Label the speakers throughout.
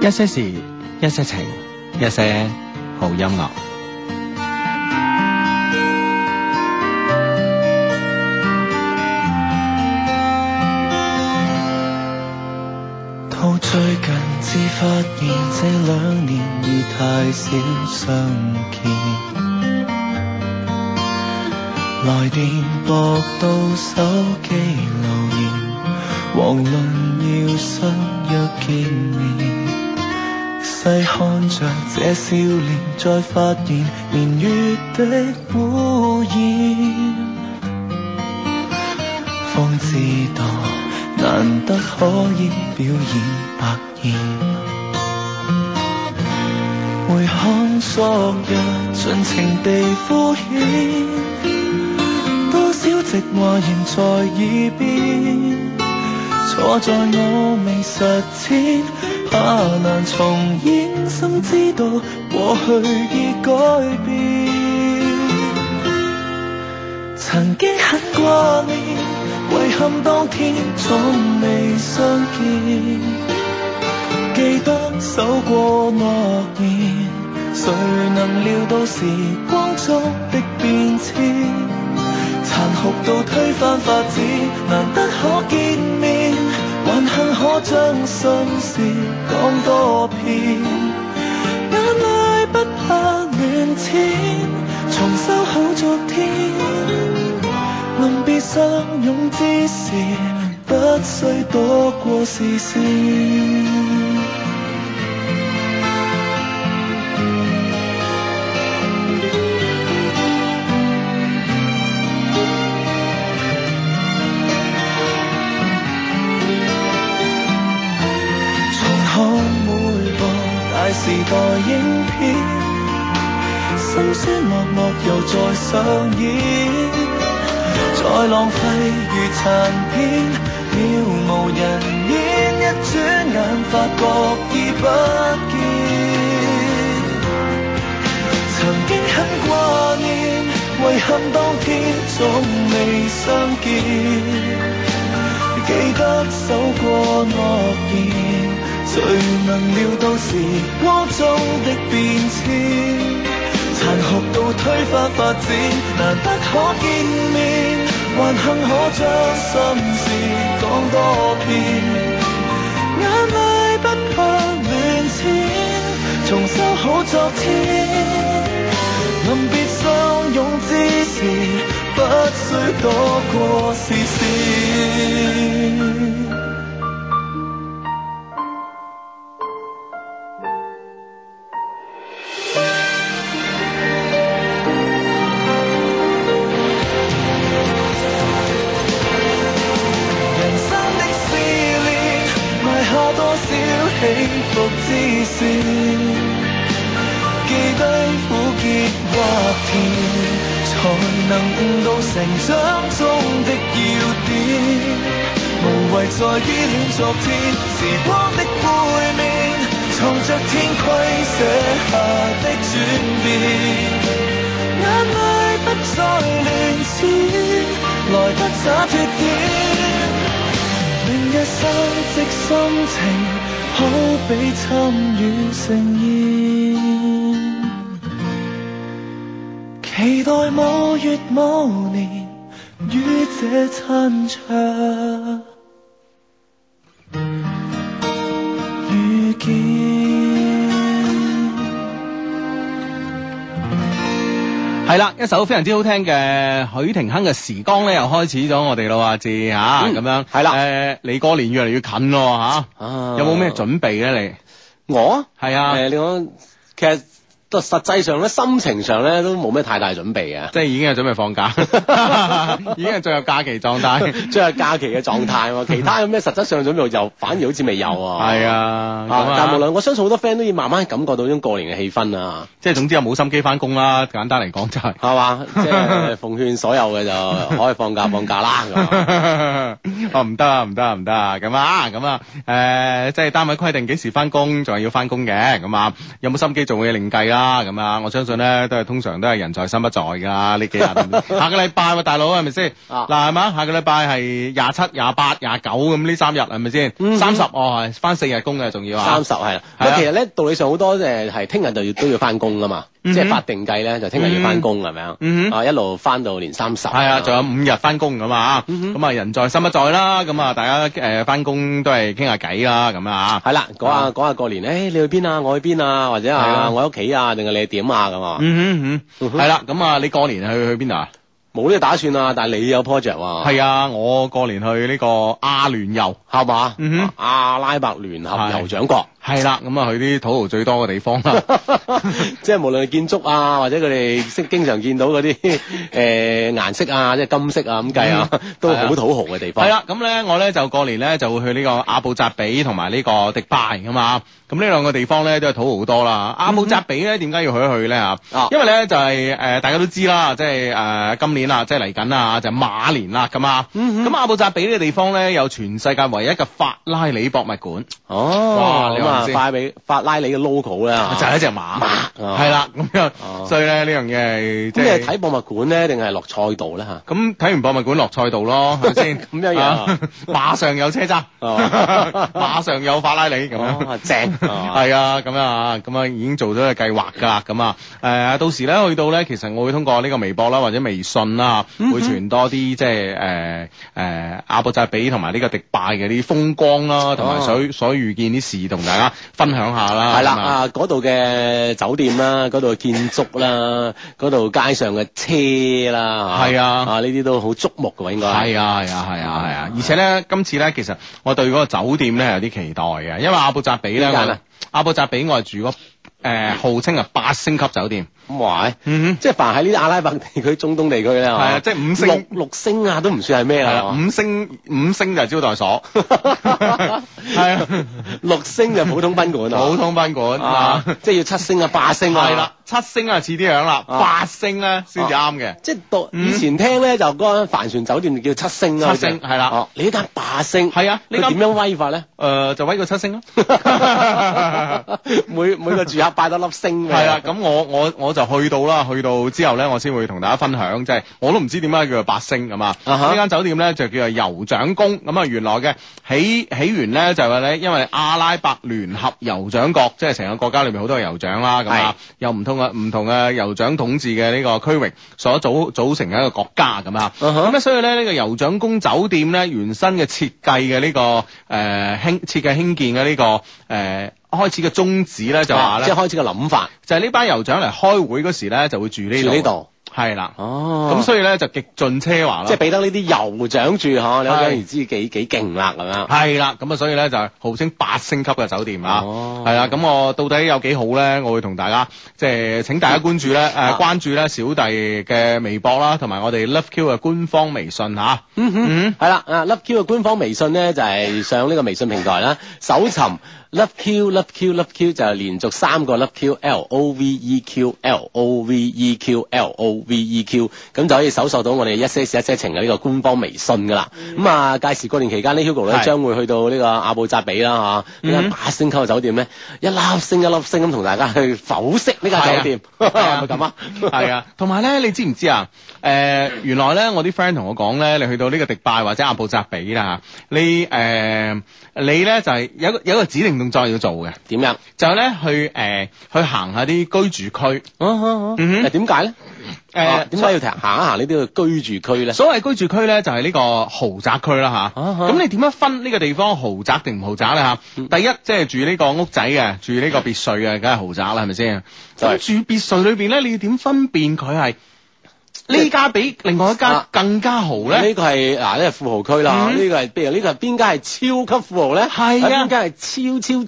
Speaker 1: 一些事，一些情，一些好音樂。
Speaker 2: 到最近至發現，這兩年已太少相見。來電駁到手機留言，遑論要相約見面。細看着這笑臉，再發現年月的污染。方知道難得可以表演百厭。回看昨日，盡情地敷衍，多少直話仍在耳邊，錯在我未實踐，怕難重演，心知道過去已改變。曾經很掛念，遺憾當天總未相見。記得守過諾言，誰能料到時光中的變遷，殘酷到推翻法子，難得可見面，還幸可將心事講多遍。眼淚不怕亂濺，重修好昨天。臨別相擁之時，不需躲過視線。重看每部大時代影片，辛酸默默又再上演。再浪費如殘片，渺無人煙，一轉眼發覺已不見。曾經很掛念，遺憾當天總未相見。記得守過諾言，誰能料到時光中的變遷？殘酷到推翻發展，難得可見面，還幸可將心事講多遍。眼淚不怕亂濺，重修好昨天。臨別相擁之時，不需躲過視線。人生的試煉，埋下多少起伏之線，記低苦澀或甜，才能悟到成長中的要點。無謂再依戀昨天，時光的背面，藏着天規寫下的轉變。眼淚不再亂濺，來得灑脱點。明日散席心情，好比參與盛宴。期待某月某年，於這餐桌遇見。
Speaker 1: 係啦，一首非常之好聽嘅許廷鏗嘅《時光》咧，又開始咗我哋啦，阿志吓
Speaker 3: 嗯
Speaker 1: 咁樣。
Speaker 3: 係啦
Speaker 1: 誒，離過年越嚟越近咯吓，
Speaker 3: 啊
Speaker 1: 有冇咩準備咧？你
Speaker 3: 我
Speaker 1: 係
Speaker 3: 啊？
Speaker 1: 啊，
Speaker 3: 誒，你講其實都實際上咧，心情上咧都冇咩太大準備啊 嘅。
Speaker 1: 即係已經係準備 放假，已經係進入假期狀態。
Speaker 3: 即係假期嘅狀態 喎，其他有咩實質上嘅準備又反而好似未有喎。
Speaker 1: 係啊，咁
Speaker 3: 啊
Speaker 1: 啊，
Speaker 3: 但無論我相信好多 friend 都要慢慢感覺到呢種過年嘅氣氛啊，
Speaker 1: 即係總之又冇心機翻工啦。簡單嚟 講就係、
Speaker 3: 係嘛？即係奉勸所有嘅就可以放假放假啦咁啊。
Speaker 1: 樣 哦，唔得啊，唔得啊，唔得啊，咁啊，咁啊，诶、即係單位規定幾時翻工，仲係要翻工嘅，咁啊，有冇心機做嘢另計啦，咁啊，我相信咧都係通常都係人在心不在㗎啦， 呢幾日下個禮拜喎，大佬係咪先？
Speaker 3: 啊
Speaker 1: 嗱係嘛，下個禮拜係廿七、廿八、廿九咁呢三日係咪
Speaker 3: 嗯
Speaker 1: 先？三十哦，係翻四日工嘅仲要啊
Speaker 3: 三，十係啦，
Speaker 1: 係啊
Speaker 3: 咁其實咧道理上好多誒係聽日就要都要翻工噶嘛，
Speaker 1: 嗯哼
Speaker 3: 即係法定計咧就聽日要翻工係咪啊
Speaker 1: 嗯？哼
Speaker 3: 啊一路翻到年三十，
Speaker 1: 係啊，仲有五日翻工咁啊，
Speaker 3: 嗯
Speaker 1: 咁啊人在心不在啦，咁啊大家誒翻工都係傾下偈啦，咁啊。
Speaker 3: 係啦，講下講下過年，誒你去邊啊？我去邊啊？或者
Speaker 1: 係啊
Speaker 3: 啊我喺屋企啊？定係你係點啊？咁啊，
Speaker 1: 嗯哼嗯哼，
Speaker 3: 嗯哼
Speaker 1: 係啦，咁啊，你過年去去邊度啊？
Speaker 3: 冇呢個打算啊，但係你有 project 喎，
Speaker 1: 係啊，我過年去呢個阿聯酋，
Speaker 3: 係嘛
Speaker 1: 嗯？
Speaker 3: 阿拉伯聯合
Speaker 1: 係
Speaker 3: 酋長 國。
Speaker 1: 係啦，咁啊去啲土豪最多嘅地方啦。
Speaker 3: 即係無論係建築啊，或者佢哋識經常見到嗰啲 誒顏色啊，即係金色啊咁計啊，都
Speaker 1: 係啊
Speaker 3: 好土豪嘅地方。
Speaker 1: 係，啦，咁咧我咧就過年咧就會去呢個阿布扎比同埋呢個迪拜咁啊。咁呢兩個地方咧都係土豪好多啦。阿布扎比咧點解要去一去咧嗯啊
Speaker 3: 啊？
Speaker 1: 因為咧就係、呃大家都知啦，即係誒、呃今年啦，即係嚟緊啦，就係馬年啦咁啊。咁、阿布扎比呢個地方咧有全世界唯一嘅法拉利博物館。哇
Speaker 3: 哦，
Speaker 1: 你
Speaker 3: 咁
Speaker 1: 話唔
Speaker 3: 啊
Speaker 1: 知，
Speaker 3: 快俾法拉利嘅 logo 啦，
Speaker 1: 就係一隻馬，
Speaker 3: 啊馬
Speaker 1: 係啦，咁樣，
Speaker 3: 哦
Speaker 1: 所以咧呢樣嘢係即
Speaker 3: 咁你
Speaker 1: 係
Speaker 3: 係睇博物館咧，定係落賽道咧嚇？
Speaker 1: 咁睇完博物館落賽道 咯，係咪先？
Speaker 3: 咁樣樣
Speaker 1: 啊， 馬上有車揸，
Speaker 3: 哦
Speaker 1: 馬上有法拉利咁樣
Speaker 3: 哦。 正
Speaker 1: 係啊，咁啊，咁啊，已經做咗個計劃㗎啦，咁啊，誒，到時咧去到咧，其實我會通過呢個微博啦，或者微信啦，
Speaker 3: 嗯
Speaker 1: 會傳多啲即係誒誒阿布扎比同埋呢個迪拜嘅啲風光啦，同埋所所遇見啲事，同大家分享下啦。
Speaker 3: 哦係啦，
Speaker 1: 咁啊
Speaker 3: 啊嗰度嘅酒店 啦，嗰度嘅建築啦，嗰度街上嘅車啦，
Speaker 1: 係啊
Speaker 3: 啊呢啲都好矚目嘅喎應該。
Speaker 1: 係啊係啊係啊係啊！而且咧，今次咧，其實我對嗰個酒店咧係有啲期待嘅，因為阿布扎比咧，
Speaker 3: 點解咧
Speaker 1: 我阿布扎比我係住嗰誒號稱係八星級酒店，
Speaker 3: 咁話
Speaker 1: 嗯
Speaker 3: 即係凡喺呢啲阿拉伯地區、中東地區咧，係
Speaker 1: 哼，係啊，即係五星
Speaker 3: 六。六星啊，都唔算係咩
Speaker 1: 係啦，
Speaker 3: 啦，
Speaker 1: 五星五星就係招待所， 係啊，
Speaker 3: 六星就普通賓館啊，
Speaker 1: 普通賓館啊
Speaker 3: 啊，，即係要七星啊、八星啊，
Speaker 1: 係啦，，七星啊似啲樣啦，
Speaker 3: 啊哦
Speaker 1: 八星咧先至啱嘅，
Speaker 3: 即係到
Speaker 1: 嗯
Speaker 3: 以前聽咧就嗰間帆船酒店叫七星啊，
Speaker 1: 七星
Speaker 3: 好似
Speaker 1: 係啦
Speaker 3: 哦，你呢間八星
Speaker 1: 係啊呢
Speaker 3: 你
Speaker 1: 間
Speaker 3: 點樣威法咧？
Speaker 1: 誒就威過七星 咯。
Speaker 3: 每每個住客拜多粒星嘅，
Speaker 1: 係啦，咁我我我就去到啦，去到之後咧，我先會同大家分享，即、係、我都唔知點解叫做八星咁啊。
Speaker 3: 啊哈
Speaker 1: 呢間酒店咧就叫做酋長宮，咁啊原來嘅起起源咧就係話咧，因為阿拉伯聯合酋長國，即係成個國家裏面好多酋長啦，咁啊有唔同嘅唔同嘅酋長統治嘅呢個區域所組組成嘅一個國家咁啊。
Speaker 3: 啊哈
Speaker 1: 咁咧，所以咧呢個酋長宮酒店咧原身嘅設計嘅呢個誒、呃、興設計興建嘅呢、個誒、呃、開始嘅宗旨咧就話
Speaker 3: 啊
Speaker 1: 咧
Speaker 3: 即係。開始個諗法，
Speaker 1: 就係呢班酋長嚟開會嗰時咧，就會住呢
Speaker 3: 住呢，度，
Speaker 1: 係啦。
Speaker 3: 哦
Speaker 1: 咁所以咧就極盡奢華啦。
Speaker 3: 即係俾得呢啲酋長住嗬，你可想
Speaker 1: 係
Speaker 3: 而知幾幾勁啦咁樣。
Speaker 1: 係啦，咁啊，所以咧就係號稱八星級嘅酒店啊，
Speaker 3: 哦
Speaker 1: 係啦，咁我到底有幾好咧？我會同大家即係請大家關注咧，誒、
Speaker 3: 啊
Speaker 1: 關注咧小弟嘅微博啦，同埋我哋 Love Q 嘅官方微信嚇。
Speaker 3: 嗯
Speaker 1: 嗯
Speaker 3: 哼，係啦，啊 Love Q 嘅官方微信咧就係上呢個微信平台啦，搜尋 Love Q Love Q Love Q 就係連續三個 Love Q L O V E Q L O V E Q L O V E Q，咁就可以搜索到我哋一些事一些情嘅呢個官方微信噶啦。咁啊，屆時過年期間呢 Hugo 咧
Speaker 1: 係
Speaker 3: 將會去到呢個阿布扎比啦嚇，呢間八星級嘅酒店咧，一粒星一粒星咁同大家去剖析呢間酒店，
Speaker 1: 係
Speaker 3: 係
Speaker 1: 啊
Speaker 3: 咪咁啊？
Speaker 1: 係啊，同埋咧，你知唔知啊？誒、原來咧，我啲 friend 同我講咧，你去到呢個迪拜或者阿布扎比啦嚇，你誒、你咧就係、有一個有一個指定動作要做嘅，
Speaker 3: 點樣？
Speaker 1: 就係咧去誒、去行下啲居住區。嗯
Speaker 3: 誒
Speaker 1: 哼
Speaker 3: 點解咧？
Speaker 1: 誒
Speaker 3: 誒啊點解要行行一行呢啲嘅居住區咧？
Speaker 1: 所謂居住區咧，就係呢個豪宅區啦吓，
Speaker 3: 啊哈嗯
Speaker 1: 咁你點樣分呢個地方豪宅定唔豪宅咧吓，第一即係住呢個屋仔嘅，住呢個別墅嘅，梗係豪宅啦，係咪
Speaker 3: 嗯
Speaker 1: 先？咁
Speaker 3: 係
Speaker 1: 住別墅裏邊咧，你要點分辨佢係呢家比另外一家
Speaker 3: 啊
Speaker 1: 更加豪咧？
Speaker 3: 呢個係嗱，呢個係富豪區啦，
Speaker 1: 嗯
Speaker 3: 呢個係譬如呢個係邊間係超級富豪咧？
Speaker 1: 係啊
Speaker 3: 邊間係超超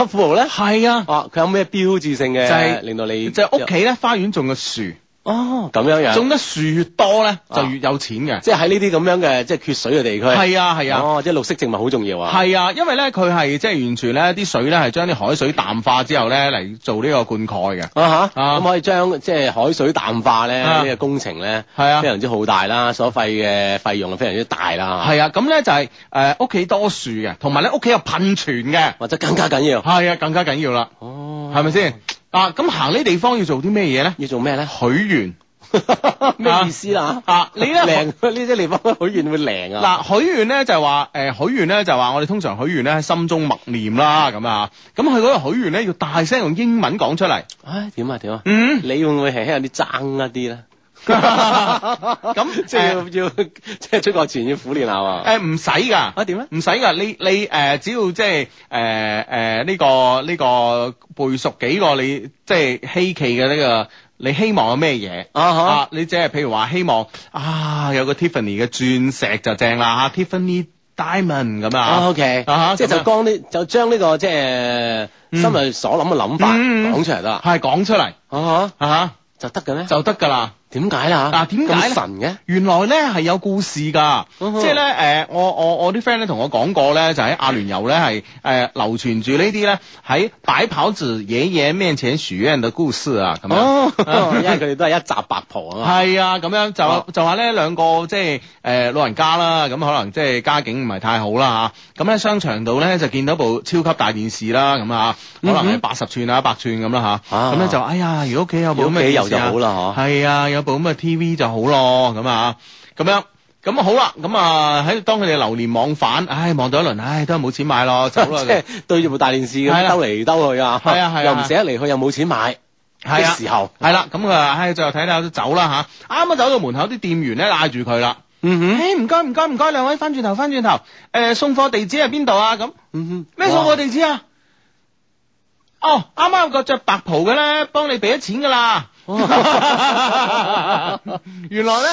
Speaker 3: 超級富豪咧？
Speaker 1: 係啊，
Speaker 3: 哦，佢有咩標誌性嘅？
Speaker 1: 就係
Speaker 3: 令到你
Speaker 1: 就係屋企咧，花園種嘅樹，
Speaker 3: 哦，咁樣樣，
Speaker 1: 種得樹越多咧，
Speaker 3: 啊
Speaker 1: 就越有錢嘅。
Speaker 3: 即係喺呢啲咁樣嘅即係缺水嘅地區，
Speaker 1: 係啊係啊。
Speaker 3: 哦，即係綠色植物好重要啊。
Speaker 1: 係啊，因為咧佢係即係完全咧啲水咧係將啲海水淡化之後咧嚟做呢個灌溉嘅。
Speaker 3: 啊吓，
Speaker 1: 啊
Speaker 3: 咁可以將即係海水淡化咧
Speaker 1: 啊
Speaker 3: 呢個工程咧，
Speaker 1: 係啊
Speaker 3: 非常之浩大啦，所費嘅費用啊非常之大啦，
Speaker 1: 係啊，咁咧就係誒屋企多樹嘅，同埋咧屋企有噴泉嘅，
Speaker 3: 或者更加緊要。
Speaker 1: 係啊，更加緊要啦，
Speaker 3: 哦
Speaker 1: 係咪先？啊，咁行呢地方要做啲咩嘢咧？
Speaker 3: 要做 咩咧？
Speaker 1: 許願
Speaker 3: 咩意思啦？
Speaker 1: 啊，你咧
Speaker 3: 靚呢啲地方好遠會靚啊！
Speaker 1: 嗱，許願咧就係話，誒許願咧就係話，我哋通常許願咧喺心中默念啦，咁啊，咁佢嗰個許願咧要大聲用英文講出嚟，
Speaker 3: 嗱，唉點啊點啊？
Speaker 1: 嗯，
Speaker 3: 你會唔會輕輕有啲爭一啲咧？
Speaker 1: 咁
Speaker 3: 即係要要即係出國前要苦練下嘛？
Speaker 1: 誒唔使㗎，
Speaker 3: 啊點咧？
Speaker 1: 唔使㗎，你你誒、只要即係誒誒呢個呢、個背熟幾個你即係希冀嘅呢個。你希望有咩嘢
Speaker 3: 啊哈
Speaker 1: 啊？你即係譬如話希望啊，有個 Tiffany 嘅鑽石就正啦嚇，Tiffany Diamond 咁
Speaker 3: 啊
Speaker 1: 啊，
Speaker 3: ，OK，
Speaker 1: 啊哈
Speaker 3: 即係就
Speaker 1: 咁樣
Speaker 3: 將呢就將呢個即係心裏所諗嘅諗法
Speaker 1: 嗯
Speaker 3: 講出嚟得啦，
Speaker 1: 係講出嚟
Speaker 3: 啊哈
Speaker 1: 啊
Speaker 3: 就得嘅咩？
Speaker 1: 就得㗎啦。
Speaker 3: 點解啦？
Speaker 1: 嗱點解
Speaker 3: 咁
Speaker 1: 呢
Speaker 3: 神嘅？
Speaker 1: 原來咧係有故事㗎，
Speaker 3: 嗯哼
Speaker 1: 即係咧誒，我我我啲 friend 咧同我講過咧，就喺阿聯酋咧係誒流傳住呢啲咧喺擺跑子爺爺面前許願嘅故事啊，咁樣。
Speaker 3: 哦， 因為佢哋都係一集白袍啊嘛。
Speaker 1: 係 啊，咁樣就、
Speaker 3: 哦
Speaker 1: 就話咧兩個即係誒、呃老人家啦，咁可能即係家境唔係太好啦嚇，咁喺商場度咧就見到部超級大電視啦，咁啊，可
Speaker 3: 嗯
Speaker 1: 能係
Speaker 3: 哼
Speaker 1: 八十寸啊、一百寸咁啦嚇，
Speaker 3: 啊
Speaker 1: 咁咧就哎呀，如果屋企有部咁嘅
Speaker 3: 屋企有
Speaker 1: 電視啊
Speaker 3: 就好啦嗬
Speaker 1: 係啊，有部咁嘅 TV 就好咯，咁啊，咁樣。咁好啦，咁啊喺當佢哋流連忘返，唉望到一輪，唉都係冇錢買咯，
Speaker 3: 即
Speaker 1: 走啦。
Speaker 3: 係對住部大電視
Speaker 1: 係
Speaker 3: 咁
Speaker 1: 啦
Speaker 3: 兜嚟兜去啊，
Speaker 1: 係啊係啊
Speaker 3: 又唔捨得離去，又冇錢買
Speaker 1: 係
Speaker 3: 嘅
Speaker 1: 啊，
Speaker 3: 時候，
Speaker 1: 係啦，咁啊，唉最後睇睇都走啦吓，啱啱走到門口，啲店員咧拉住佢啦。
Speaker 3: 嗯哼，
Speaker 1: 誒唔該唔該唔該，兩位翻轉頭翻轉頭，誒、送貨地址喺邊度啊？咁
Speaker 3: 嗯哼，
Speaker 1: 咩送貨地址啊？哦，啱啱有個着白袍嘅咧，幫你俾咗錢噶啦。 原來咧，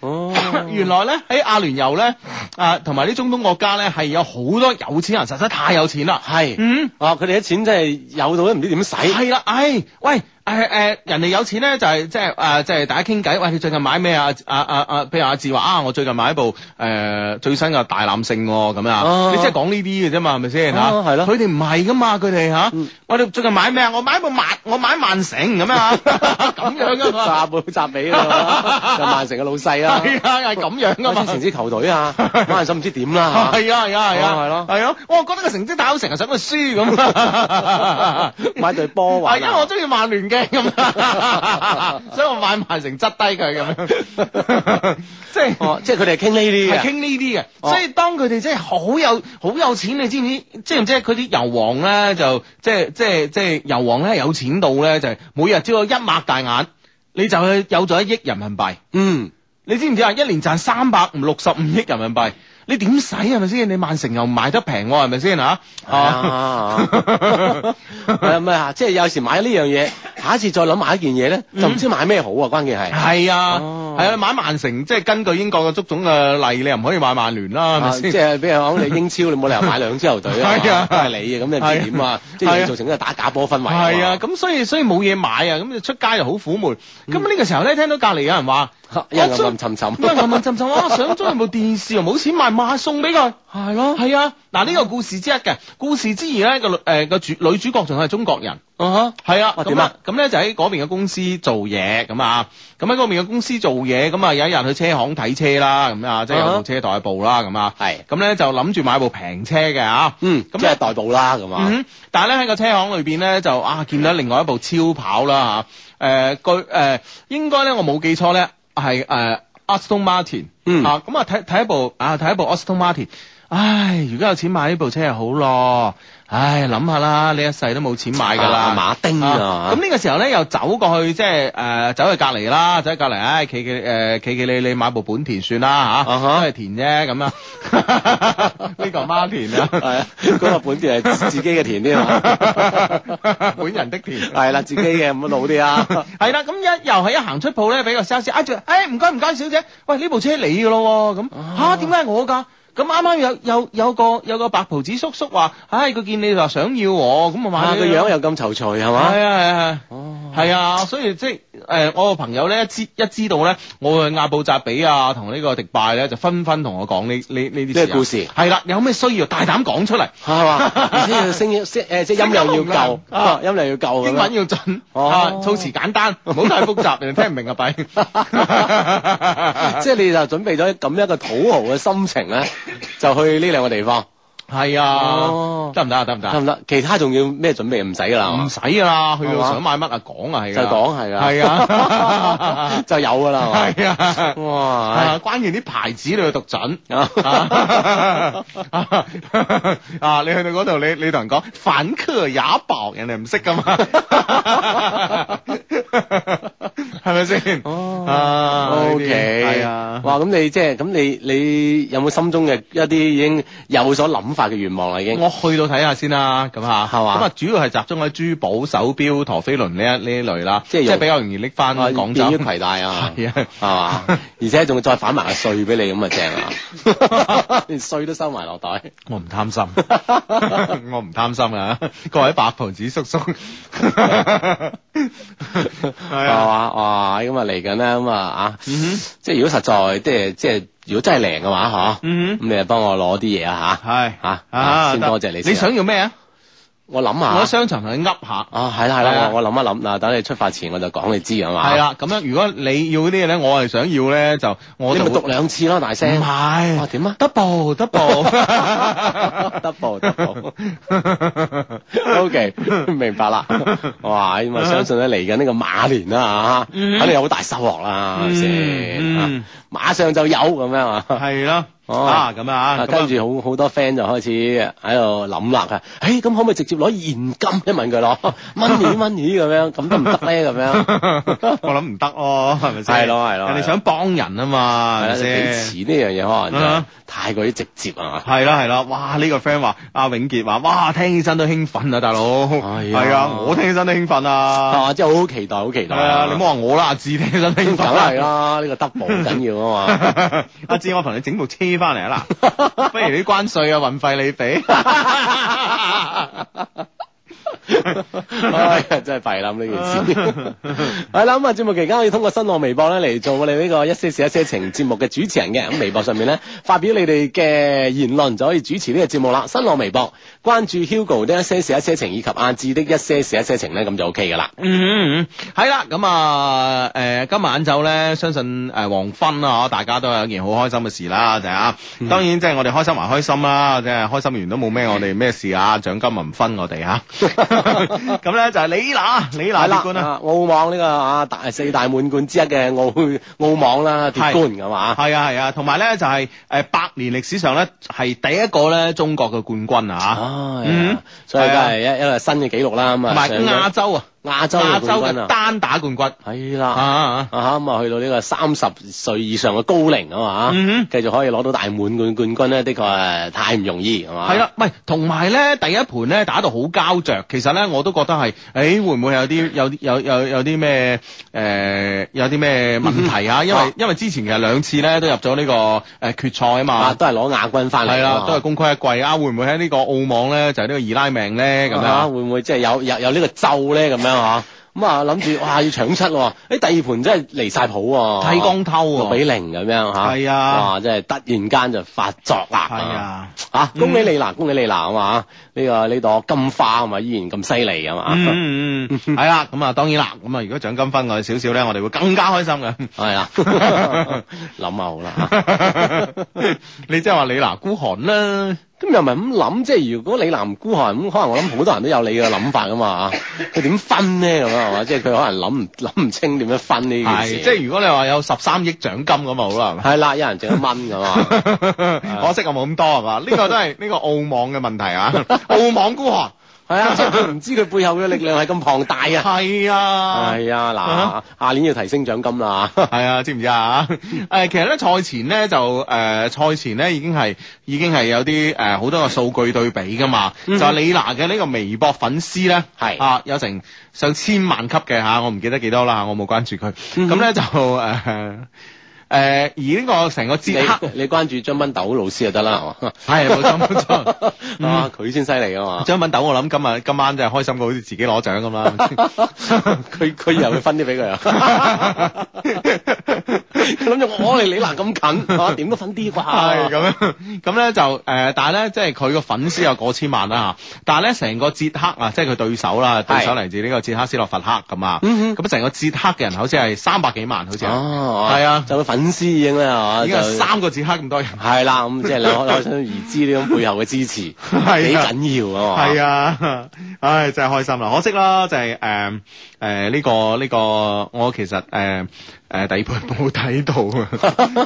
Speaker 3: 哦，
Speaker 1: 原來咧喺阿聯酋咧，啊同埋啲中東國家咧係有好多有錢人，實在太有錢啦。
Speaker 3: 係
Speaker 1: 嗯。
Speaker 3: 啊，佢哋啲錢真係有到都唔知點使，
Speaker 1: 係啊啦，唉，喂，誒、誒、人哋有錢咧就係即係誒，即係大家傾偈，喂，你最近買咩啊？啊啊啊，譬如阿志話啊，我最近買一部誒、最新嘅大男性喎，咁
Speaker 3: 啊
Speaker 1: 啊，你即係講呢啲嘅啫嘛，係咪先嚇？
Speaker 3: 啊係咯
Speaker 1: 佢哋唔係噶嘛，佢哋嚇
Speaker 3: 嗯，
Speaker 1: 我哋最近買咩啊？我買一部萬，我買萬城咁 啊，咁樣噶嘛
Speaker 3: 扎，布扎比 啦，就曼城嘅老細啦，
Speaker 1: 啊係啊，係咁樣噶嘛
Speaker 3: 之。前支球隊啊，曼城唔知點啦嚇
Speaker 1: 係啊係啊係啊
Speaker 3: 哦係咯
Speaker 1: 係咯，我覺得個成績太好，成日想佢輸咁。
Speaker 3: 買對
Speaker 1: 係
Speaker 3: 波 玩
Speaker 1: 因為我
Speaker 3: 啊，
Speaker 1: 中意曼聯 嘅咁，所以我買曼城質低佢咁樣， 即係
Speaker 3: 哦，即係佢哋係傾呢
Speaker 1: 係
Speaker 3: 啲嘅，
Speaker 1: 傾呢啲嘅。
Speaker 3: 哦
Speaker 1: 所以當佢哋即係好有好有錢，你知唔知？知唔知佢啲油王咧就即係即係即係油王咧有錢到咧就係每日只要一擘大眼，你就去有咗一億人民幣。
Speaker 3: 嗯，
Speaker 1: 你知唔知啊？一年賺三百五六十五億人民幣，你點使啊係咪先？你曼城又賣得平喎，係咪先嚇？
Speaker 3: 啊。係咪啊？即係有時買呢樣嘢，下一次再諗買一件嘢咧，就唔知買咩好啊！關鍵係
Speaker 1: 嗯係啊，
Speaker 3: 哦
Speaker 1: 係啊，買曼城即係根據英國嘅足總嘅例，你又唔可以買曼聯啦，係
Speaker 3: 啊
Speaker 1: 咪
Speaker 3: 即
Speaker 1: 先？
Speaker 3: 係比如講你英超，你冇理由買兩支球隊啊，
Speaker 1: 係啊
Speaker 3: 都係你嘅，咁你唔知點啊？即
Speaker 1: 係
Speaker 3: 係
Speaker 1: 啊
Speaker 3: 造成一個打假波氛圍嘛。
Speaker 1: 係啊，咁所以所以冇嘢買啊，咁就出街又好苦悶。
Speaker 3: 嗯
Speaker 1: 咁呢個時候咧，聽到隔離有人 話，
Speaker 3: 一暗暗沉沉。
Speaker 1: 喂，問問浸浸啊，想中意部電視又冇錢買，買送俾佢。係 咯，係啊。嗱，呢個故事之一嘅，故事之二咧個誒個主女主角仲係中國人。
Speaker 3: 啊
Speaker 1: 係啊，
Speaker 3: 哇
Speaker 1: 咁
Speaker 3: 點啊
Speaker 1: 啊，咁咧就喺嗰邊嘅公司做嘢咁啊，咁喺嗰邊嘅公司做嘢，咁啊有一日去車行睇車啦，咁啊即係有
Speaker 3: 啊哈
Speaker 1: 部車代步啦，咁啊，
Speaker 3: 係
Speaker 1: 咁咧就諗住買部平車嘅啊，
Speaker 3: 嗯，咁
Speaker 1: 咁
Speaker 3: 即係
Speaker 1: 咧。
Speaker 3: 代步啦，咁啊，
Speaker 1: 嗯哼，但係咧喺個車行裏邊咧就啊見到另外一部超跑啦啊嚇，誒、據誒、應該咧我冇記錯咧係誒 Aston Martin，
Speaker 3: 嗯
Speaker 1: 啊咁啊睇睇一部啊睇一部 Aston Martin，唉如果有錢買呢部車係好咯，唉諗下啦，你一世都冇錢買㗎啦，
Speaker 3: 啊馬丁啊
Speaker 1: 咁呢個時候咧又走過去即係誒走去隔離啦，走去隔離，唉企企誒企企你你買部本田算啦
Speaker 3: 啊
Speaker 1: 嚇，
Speaker 3: 哈
Speaker 1: 都係田啫咁啊， 呢個馬田 啊。
Speaker 3: 係啊，嗰個本地係自己嘅 田啲嘛，
Speaker 1: 本人的田。
Speaker 3: 係啦，自己嘅咁老啲啊，
Speaker 1: 係啦，咁一又係一行出啊哎鋪咧，俾個 sales 挨住，誒唔該唔該，小姐，喂呢部車你嘅咯喎，咁
Speaker 3: 啊
Speaker 1: 嚇點解我㗎？咁啱啱有有有個有個白袍子叔叔話，唉，佢見你話想要我，咁我
Speaker 3: 哇，
Speaker 1: 買
Speaker 3: 啊個
Speaker 1: 咗
Speaker 3: 樣又咁躊躇係
Speaker 1: 係啊
Speaker 3: 嘛？
Speaker 1: 係啊
Speaker 3: 哦
Speaker 1: 係啊，所以即係誒，我個朋友咧一知一知道咧，我去亞布扎比啊，同呢個迪拜咧，就紛紛同我講呢呢呢啲啊
Speaker 3: 呢個故事
Speaker 1: 係啦，有咩需要大膽講出嚟，
Speaker 3: 係 嘛？而且要聲聲誒，即係音量要夠，啊音量要夠咁樣
Speaker 1: 英文要準，
Speaker 3: 哦
Speaker 1: 啊措辭簡 單，唔好太複雜，人哋聽唔明啊弊。
Speaker 3: 即係你就準備咗咁一個土豪嘅心情 咧，就去呢兩個地方，
Speaker 1: 係啊
Speaker 3: 哦，
Speaker 1: 得唔得啊？得唔得
Speaker 3: 得
Speaker 1: 啊？
Speaker 3: 唔得？其他仲要咩準備唔使㗎啦，係
Speaker 1: 唔
Speaker 3: 嘛
Speaker 1: 使噶啦，去
Speaker 3: 係
Speaker 1: 到
Speaker 3: 嘛
Speaker 1: 想買乜啊講啊係㗎
Speaker 3: 就講係哦啦，
Speaker 1: 係啊
Speaker 3: 就有㗎啦，係嘛
Speaker 1: 係啊。
Speaker 3: 哇！
Speaker 1: 啊，關鍵啲牌子你要讀 準。
Speaker 3: 啊
Speaker 1: 啊！啊你去到嗰度，你你同人講反客也薄，人哋唔識噶嘛， 係咪先？
Speaker 3: 哦
Speaker 1: 啊
Speaker 3: O K，
Speaker 1: 係啊，
Speaker 3: 哇！咁你即係咁你你有冇心中嘅一啲已經有所諗法嘅願望啦？已經
Speaker 1: 我去到睇下先啦，咁吓，
Speaker 3: 係嘛
Speaker 1: 咁啊，主要係集中喺珠寶、手錶、陀飛輪呢一呢一類啦，
Speaker 3: 即係
Speaker 1: 即
Speaker 3: 用
Speaker 1: 係比較容易拎翻
Speaker 3: 啊
Speaker 1: 廣
Speaker 3: 便
Speaker 1: 州
Speaker 3: 於。攜帶啊，
Speaker 1: 係啊
Speaker 3: 係嘛？而且仲再反埋個税俾你，咁啊正 啊！連税都收埋落袋，
Speaker 1: 我唔貪心， 我唔貪心啊！各位白袍子叔 叔，係
Speaker 3: 係
Speaker 1: 啊。嗯
Speaker 3: 嘛？哇！咁啊嚟緊咧，咁啊啊，即係如果實在即係即係如果真係靚嘅話，嗬，
Speaker 1: 嗯
Speaker 3: 咁你就幫我攞啲嘢啊吓，
Speaker 1: 系
Speaker 3: 嚇啊先多謝你先
Speaker 1: 你想要咩啊？
Speaker 3: 我諗
Speaker 1: 我喺
Speaker 3: 下。
Speaker 1: 商場同你噏下。
Speaker 3: 啊，係啦係
Speaker 1: 係啊
Speaker 3: 啦，我我諗一諗嗱，等你出發前我就講你知啊嘛。
Speaker 1: 係，啦，咁樣如果你要嗰啲嘢咧，我係想要咧，就我
Speaker 3: 你
Speaker 1: 就
Speaker 3: 咪
Speaker 1: 會
Speaker 3: 讀兩次咯，大聲
Speaker 1: 唔。係
Speaker 3: 哇點啊
Speaker 1: ？double double
Speaker 3: double double O K，明 白啦。哇，咁啊，相信咧嚟緊呢個馬年啦吓，
Speaker 1: 嗯
Speaker 3: 肯定有好大收穫啦，係咪先？
Speaker 1: 嗯
Speaker 3: 啊馬上就有咁樣啊。
Speaker 1: 係啦，
Speaker 3: 哦
Speaker 1: 啊咁啊，咁
Speaker 3: 啊
Speaker 1: 啊
Speaker 3: 跟住好好多 friend 就開始喺度諗啦，佢話：，誒咁可唔可以直接攞現金？一問佢攞 money money 咁樣，咁得唔得咧？咁 樣
Speaker 1: 我諗唔得咯，係咪先？
Speaker 3: 係咯係咯
Speaker 1: 人哋想幫人啊
Speaker 3: 係
Speaker 1: 嘛，係
Speaker 3: 啦，
Speaker 1: 咪
Speaker 3: 你
Speaker 1: 先？
Speaker 3: 俾錢呢樣嘢可能就
Speaker 1: 啊
Speaker 3: 係太過於直接啊。
Speaker 1: 係啦係啦，哇！呢、個 friend 話阿永傑話，哇聽起身都興奮啊，大佬。
Speaker 3: 係啊
Speaker 1: 係啊，我聽起身都興奮
Speaker 3: 係
Speaker 1: 啊。
Speaker 3: 嘛，即係好期待，好期
Speaker 1: 係
Speaker 3: 待。
Speaker 1: 啊，你唔好話我啦，阿志聽起身都興
Speaker 3: 梗
Speaker 1: 奮啊
Speaker 3: 係。啦，呢個 double 好緊要啊嘛。
Speaker 1: 阿志，我同你整部車翻嚟啊 嗱，不如啲關税啊、運費你俾。
Speaker 3: 哎呀， 真係弊啦咁呢件事。係啦，咁啊，節目期間可以通過新浪微博咧嚟做我哋呢個一些事一些情節目嘅主持人嘅。咁微博上面咧發表你哋嘅言論就可以主持呢個節目啦。新浪微博關注 Hugo 的一些事一些情以及阿志的一些事一些情咧，咁就 OK 噶啦。
Speaker 1: 嗯，嗯嗯係啦，咁啊，誒、今晚晏晝咧，相信誒、黃昏啦，嗬大家都有一件好開心嘅事啦，就係啊，當然即係我哋開心還開心啦，即係開心完都冇咩我哋咩事啊，獎金唔分我哋嚇，咁咧就係李娜，李娜
Speaker 3: 係
Speaker 1: 奪冠啦。
Speaker 3: 啊澳網呢個啊大四大滿貫之一嘅澳澳網啦奪冠㗎嘛。
Speaker 1: 係啊係啊，同埋咧就係誒百年歷史上咧係第一個咧中國嘅冠軍啊，
Speaker 3: 啊，
Speaker 1: 嗯
Speaker 3: 所以
Speaker 1: 係
Speaker 3: 都
Speaker 1: 啊
Speaker 3: 係一一個新嘅紀錄啦。咁
Speaker 1: 同
Speaker 3: 啊，
Speaker 1: 埋
Speaker 3: 上咗
Speaker 1: 亞洲啊，
Speaker 3: 亞洲
Speaker 1: 亞
Speaker 3: 嘅
Speaker 1: 洲
Speaker 3: 冠軍
Speaker 1: 嘅
Speaker 3: 啊，
Speaker 1: 單打冠軍
Speaker 3: 係啦。
Speaker 1: 啊啊。
Speaker 3: 啊哈咁啊，去到呢個三十歲以上嘅高齡啊嘛，
Speaker 1: 嗯哼
Speaker 3: 繼續可以攞到大滿貫冠軍咧，的確係太唔容易係嘛。
Speaker 1: 係啦，唔係同埋咧，第一盤咧打到好膠着，其實咧我都覺得係，誒、會唔會有啲有啲有有有啲咩誒有啲咩問題啊？因為
Speaker 3: 啊
Speaker 1: 因為之前其實兩次咧都入咗呢、個誒、決賽啊
Speaker 3: 啊，
Speaker 1: 嘛，
Speaker 3: 都係攞亞軍翻嚟
Speaker 1: 係
Speaker 3: 㗎嘛。
Speaker 1: 啦，都係功虧一簣啊！會唔會喺呢個澳網咧就係呢個二奶命咧咁
Speaker 3: 啊，
Speaker 1: 樣？
Speaker 3: 會唔會即係有有有呢個咒咧咁樣啊？咁啊諗住哇要搶七喎，誒第二盤真係離晒譜喎，
Speaker 1: 剃光頭
Speaker 3: 六
Speaker 1: 喎，
Speaker 3: 哦比零咁樣嚇。
Speaker 1: 係啊
Speaker 3: 哇真係突然間就發作啦。
Speaker 1: 係啊。
Speaker 3: 啊！恭喜你啦，恭喜你啦，係嘛？呢個呢朵金花啊嘛，依然咁犀利啊嘛，
Speaker 1: 嗯嗯 嗯，係啦，咁啊當然啦，咁啊如果獎金分我哋少少咧，我哋會更加開心嘅。
Speaker 3: 係啦， 諗下好啦啊嚇
Speaker 1: 你即係話你嗱孤寒啦。
Speaker 3: 咁又唔係咁諗，即係如果你南孤寒咁，可能我諗好多人都有你嘅諗法噶 嘛，啊佢點分咧咁啊樣係嘛？即係佢可能諗唔 諗唔清點樣分呢件
Speaker 1: 系，
Speaker 3: 事。
Speaker 1: 即係如果你話有十三億獎金咁啊好啦，係嘛？
Speaker 3: 係啦，有人整一蚊咁嘛，
Speaker 1: 可惜我冇咁多係 嘛？呢個都係呢個澳網嘅問題啊， 澳網孤寒
Speaker 3: 係啊，即係佢唔知佢背後嘅力量係咁龐大 啊！
Speaker 1: 係啊。
Speaker 3: 係啊，
Speaker 1: 啊
Speaker 3: 嗱，下年要提升獎金啦，
Speaker 1: 係啊，知唔知啊？誒，其實咧賽前咧就誒賽前咧已經係已經係有啲誒好多個數據對比噶嘛，就係李娜嘅呢個微博粉絲咧
Speaker 3: 係
Speaker 1: 啊有成嗯上千萬級嘅嚇，我唔記得幾多啦，我冇關注佢。咁咧就誒。誒、而呢個成個捷克
Speaker 3: 你你關注張斌斗老師就得啦，係嘛？
Speaker 1: 係冇錯冇 錯。
Speaker 3: 係嘛？佢先犀利啊 嘛！
Speaker 1: 張敏斗，我諗今日今晚真係開心過好似自己攞獎咁 啦。
Speaker 3: 佢佢又會分啲俾 佢啊！諗住我離李娜咁近，啊點都分啲啩？
Speaker 1: 係 咁樣，咁咧就誒、呃但係咧即係佢個粉絲有過千萬啦嚇，但係咧成個捷克啊，即係佢對手啦，對手嚟自呢個捷克斯洛伐克咁啊，
Speaker 3: 嗯哼
Speaker 1: 咁成個捷克嘅人口先係三百幾萬，好似係
Speaker 3: 哦，
Speaker 1: 係啊
Speaker 3: 就佢粉絲已經咧係嘛，
Speaker 1: 已經
Speaker 3: 就
Speaker 1: 係三個捷克咁 多人。
Speaker 3: 係啦，咁即係你 可可想而知呢種背後嘅支持幾
Speaker 1: 啊
Speaker 3: 緊要啊嘛！
Speaker 1: 係
Speaker 3: 啊，
Speaker 1: 啊， 唉，真係開心啦！可惜啦，就係誒誒呢個呢個，我其實誒誒第二盤冇睇到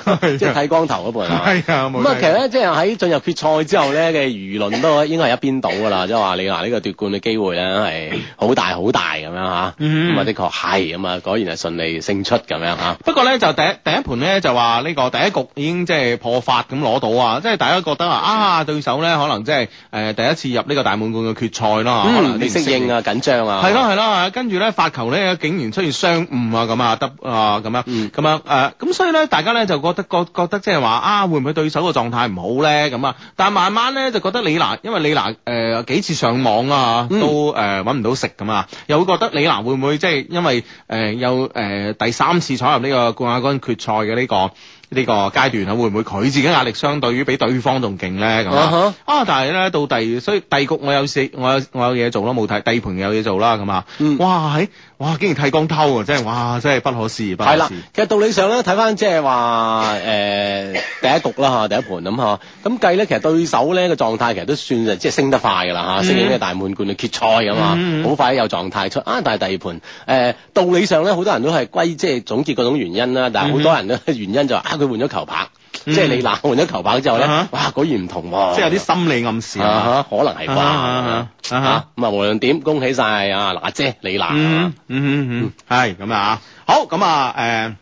Speaker 1: 啊，
Speaker 3: 即係剃光頭嗰部分啊。
Speaker 1: 係啊，冇
Speaker 3: 咁啊，
Speaker 1: 睇
Speaker 3: 其實咧，即係喺進入決賽之後咧嘅輿論都應該係一邊倒噶啦，即係話李娜呢個奪冠嘅機會咧係好大好大咁樣嚇，
Speaker 1: 嗯
Speaker 3: 咁啊的確係咁啊，果然係順利勝出咁樣嚇。
Speaker 1: 不過咧就第一第一盤咧就話呢個第一局已經即係破發咁攞到啊，即係大家覺得啊啊對手咧可能即係誒第一次入呢個大滿貫嘅決賽啦，可能
Speaker 3: 嗯，你適應
Speaker 1: 啊。
Speaker 3: 啊，緊張啊，
Speaker 1: 係咯係咯，跟住咧發球咧竟然出現雙誤啊咁啊得啊咁樣
Speaker 3: 嗯
Speaker 1: 咁樣誒，呃咁所以咧大家咧就覺得覺覺得即係話啊會唔會對手嘅狀態唔好咧咁啊？但係慢慢咧就覺得李娜，因為李娜誒幾次上網啊
Speaker 3: 嗯
Speaker 1: 都誒揾唔到食咁啊，又會覺得李娜會唔會即係因為誒有誒第三次闖入呢個冠亞軍決賽嘅呢個？呢個階段啊，會唔會佢自己壓力相對於比對方仲勁咧？咁
Speaker 3: 啊哈
Speaker 1: 啊，啊！但係咧到第，所以第二局我有事，我有我有嘢做啦，冇睇第二盤有嘢做啦，咁啊
Speaker 3: 嗯，
Speaker 1: 哇喺，哇竟然剃光頭啊，真係哇真係不可思議，不
Speaker 3: 係
Speaker 1: 可
Speaker 3: 啦
Speaker 1: 思議。，
Speaker 3: 其實道理上咧，睇翻即 係話誒第一局啦嚇，第一盤咁嚇，咁計咧其實對手咧個狀態其實都算係即係升得快㗎啦嚇，
Speaker 1: 嗯
Speaker 3: 升呢個大滿貫嘅決賽咁嘛，好、
Speaker 1: 嗯
Speaker 3: 快有狀態出啊！但係第二盤誒、道理上咧，好多人都係歸即係總結各種原因啦，但係好多人咧原因就話、啊佢換咗球拍，
Speaker 1: 嗯
Speaker 3: 即係李娜換咗球拍之後咧，
Speaker 1: 啊
Speaker 3: 哇果然唔同喎、
Speaker 1: 即係有啲心理暗示啊。
Speaker 3: 啊哈可能係啩
Speaker 1: 啊啊啊啊
Speaker 3: 啊咁啊無論點，恭喜晒啊娜姐李娜。
Speaker 1: 嗯嗯嗯嗯，系咁啊，好咁啊，诶、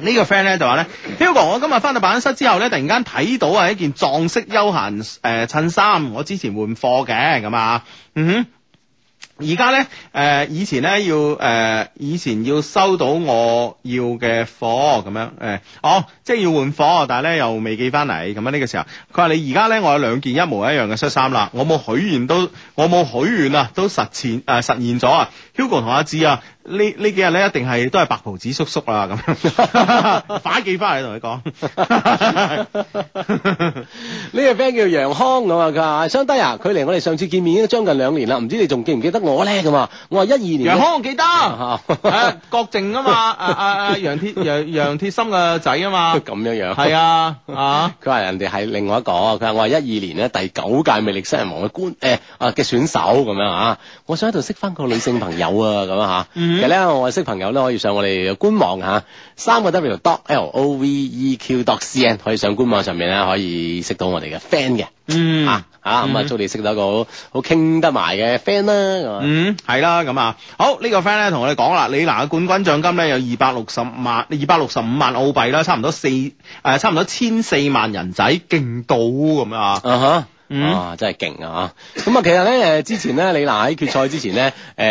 Speaker 1: 呢個 friend 咧就話咧，Hugo，我今日翻到辦公室之後咧，突然間睇到啊一件藏式休閒誒襯衫，我之前換貨嘅咁啊，嗯哼。而家咧，誒、以前咧要誒、以前要收到我要嘅貨咁樣，誒、哦，即係要換貨，但係咧又未寄翻嚟，咁樣啊呢個時候，佢話你而家咧我有兩件一模一樣嘅恤衫啦，我冇許願都，我冇許願啊，都實踐誒、實現咗啊，Hugo 同阿志啊，呢呢幾日咧一定係都係白袍子叔叔啦咁樣， 反寄翻嚟同你講，
Speaker 3: 呢個 friend 叫楊康咁啊，佢話：相低啊，距離我哋上次見面已經將近兩年啦，唔知你仲記唔記得我咧咁啊？我話一二年嘅。
Speaker 1: 楊康我記得。
Speaker 3: 啊
Speaker 1: 啊，郭靖啊嘛，啊啊啊楊鐵楊楊鐵心嘅仔啊嘛，
Speaker 3: 咁樣樣。
Speaker 1: 係啊啊
Speaker 3: 佢話人哋係另外一個，佢話我係一二年咧第九屆魅力新人王嘅官誒啊嘅選手咁樣啊，我想喺度識翻個女性朋友啊咁樣嚇。
Speaker 1: 嗯
Speaker 3: 其實咧，我識朋友咧可以上我哋嘅官網嚇，三個 W dot L O V E Q dot C N 可以上官網上面咧可以識到我哋嘅 friend 嘅。
Speaker 1: 嗯
Speaker 3: 啊。啊咁啊，祝你識到一個好好傾得埋嘅 friend 啦咁啊。
Speaker 1: 嗯，係啦，咁啊，好、呢個 friend 咧同我哋講啦，李娜嘅冠軍獎金咧有二百六十萬、二百六十五萬澳幣啦，差唔多四誒、差唔多千四萬人仔，勁到咁啊！
Speaker 3: 啊哈。
Speaker 1: 嗯
Speaker 3: 啊，真係勁啊！咁啊，其實咧，誒之前咧，李娜喺決賽之前 咧，誒、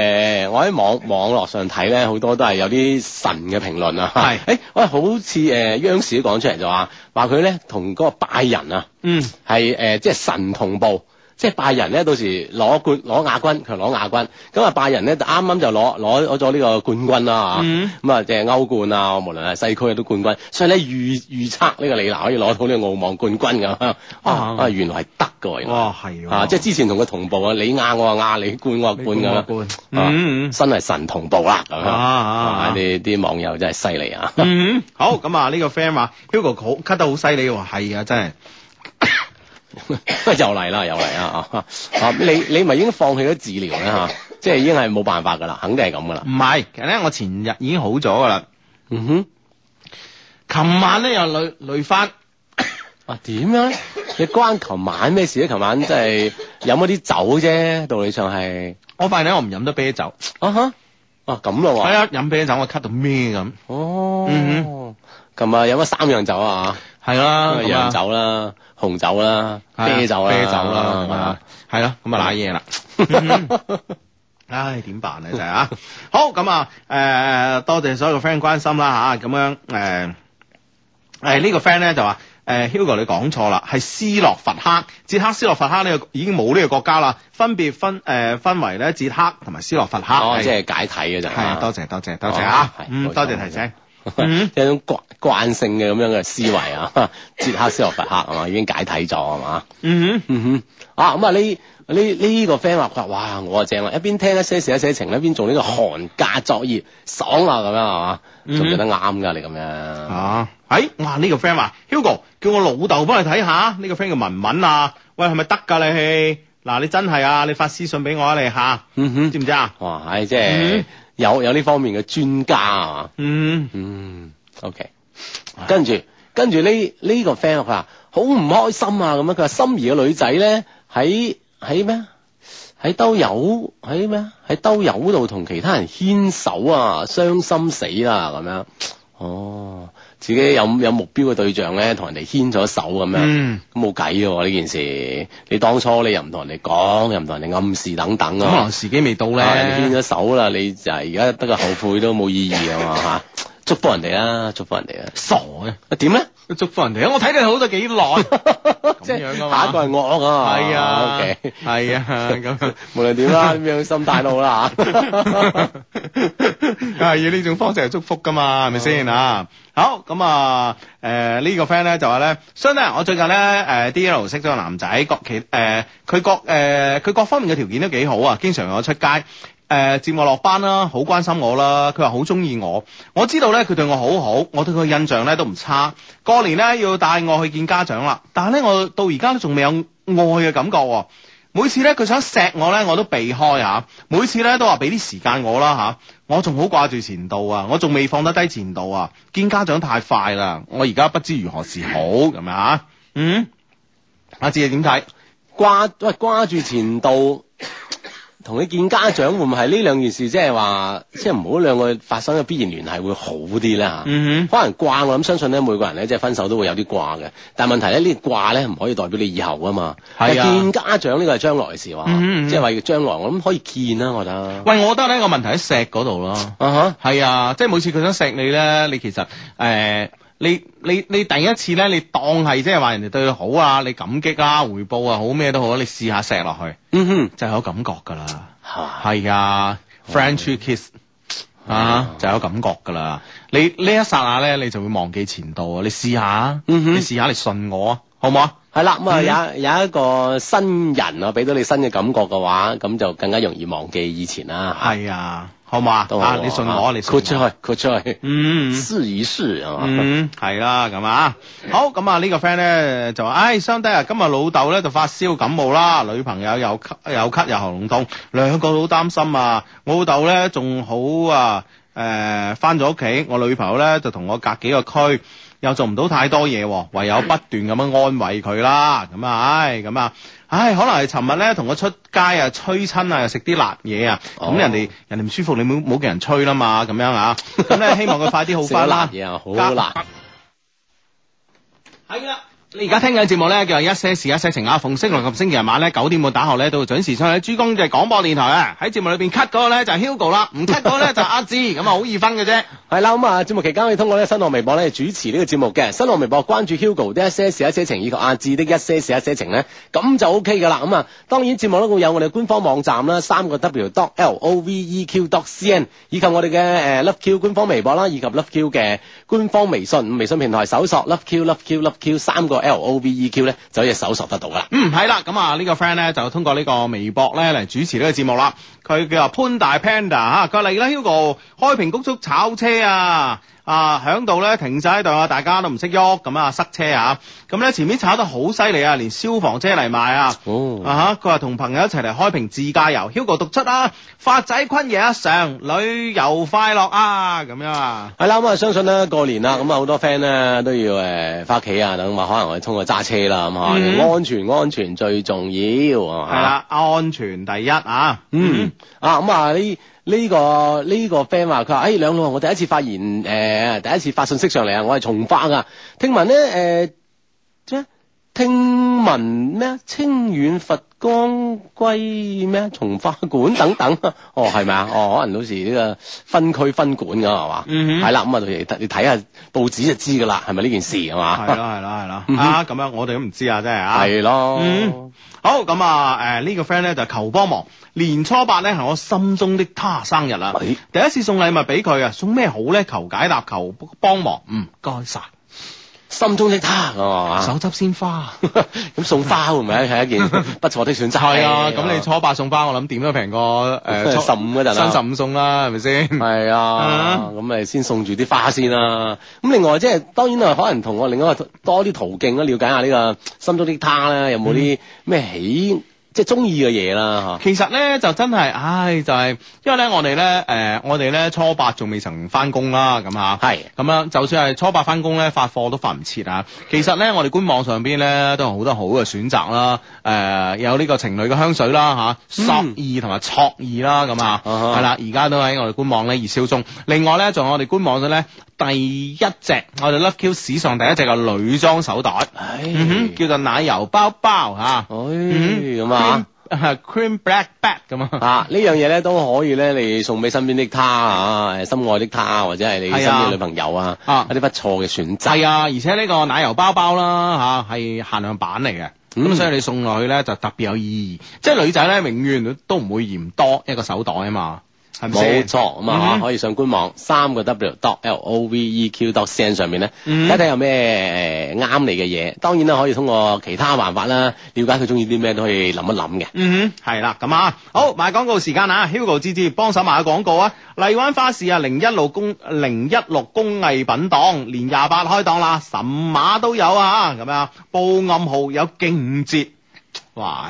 Speaker 3: 我喺網網絡上睇咧，好多都係有啲神嘅評論啊。
Speaker 1: 係
Speaker 3: 誒，喂，好似誒、央視都講出嚟就話，話佢咧同嗰個拜仁啊，
Speaker 1: 嗯，
Speaker 3: 係誒、呃即係神同步，即係拜仁咧，到時攞冠攞亞軍，佢攞亞軍，咁啊拜仁咧就啱啱就攞攞攞咗呢個冠軍啦啊
Speaker 1: 嗯
Speaker 3: 咁啊即係歐冠啊，無論係西區嘅都冠軍，所以咧預預測呢個李娜可以攞到呢個澳網冠軍咁啊
Speaker 1: 啊
Speaker 3: 啊原來係得㗎喎，原來
Speaker 1: 哇係喎
Speaker 3: 啊即係之前同佢同步啊，你亞我亞，你冠我冠咁樣。
Speaker 1: 冠，
Speaker 3: 啊
Speaker 1: 嗯嗯
Speaker 3: 真係神同步啦咁樣，
Speaker 1: 啊啊啊
Speaker 3: 啲啲網友真係犀利啊！
Speaker 1: 嗯，好咁啊！呢、個 friend 話 Hugo 好咳得好犀利喎，係啊，真係。
Speaker 3: 又嚟啦，又嚟啊！啊，啊你你咪已經放棄咗治療咧嚇，即係已經係冇辦法噶啦，肯定係咁噶啦。
Speaker 1: 唔係，其實咧我前日已經好咗噶啦，
Speaker 3: 嗯哼，
Speaker 1: 琴晚咧又累累翻。
Speaker 3: 啊點樣咧？你關琴晚咩事咧？啊琴晚真係飲咗啲酒啫，道理上係
Speaker 1: 我發現咧，我唔飲得啤酒，
Speaker 3: 啊哈，啊咁咯
Speaker 1: 係
Speaker 3: 喎，
Speaker 1: 啊，飲啤酒我咳到咩咁？嗯
Speaker 3: 哦，琴日飲咗三樣酒啊，
Speaker 1: 係啦
Speaker 3: 咁啊洋酒啦、紅酒啦、啤酒啦、
Speaker 1: 啊啤酒啦，咁
Speaker 3: 係
Speaker 1: 啊
Speaker 3: 嘛，
Speaker 1: 係咯，咁啊瀨嘢啦。嗯 唉，點辦 啊？真係啊！好咁啊，誒、多謝所有嘅 friend 啊關心啦嚇，咁、樣誒。誒呢個 friend 咧就話。誒 Hugo 你講錯啦，係斯洛伐克，捷克斯洛伐克呢個已經冇呢個國家啦，分別分誒、呃分為咧捷克同埋斯洛伐克。
Speaker 3: 哦，
Speaker 1: 啊係
Speaker 3: 即係解體啊嘅咋。
Speaker 1: 係啊多
Speaker 3: 謝，
Speaker 1: 謝多謝多謝啊
Speaker 3: 係，
Speaker 1: 嗯
Speaker 3: 冇錯
Speaker 1: 多謝提醒。嗯
Speaker 3: 即係一種慣慣性嘅咁樣嘅思維啊， 捷克斯洛伐克係嘛，已經解體咗係嘛。
Speaker 1: 嗯哼，
Speaker 3: 嗯哼，啊咁啊呢呢呢個 friend 話佢話哇我啊正啦，一邊聽一些事一些情，一邊做呢個寒假作業，爽啊咁樣係嘛，
Speaker 1: 嗯
Speaker 3: 做得啱㗎你咁樣，
Speaker 1: 啊，誒哇呢個 friend 話 Hugo 叫我老豆幫你睇下，呢個 friend 叫文文啊，喂係咪得㗎你？嗱你真係啊，你發私信俾我啊你嚇，
Speaker 3: 嗯
Speaker 1: 知
Speaker 3: 哼，
Speaker 1: 唔知啊？
Speaker 3: 哇唉即
Speaker 1: 嗯
Speaker 3: 係有有呢方面嘅專家啊，
Speaker 1: 嗯。
Speaker 3: 嗯，OK，跟住跟住呢呢個 friend 佢話好唔開心啊咁樣，佢話心儀嘅女仔咧喺喺咩啊？喺兜友喺咩啊？喺兜友度同其他人牽手啊，傷心死啦咁樣。哦，自己有有目標嘅對象咧，同人哋牽咗手咁樣，
Speaker 1: 嗯，
Speaker 3: 咁冇計嘅喎呢件事。你當初你又唔同人哋講，又唔同人哋暗示等等
Speaker 1: 咁可能
Speaker 3: 啊，
Speaker 1: 時機未到
Speaker 3: 啊人哋牽
Speaker 1: 咧。
Speaker 3: 咗手啦，你就係而家得個後悔都冇意義啊嘛 嚇。祝福人哋啦，祝福人哋啦。
Speaker 1: 傻嘅，
Speaker 3: 啊點咧？
Speaker 1: 祝福人哋啊！我睇你好咗幾 耐，咁樣噶嘛。
Speaker 3: 下一個係惡啊！
Speaker 1: 係 啊
Speaker 3: ，OK，
Speaker 1: 係啊，咁
Speaker 3: 無論 點啦，咁樣心態都好啦嚇。
Speaker 1: 啊，要呢種方式係祝福噶嘛，係咪先啊？好咁啊，誒、呢、個 friend 咧就話咧，相弟，我最近咧誒 D L 識咗個男仔，各其誒呃佢各誒佢、各方面嘅條件都幾好啊，經常約我出街。誒、接我落班啦，好關心我啦，佢話好中意我，我知道咧佢對我好好，我對佢印象咧都唔差。過年咧要帶我去見家長啦，但係咧我到而家都仲未有愛嘅感覺喎、每次咧佢想錫我咧，我都避開啊！每次咧都話俾啲時間我啦吓、我仲好掛住前度啊，我仲未放得低前度啊！見家長太快啦，我而家不知如何是好咁樣啊！嗯，阿志你點睇？
Speaker 3: 掛喂掛住前度，同你見家長會唔會係呢兩件事，即係話即係唔好兩個發生嘅必然聯繫會好啲啦嚇。
Speaker 1: 嗯
Speaker 3: 可能掛我諗相信咧，每個人咧即係分手都會有啲掛嘅，但係問題咧呢個掛咧唔可以代表你以後啊嘛。
Speaker 1: 係啊
Speaker 3: 見家長呢個係將來嘅事話，
Speaker 1: 嗯嗯嗯
Speaker 3: 即係話將來我諗可以見啊啦，我覺得。
Speaker 1: 喂，我覺得呢個問題喺錫嗰度咯。
Speaker 3: 啊哈，
Speaker 1: 係啊，即係每次佢想錫你咧，你其實誒、呃你你你第一次咧，你當係即係話人哋對你好啊，你感激啊，回報啊，好咩都好啊，你試下錫落去
Speaker 3: 嗯哼，
Speaker 1: 就有感覺㗎啦。
Speaker 3: 係嘛
Speaker 1: 係啊，French kiss 啊，就有感覺噶啦。你呢一剎那咧，你就會忘記前度啊！你試下啊，
Speaker 3: 嗯哼
Speaker 1: 你試下，你信我啊，好唔好啊？
Speaker 3: 係啦，咁啊有有一個新人啊，俾到你新嘅感覺嘅話，咁就更加容易忘記以前啦。
Speaker 1: 係啊，好唔好啊？
Speaker 3: 都好
Speaker 1: 啊，你信我，你信
Speaker 3: 豁出
Speaker 1: 我。
Speaker 3: 去，豁出去，
Speaker 1: 嗯。嗯
Speaker 3: 試一試啊嘛。
Speaker 1: 嗯，係啦，咁啊，好咁啊，呢個 friend 咧就話，唉，相低啊，今日老豆咧就發燒感冒啦，女朋友又咳又咳又喉嚨痛，兩個都好擔心啊。我老豆咧仲好啊，誒翻咗屋企，我女朋友咧就同我隔幾個區，又做唔到太多嘢喎，唯有不斷咁樣安慰佢啦。咁啊，唉，咁啊。唉，可能係尋日咧同我出街啊，吹親啊，又食啲辣嘢啊，咁、
Speaker 3: 哦
Speaker 1: 人哋人哋唔舒服，你冇冇叫人吹啦嘛，咁樣啊，咁咧希望佢快啲好
Speaker 3: 食咗
Speaker 1: 翻啦
Speaker 3: 辣。嘢啊，好辣。
Speaker 1: 系啦。你而家聽緊嘅節目咧，叫做一些事一些情啊。逢星期六及星期日晚咧，九點半打後咧，到準時上喺珠江嘅廣播電台啊。喺節目裏邊 cut 嗰個咧就係 Hugo 啦，唔 cut 嗰個咧就係阿志，咁啊好易分嘅啫。
Speaker 3: 係啦，咁啊，節目期間可以通過呢新浪微博咧主持呢個節目嘅，新浪微博關注 Hugo 的一些事一些情以及啊阿志的一些事一些情咧，咁就 OK 噶啦。咁啊，當然節目咧會有我哋官方網站啦，三個 W dot L O V E Q dot C N，以及我哋嘅誒 Love Q 官方微博啦，以及 Love Q 嘅官方微信，微信平台搜索 Love Q Love Q Love Q 三個 L O V E Q 咧就可以搜索得到噶啦。
Speaker 1: 嗯，係啦，咁啊呢個 friend 咧就通過呢個微博咧嚟主持呢個節目啦。佢叫啊潘大 Panda 嚇，佢話嚟啦 Hugo 開平谷速炒車啊！啊，響度咧停晒喺度啊，大家都唔識喐，咁啊塞車啊，咁咧前面炒得好犀利啊，連消防車嚟埋啊！
Speaker 3: 哦
Speaker 1: 啊哈！佢話同朋友一齊嚟開瓶自駕遊，Hugo 讀出啊，發仔坤爺一上，旅遊快樂啊，咁樣啊。
Speaker 3: 係啦，咁啊，相信咧過年啦，咁啊好多 friend 咧都要誒翻屋企啊，等話可能我哋通過揸車啦，咁啊
Speaker 1: 嗯
Speaker 3: 安全安全最重要啊，
Speaker 1: 係啦，安全第一啊！
Speaker 3: 嗯，啊咁啊呢呢個呢個 friend 話佢話，誒兩老啊，我第一次發言誒、呃第一次發信息上嚟啊，我係從化噶，呃聽聞咧誒咩？聽聞咩啊？清遠佛光歸咩松花館等等， 哦係咪啊？哦，可能到時呢個分區分館噶係嘛？
Speaker 1: 嗯哼
Speaker 3: 係啦，咁啊到時睇你睇下報紙就知噶啦，係咪呢件事係嘛？
Speaker 1: 係啦係啦係啦
Speaker 3: 嗯哼
Speaker 1: 啊咁樣我哋都唔知啊真係啊。
Speaker 3: 係咯，
Speaker 1: 嗯好咁啊，誒、呢、個 friend 咧就求幫忙。年初八咧係我心中的他生日啦，
Speaker 3: 哎
Speaker 1: 第一次送禮物俾佢啊，送咩好咧？求解答，求幫忙。唔該晒，
Speaker 3: 心中的他係嘛？
Speaker 1: 手執鮮花。
Speaker 3: 咁送花會唔會啊係一件不錯的選擇？
Speaker 1: 係啊，咁你初八送花，我諗點都平過誒初
Speaker 3: 十五嗰陣啊
Speaker 1: 新十五送啦，係咪先？
Speaker 3: 係啊，咁咪先送住啲花先啦。咁另外即係當然啊，可能同我另外一個多啲途徑啦，啊了解下呢個心中的他啦，有冇
Speaker 1: 嗯
Speaker 3: 啲咩喜即係中意嘅嘢啦
Speaker 1: 其實咧就真係，唉，就係、因為咧我哋咧誒，我哋咧初八仲未曾翻工啦，咁嚇。
Speaker 3: 係
Speaker 1: 咁樣，就算係初八翻工咧，發貨都發唔切啊！其實咧，我哋官網上邊咧都有好多好嘅選擇啦。誒、呃有呢個情侶嘅香水啦嚇，索二同埋卓二啦咁嗯啊，
Speaker 3: 啊哈
Speaker 1: 係啦、而家都喺我哋官網咧熱銷中。另外咧，仲有我哋官網嘅咧第一隻，我哋 Love Q 史上第一隻嘅女裝手袋，
Speaker 3: 嚇。唉，
Speaker 1: 嗯哼，哦叫做奶油包包嚇。
Speaker 3: 唉
Speaker 1: 嗯
Speaker 3: 哎咁啊。
Speaker 1: 係 cream black bag 咁啊，
Speaker 3: 啊！呢樣嘢咧都可以咧，你送俾身邊的他啊，心愛的他或者係你身
Speaker 1: 係
Speaker 3: 邊
Speaker 1: 啊
Speaker 3: 嘅女朋友啊，
Speaker 1: 啊
Speaker 3: 一啲不錯嘅選擇。
Speaker 1: 係啊，而且呢個奶油包包啦吓係限量版嚟嘅。咁、
Speaker 3: 嗯
Speaker 1: 所以你送落去咧就特別有意義，即係女仔咧永遠都唔會嫌多一個手袋啊嘛，係咪
Speaker 3: 冇
Speaker 1: 先？
Speaker 3: 錯，咁啊
Speaker 1: 嗯
Speaker 3: 可以上官網三個 W dot L O V E Q dot C N 上面咧，
Speaker 1: 嗯
Speaker 3: 睇睇有咩誒啱你嘅嘢。當然啦，可以通過其他辦法啦，了解佢中意啲咩都可以諗一諗嘅。
Speaker 1: 嗯哼，係啦，咁啊，好賣廣告時間啊，Hugo 芝芝幫手賣下廣告啊！荔灣花市啊，零一六工零一六工藝品檔，年廿八開檔啦，神馬都有啊，咁啊，報暗號有勁折，哇！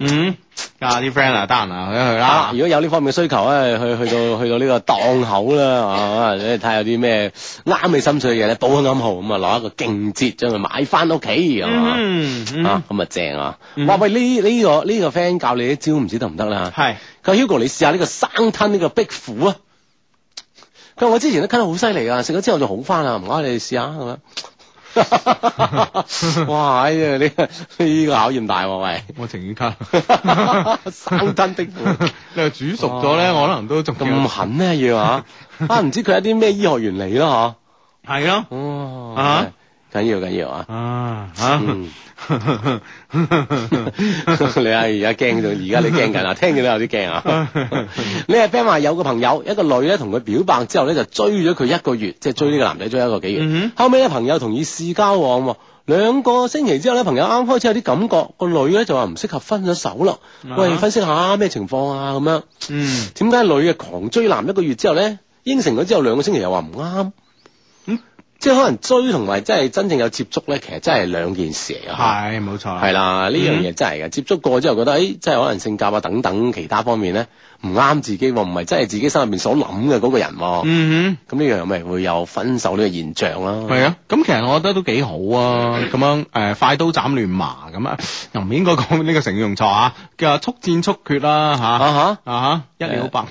Speaker 1: 嗯，啊啲 friend 啊，得閒啊去一去
Speaker 3: 啊
Speaker 1: 啦！
Speaker 3: 如。果有呢方面嘅需求咧，去去到去到呢個檔口啦，啊，你睇下有啲咩啱你心水嘅嘢咧，報個暗號咁啊，攞一個勁折將佢買翻屋企，係嘛？
Speaker 1: 嗯嗯
Speaker 3: 啊，咁啊正啊！
Speaker 1: 嗯
Speaker 3: 哇喂，呢呢、個呢、個 friend 教你啲招唔知得唔得啦？
Speaker 1: 係
Speaker 3: 佢話 Hugo 你試下呢個生吞呢個壁虎啊！佢話我之前都咳得好犀利啊，食咗之後就好翻啦，唔該你哋試下咁樣。哇！哎呀，呢、個呢、個考驗大喎、喂！
Speaker 1: 我情願卡，
Speaker 3: 生吞壁虎
Speaker 1: 你話煮熟咗咧，
Speaker 3: 哇
Speaker 1: 我可能都仲
Speaker 3: 咁狠咧要啊！啊，唔知佢有啲咩醫學原理咯
Speaker 1: 係咯
Speaker 3: 嗬？哦，
Speaker 1: 啊
Speaker 3: 緊要緊要啊！
Speaker 1: 啊啊！
Speaker 3: 嗯 你啊，而家驚到，而家你驚緊啊，聽見都有啲驚啊！ 你係 friend 話有個朋友，一個女咧同佢表白之後咧就追咗佢一個月，即係追呢個男仔追一個幾月。
Speaker 1: 嗯
Speaker 3: 後尾咧朋友同意試交往喎，兩個星期之後咧朋友啱開始有啲感覺，個女咧就話唔適合分咗手啦。
Speaker 1: 啊
Speaker 3: 喂，分析下咩情況啊咁樣。
Speaker 1: 嗯，
Speaker 3: 點解女嘅狂追男一個月之後咧，應承咗之後兩個星期又話唔啱？
Speaker 1: 嗯
Speaker 3: 即係可能追同埋真係真正有接觸咧，其實真係兩件事嚟㗎。
Speaker 1: 係冇錯啦，
Speaker 3: 啊係啦，呢樣
Speaker 1: 嗯
Speaker 3: 嘢真係嘅。接觸過之後覺得，誒，真係可能性格啊等等其他方面咧唔啱自己喎，唔係真係自己心入邊所諗嘅嗰個人喎。
Speaker 1: 嗯
Speaker 3: 咁呢樣咪會有分手呢個現象
Speaker 1: 哼，
Speaker 3: 啦。
Speaker 1: 係啊，咁其實我覺得都幾好啊，
Speaker 3: 嗯
Speaker 1: 咁樣誒快刀斬亂麻咁啊，又唔應該講呢個成語用錯啊，叫做速戰速決啦吓
Speaker 3: 啊哈！
Speaker 1: 啊吓，一了百了。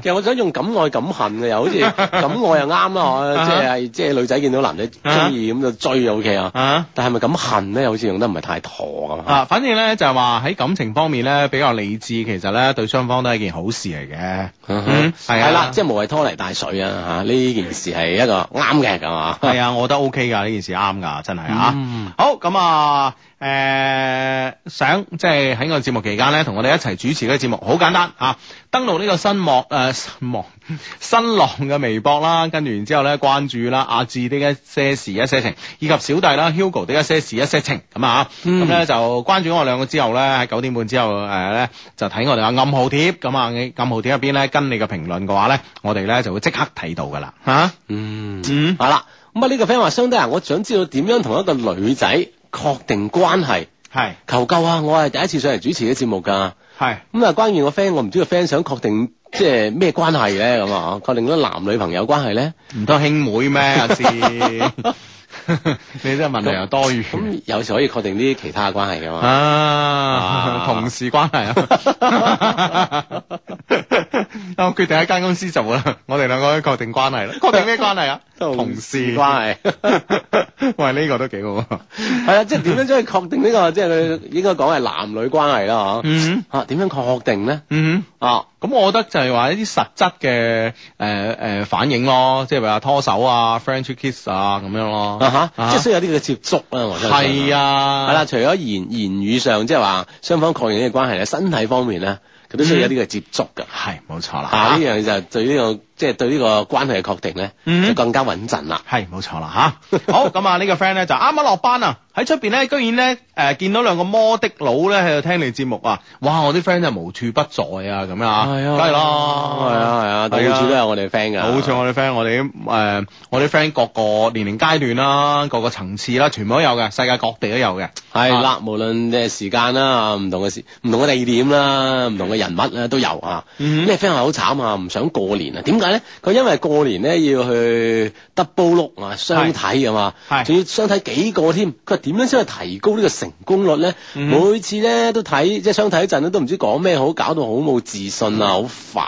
Speaker 3: 其實我想用敢愛敢恨嘅，又好似敢愛又啱啦，我
Speaker 1: 啊
Speaker 3: 即係即係女仔見到男仔中意咁就追就 OK 啊。
Speaker 1: 啊！
Speaker 3: 但係咪咁恨咧？好似用得唔係太妥咁啊。
Speaker 1: 啊，反正咧就係話喺感情方面咧比較理智，其實咧對雙方都係一件好事嚟嘅。嗯係啊
Speaker 3: 係啦，即係無謂拖泥帶水啊！嚇，呢件事係一個啱嘅，咁啊。
Speaker 1: 係啊， 我覺得 OK 㗎，呢件事啱㗎，真係啊。
Speaker 3: 嗯
Speaker 1: 好咁啊，誒、想即係喺我節目期間咧，同我哋一齊主持呢個節目，好簡單啊！登錄呢個新幕誒、 新幕新浪嘅微博啦，跟住然之後咧關注啦阿志的一些事一些情，以及小弟啦 Hugo 的一些事一些情咁啊，咁咧、就關注我兩個之後咧，喺九點半之後誒咧、就睇我哋嘅暗號貼咁啊，你暗號貼入邊咧跟你嘅評論嘅話咧，我哋咧就會即刻睇到㗎啦嚇。
Speaker 3: 嗯，
Speaker 1: 嗯
Speaker 3: 系啦。咁啊，呢個 friend 話，相低啊，我想知道點樣同一個女仔確定關係，
Speaker 1: 係
Speaker 3: 求救啊！我係第一次上嚟主持嘅節目㗎。
Speaker 1: 係。
Speaker 3: 咁啊，關鍵個 friend，我唔知個 friend 想確
Speaker 1: 嗯
Speaker 3: 定即係咩關係咧，咁啊，確定咗男女朋友關係咧，
Speaker 1: 唔通兄妹咩？阿 志，你真係問題又多餘。啊
Speaker 3: 咁有時可以確定啲其他關係㗎嘛。
Speaker 1: 啊，同事關係啊， 我決定喺間公司做啦，我哋兩個都確定關係啦。確定咩關係啊？ 同事
Speaker 3: 關係。
Speaker 1: 喂，呢、個都幾好啊。
Speaker 3: 係啊，即係點樣將佢確定呢、個，即係佢應該講係男女關係啦，嗬。
Speaker 1: 嗯
Speaker 3: 啊，點樣確定咧？
Speaker 1: 嗯哼。
Speaker 3: 啊，
Speaker 1: 咁我覺得就係話一啲實質嘅誒誒反應咯，即係話拖手啊、French kiss 啊咁樣咯。
Speaker 3: 啊吓，即係需要有啲嘅接觸啊，我真係
Speaker 1: 係啊，
Speaker 3: 係啦，除咗言言語上，即係話雙方確認呢個關係咧，身體方面咧，佢都需要有啲嘅接觸㗎。
Speaker 1: 係冇錯啦。
Speaker 3: 啊，呢樣就對呢、個即係對呢個關係嘅確定咧，
Speaker 1: 嗯
Speaker 3: 就更加穩陣啦。
Speaker 1: 係冇錯啦吓， 好咁啊，呢個 friend 咧就啱啱落班啊，喺出邊咧居然咧誒、呃、見到兩個摩的佬咧喺度聽你節目啊！哇，我啲 friend 真係無處不在啊，咁樣啊，梗係啦，
Speaker 3: 係啊係啊，到處都有我哋 friend 㗎。
Speaker 1: 好似我哋 friend，我哋啲誒我啲 friend 各個年齡階段啦，各個層次啦，全部都有嘅，世界各地都有嘅。
Speaker 3: 係啦，無論即係時間啦，唔同嘅時、唔同嘅地點啦，唔同嘅人物啦，都有啊。
Speaker 1: 嗯
Speaker 3: 呢個 friend 話好慘啊，唔想過年啊？點解咧？佢因為過年咧要去 double look 啊，相睇啊嘛，
Speaker 1: 係
Speaker 3: 仲要相睇幾個添。佢話點樣先去提高呢個成功率咧？
Speaker 1: 嗯
Speaker 3: 每次咧都睇即係相睇一陣咧，都唔知講咩好，搞到好冇自信
Speaker 1: 嗯
Speaker 3: 啊，好煩。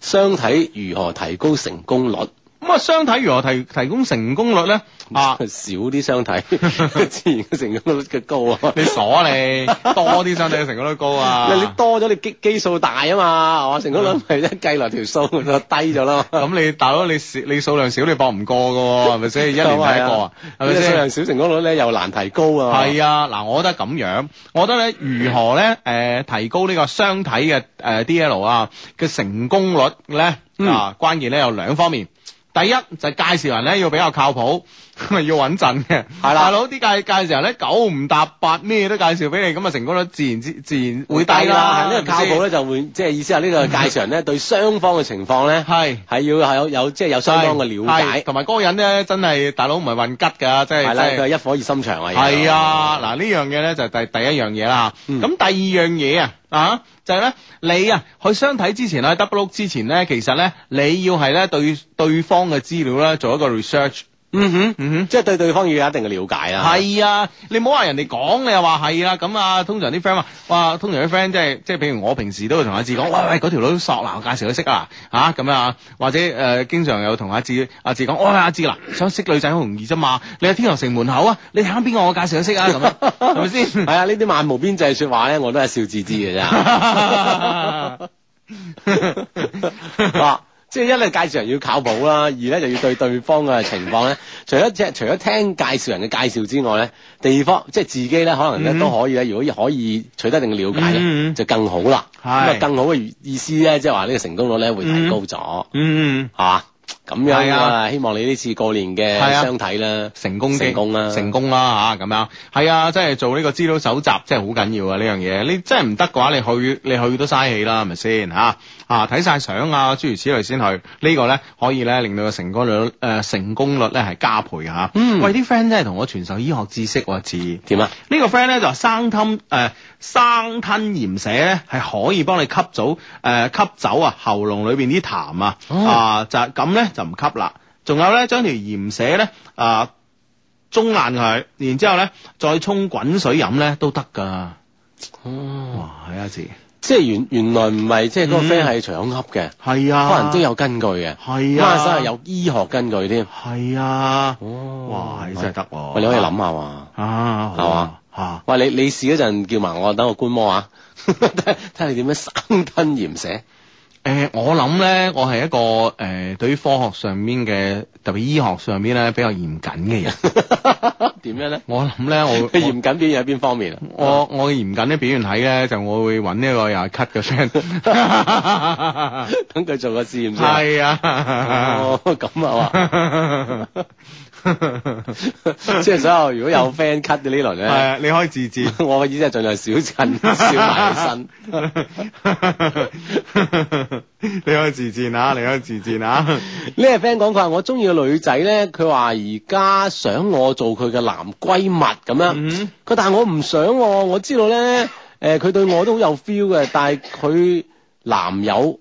Speaker 3: 相睇如何提高成功率？，
Speaker 1: 咁啊，相睇如何提提供成功率咧？啊
Speaker 3: 少啲相睇， 自然嘅成功率嘅高啊。
Speaker 1: 你傻啊你，多啲相睇成功率高啊！
Speaker 3: 你多咗你基基數大啊嘛，我成功率咪一計落條數就低咗啦。
Speaker 1: 咁你大佬你少你數量少你搏唔過噶喎，係咪先？一年睇一個啊，係咪
Speaker 3: 呢個數
Speaker 1: 先？
Speaker 3: 量少成功率咧又難提高啊。
Speaker 1: 係啊，嗱，我覺得咁樣，我覺得咧，如何咧，誒、提高呢個相睇嘅誒 D L 啊嘅成功率咧，
Speaker 3: 嗯
Speaker 1: 啊，關鍵咧有兩方面。第一就係介紹人咧要比較靠譜，啊要穩陣嘅。
Speaker 3: 係啦
Speaker 1: 大佬啲介介紹人咧九唔搭八，咩都介紹俾你，咁啊成功率自然之自然會低啦。
Speaker 3: 啊呢個靠譜咧就會即係意思係呢個介紹 人咧對雙方嘅情況咧
Speaker 1: 係
Speaker 3: 係要係有有即係有相當嘅了
Speaker 1: 係
Speaker 3: 解，
Speaker 1: 同埋嗰個人咧真係大佬唔係混吉㗎，即係
Speaker 3: 係啦，
Speaker 1: 真
Speaker 3: 佢
Speaker 1: 係
Speaker 3: 係一火熱心腸啊。
Speaker 1: 係啊，嗱呢樣嘢咧就係第第一樣嘢啦。咁、
Speaker 3: 嗯
Speaker 1: 第二樣嘢啊，啊就係、咧你啊去相睇之前啊 double look 之前咧，其實咧你要係咧對對方嘅資料咧做一個 research。
Speaker 3: 嗯哼，
Speaker 1: 嗯
Speaker 3: 即係對對方要有一定嘅了解啦。
Speaker 1: 係啊，你唔好話人哋講，你又話係啦，咁啊，通常啲 friend 話，哇，通常啲 friend 即係即係，譬如我平時都會同阿志講，喂喂，嗰條女索嗱，我介紹佢識啊，嚇咁啊，或者誒、呃，經常有同阿志阿志講，喂阿志嗱，想識女仔好容易啫嘛，你喺天河城門口啊，你睇下邊個我介紹佢識啊，咁啊，係咪先？
Speaker 3: 係啊，呢啲漫無邊際嘅説話咧，我都係笑自知 嘅啫。 啊，即係一咧介紹人要靠譜啦，二咧就要對對方嘅情況咧，除咗即係除咗聽介紹人嘅介紹之外咧，地方即係自己咧，可能咧
Speaker 1: 嗯
Speaker 3: 都可以咧，如果可以取得一定嘅了解
Speaker 1: 嗯
Speaker 3: 咧，
Speaker 1: 嗯
Speaker 3: 就更好啦。咁啊
Speaker 1: 係，
Speaker 3: 更好嘅意思咧，即係話呢個成功率咧會提高咗，
Speaker 1: 嗯，
Speaker 3: 係嘛？咁樣
Speaker 1: 係啊
Speaker 3: 啊，希望你呢次過年嘅
Speaker 1: 係啊
Speaker 3: 相睇啦，
Speaker 1: 成功嘅
Speaker 3: 成功啦
Speaker 1: 成功啦嚇咁樣，係啊，即係做呢個資料搜集真係好緊要啊呢樣嘢，你真係唔得嘅話，你去你去都嘥氣啦，係咪先嚇？啊，睇晒相啊，諸如此類先去，呢個咧可以咧令到個成功率誒、呃成功率咧係加倍嘅嚇。
Speaker 3: 嗯
Speaker 1: 喂，啲 friend 真係同我傳授醫學知識喎，字。
Speaker 3: 點啊？
Speaker 1: 呢個 friend 咧就話生吞誒、呃生吞鹽蛇咧係可以幫你吸走誒、呃吸走啊喉嚨裏邊啲痰啊
Speaker 3: 哦
Speaker 1: 啊就咁咧就唔吸啦。仲有咧將條鹽蛇咧啊中爛佢，然之後咧再沖滾水飲咧都得㗎。
Speaker 3: 哦
Speaker 1: 哇，係啊字，
Speaker 3: 即係原原來唔係即係嗰個
Speaker 1: 嗯
Speaker 3: friend 係隨口噏嘅，
Speaker 1: 係啊，
Speaker 3: 可能都有根據嘅，
Speaker 1: 係
Speaker 3: 可
Speaker 1: 啊，
Speaker 3: 能真係有醫學根據添。
Speaker 1: 係啊，
Speaker 3: 哦
Speaker 1: 哇，真係得喎。
Speaker 3: 喂，你可以諗下喎。
Speaker 1: 啊，好啊啊。
Speaker 3: 喂，你你試嗰陣叫埋我，等我觀摩下， 睇睇你點樣生吞鹽蛇。
Speaker 1: 誒、呃我諗咧，我係一個誒、對於科學上面嘅，特別醫學上面咧比較嚴謹嘅 人。
Speaker 3: 點樣咧？
Speaker 1: 我諗咧，我
Speaker 3: 佢嚴謹表現喺邊方面啊？
Speaker 1: 我我嘅嚴謹嘅表現睇咧，就我會揾呢個又係 cut 嘅 friend。
Speaker 3: 等佢做個試驗先。
Speaker 1: 係啊，
Speaker 3: 哦，咁啊嘛，即係所有如果有 friend cut 嘅呢 輪
Speaker 1: 係
Speaker 3: 咧，
Speaker 1: 啊，你可以自薦。
Speaker 3: 我嘅意思係盡量少襯，少埋起身。
Speaker 1: 你可以自薦啊，你可以自薦啊。
Speaker 3: 呢個 friend 講佢話我中意嘅女仔咧，佢話而家想我做佢嘅男閨蜜咁樣。佢、
Speaker 1: 嗯
Speaker 3: 但係我唔想喎、 我知道咧，誒、佢對我都好有 feel 嘅，但係佢男友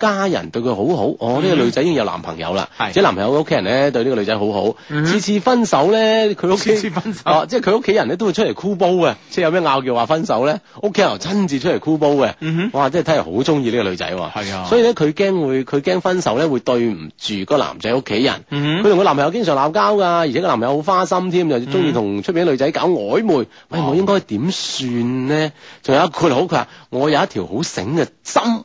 Speaker 3: 家人對佢好好，哦，呢、個女仔已經有男朋友啦，
Speaker 1: 嗯係嗯
Speaker 3: 即係男朋友嘅屋企人咧對呢個女仔好好，次次分手咧，佢屋企
Speaker 1: 次次分手
Speaker 3: 哦即係佢屋企人咧都會出嚟箍煲嘅，即係有咩拗撬話分手咧，屋企人又親自出嚟箍煲嘅，
Speaker 1: 嗯
Speaker 3: 哇，真係睇嚟好中意呢個女仔喎，
Speaker 1: 係啊
Speaker 3: 所以咧佢驚會佢驚分手咧會對唔住個男仔屋企人，
Speaker 1: 嗯
Speaker 3: 佢同個男朋友經常鬧交㗎，而且個男朋友好花心添，又中意同出邊啲女仔搞曖昧，喂，我應該點算咧？仲有一括好，佢話我有一條好醒嘅針。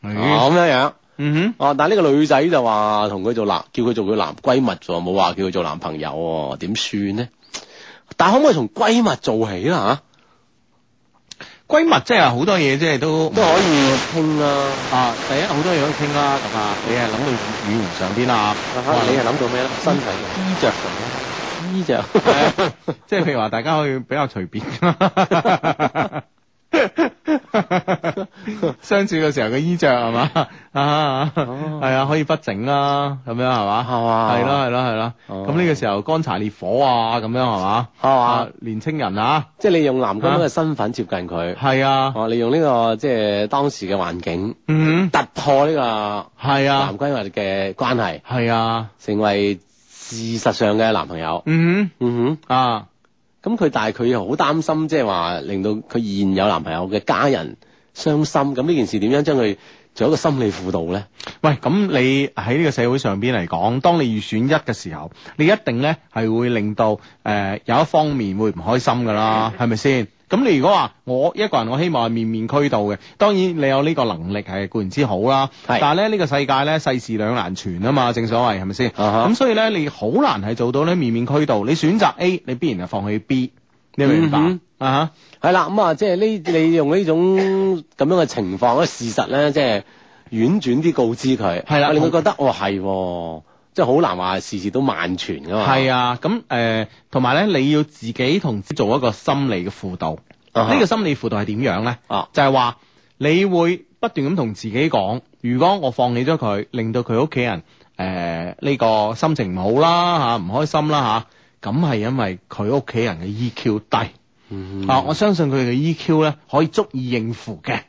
Speaker 1: 哼，
Speaker 3: 哦咁樣樣。
Speaker 1: 嗯
Speaker 3: 哦，但係呢個女仔就話同佢做男，叫佢做佢男閨蜜啫喎，冇話叫佢做男朋友喎，點算呢？但係可唔可以從閨蜜做起啊
Speaker 1: 哼，
Speaker 3: 啦
Speaker 1: 閨蜜即係好多嘢，即係都
Speaker 3: 吓，都可以傾啦。
Speaker 1: 啊，第一好多嘢都傾啦，咁啊，你係諗到語言上邊啊，
Speaker 3: 你係諗到咩咧？身體嗯衣着上衣着
Speaker 1: 誒 即係譬如話大家可以比較隨 便，相處嘅時候嘅衣着係嘛啊，
Speaker 3: 哦
Speaker 1: 係啊，可以不整啦，咁樣係嘛，
Speaker 3: 係嘛
Speaker 1: 係啦係啦係啦，
Speaker 3: 哦
Speaker 1: 咁呢個時候乾柴烈火啊，咁樣係嘛，
Speaker 3: 係嘛
Speaker 1: 啊，年青人啊，
Speaker 3: 即係你用男閨蜜嘅身份接近佢，
Speaker 1: 係啊，
Speaker 3: 哦，你用呢個即係當時嘅環境
Speaker 1: 嗯，
Speaker 3: 突破呢
Speaker 1: 係
Speaker 3: 個
Speaker 1: 啊
Speaker 3: 男，閨蜜嘅關係，
Speaker 1: 係啊，
Speaker 3: 成為事實上嘅男朋友。
Speaker 1: 嗯
Speaker 3: 嗯哼。
Speaker 1: 哼啊。
Speaker 3: 咁佢但係佢又好擔心，即係話令到佢現有男朋友嘅家人傷心。咁呢件事點樣將佢做一個心理輔導咧？
Speaker 1: 喂，咁你喺呢個社會上邊嚟講，當你二選一嘅時候，你一定咧係會令到誒、呃有一方面會唔開心噶啦，
Speaker 3: 嗯
Speaker 1: 係咪先？咁你如果話我一個人，我希望係面面俱到嘅，當然你有呢個能力係固然之好啦。
Speaker 3: 係
Speaker 1: 但係咧呢、呢個世界咧世事兩難全啊嘛，正所謂係咪先？咁、
Speaker 3: 啊哈
Speaker 1: 所以咧你好難係做到咧面面俱到。你選擇 A，你必然係放棄 B，你明唔明白、
Speaker 3: 嗯
Speaker 1: 啊
Speaker 3: 係啦，咁啊，即係呢，你用呢種咁樣嘅情況嘅事實咧，即係婉轉啲告知佢，
Speaker 1: 係啦
Speaker 3: 令佢覺得哦係喎，即係好難話事事都萬全噶
Speaker 1: 哈？
Speaker 3: 嘛。
Speaker 1: 係啊，咁誒同埋咧你要自己同自己做一個心理嘅輔導。
Speaker 3: 啊哈
Speaker 1: 呢個心理輔導係點樣呢？
Speaker 3: 啊，
Speaker 1: 就係話你會不斷咁同自己講，如果我放棄咗佢，令到佢屋企人誒呢個心情唔好啦嚇，唔開心啦嚇，咁係因為佢屋企人嘅 EQ 低、
Speaker 3: 嗯
Speaker 1: 啊！我相信佢嘅 EQ 咧可以足以應付嘅。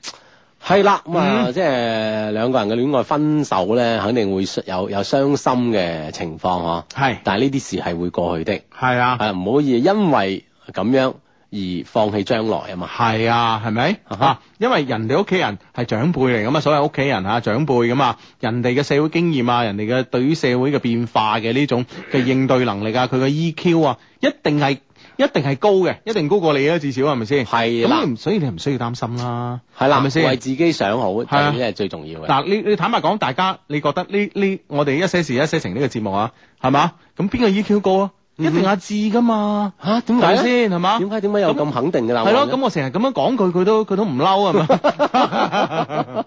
Speaker 3: 係啦，咁啊，
Speaker 1: 嗯
Speaker 3: 即係兩個人嘅戀愛分手咧，肯定會有有傷心嘅情況嗬。
Speaker 1: 係
Speaker 3: 但係呢啲事係會過去的。
Speaker 1: 係啊，
Speaker 3: 啊，唔好以因為咁樣而放棄將來啊嘛。
Speaker 1: 係啊，係咪
Speaker 3: 啊哈
Speaker 1: 啊？因為人哋屋企人係長輩嚟噶嘛，所謂屋企人啊長輩噶嘛，人哋嘅社會經驗啊，人哋嘅對於社會嘅變化嘅呢種嘅應對能力啊，佢嘅 EQ 啊，一定係一定係高嘅，一定高過你啊，至少係咪先？
Speaker 3: 係
Speaker 1: 咁
Speaker 3: 啦，
Speaker 1: 你唔所以你唔需要擔心啦，
Speaker 3: 係啦，
Speaker 1: 係咪
Speaker 3: 為
Speaker 1: 先？
Speaker 3: 自己想好，
Speaker 1: 係啊
Speaker 3: 呢係最重要嘅。
Speaker 1: 嗱，你你坦白講，大家你覺得呢呢我哋一些事一些情呢個節目啊，係嘛？咁邊個 EQ 高啊？
Speaker 3: 嗯
Speaker 1: 一定阿志噶嘛？
Speaker 3: 吓，點
Speaker 1: 係咪
Speaker 3: 解咧？
Speaker 1: 先？係嘛？
Speaker 3: 點解點解有咁肯定嘅答案
Speaker 1: 係
Speaker 3: 咧？
Speaker 1: 咯，咁我成日咁樣講佢，佢都佢都唔嬲啊嘛。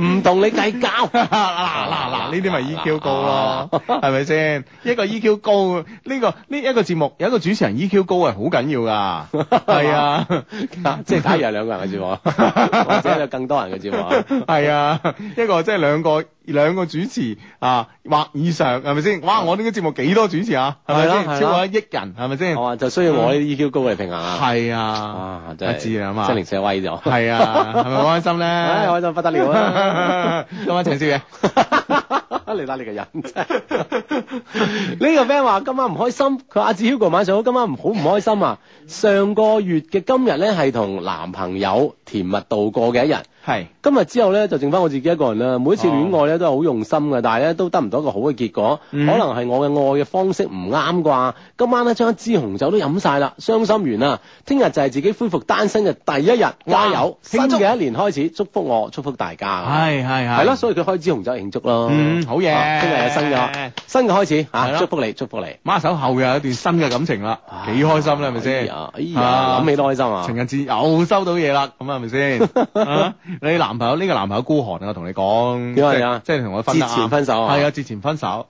Speaker 3: 唔同你計較。
Speaker 1: 嗱嗱 嗱，呢啲咪 EQ 高咯，係咪先？一個 EQ 高，呢個呢一個節目有一個主持人 EQ 高係好緊要噶，係 啊，
Speaker 3: 即係假如係兩個人嘅節目，或者有更多人嘅節 目，
Speaker 1: 係啊，一個即係兩個兩個主持啊或以上係咪先？哇！我呢個節目幾多主持啊？係哦咪
Speaker 3: 係啦
Speaker 1: 先？
Speaker 3: 係啦
Speaker 1: 超過一億人係咪先
Speaker 3: 我？啊話就需要我呢啲 EQ 高嚟平 衡啊。
Speaker 1: 係嗯啊，
Speaker 3: 啊，真係
Speaker 1: 一致啊嘛
Speaker 3: 真零舍威咗。
Speaker 1: 係啊，係咪好開 心
Speaker 3: 唉，
Speaker 1: 咧？
Speaker 3: 開心不得了啊！
Speaker 1: 今晚請宵夜。
Speaker 3: 你拉你個人真係呢個 friend 話今晚唔開心，佢話阿志 Hugo 晚上好，今晚唔好唔開心啊！上個月嘅今日咧係同男朋友甜蜜度過嘅一日，
Speaker 1: 係。
Speaker 3: 今日之後咧就剩翻我自己一個人啦。每一次戀愛咧都係好用心嘅，但係咧都得唔到一個好嘅結果，
Speaker 1: 嗯
Speaker 3: 可能係我嘅愛嘅方式唔啱啩。今晚咧將一支紅酒都飲晒啦，傷心完啦。聽日就係自己恢復單身嘅第一日，加油！新
Speaker 1: 慶祝
Speaker 3: 嘅一年開始，祝福我，祝福大家。
Speaker 1: 係係係
Speaker 3: 係咯，所以佢開支紅酒慶祝咯。
Speaker 1: 嗯好嘢
Speaker 3: 啊聽日有新嘅新嘅開始
Speaker 1: 係咯
Speaker 3: 嚇，祝福你，祝福你。
Speaker 1: 孖手後又有一段新嘅感情啦，幾開心啦，係咪先？
Speaker 3: 啊哎呀，諗起都開心啊
Speaker 1: 情！人節又收到嘢啦，咁係咪 先？啊你男朋友呢個男朋友孤寒啊，我同你講，
Speaker 3: 點解啊
Speaker 1: 即係同我分得啱
Speaker 3: 節前分手啊
Speaker 1: 係啊，節前分手，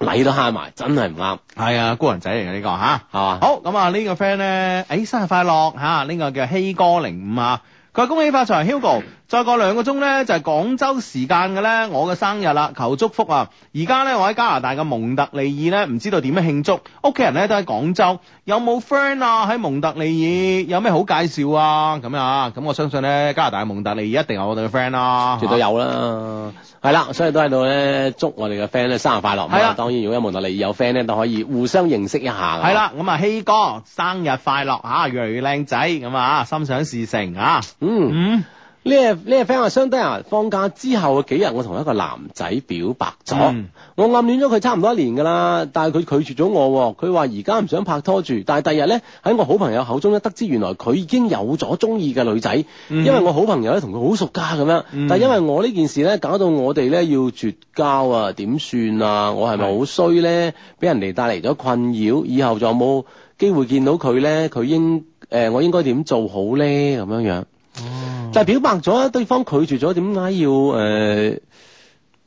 Speaker 3: 禮都慳埋，真係唔啱，
Speaker 1: 係啊，孤寒仔嚟嘅呢個吓。
Speaker 3: 係嘛？
Speaker 1: 好咁啊，呢個 friend 咧，誒生日快樂嚇，呢個叫希哥零五啊。佢話恭喜發財，Hugo。再過兩個鐘呢，就係、廣州時間嘅呢，我嘅生日啦，求祝福啊！而家呢，我喺加拿大嘅蒙特利爾呢，唔知道點樣慶祝，屋企人呢，都喺廣州，有冇 friend 啊喺蒙特利爾？有咩好介紹啊？咁啊，咁我相信呢，加拿大嘅蒙特利爾一定有我哋嘅 friend 啦，
Speaker 3: 絕對啊有啦，係啦，所以都喺度咧祝我哋嘅 friend 咧生日快樂。
Speaker 1: 係啦
Speaker 3: 咁啊當然如果有蒙特利爾有 friend 咧，都可以互相認識一下㗎。
Speaker 1: 系啦，咁啊希哥生日快樂吓、越嚟越靚仔咁啊，心想事成啊！
Speaker 3: 嗯。
Speaker 1: 嗯，
Speaker 3: 呢個呢個 friend 話相低啊，放假之後嘅幾日，我同一個男仔表白咗，
Speaker 1: 嗯
Speaker 3: 我暗戀咗佢差唔多一年㗎啦，但係佢拒絕咗我喎，佢話而家唔想拍拖住，但係第日咧喺我好朋友口中咧得知原來佢已經有咗中意嘅女仔，
Speaker 1: 嗯
Speaker 3: 因為我好朋友咧同佢好熟㗎咁樣，
Speaker 1: 嗯
Speaker 3: 但係因為我呢件事咧搞到我哋咧要絕交啊，點算啊？我係咪好衰咧？俾人哋帶嚟咗困擾，以後仲有冇機會見到佢咧？佢應誒、我應該點做好咧？咁樣樣。
Speaker 1: 哦
Speaker 3: 就係表白咗，對方拒絕咗，點解要誒、呃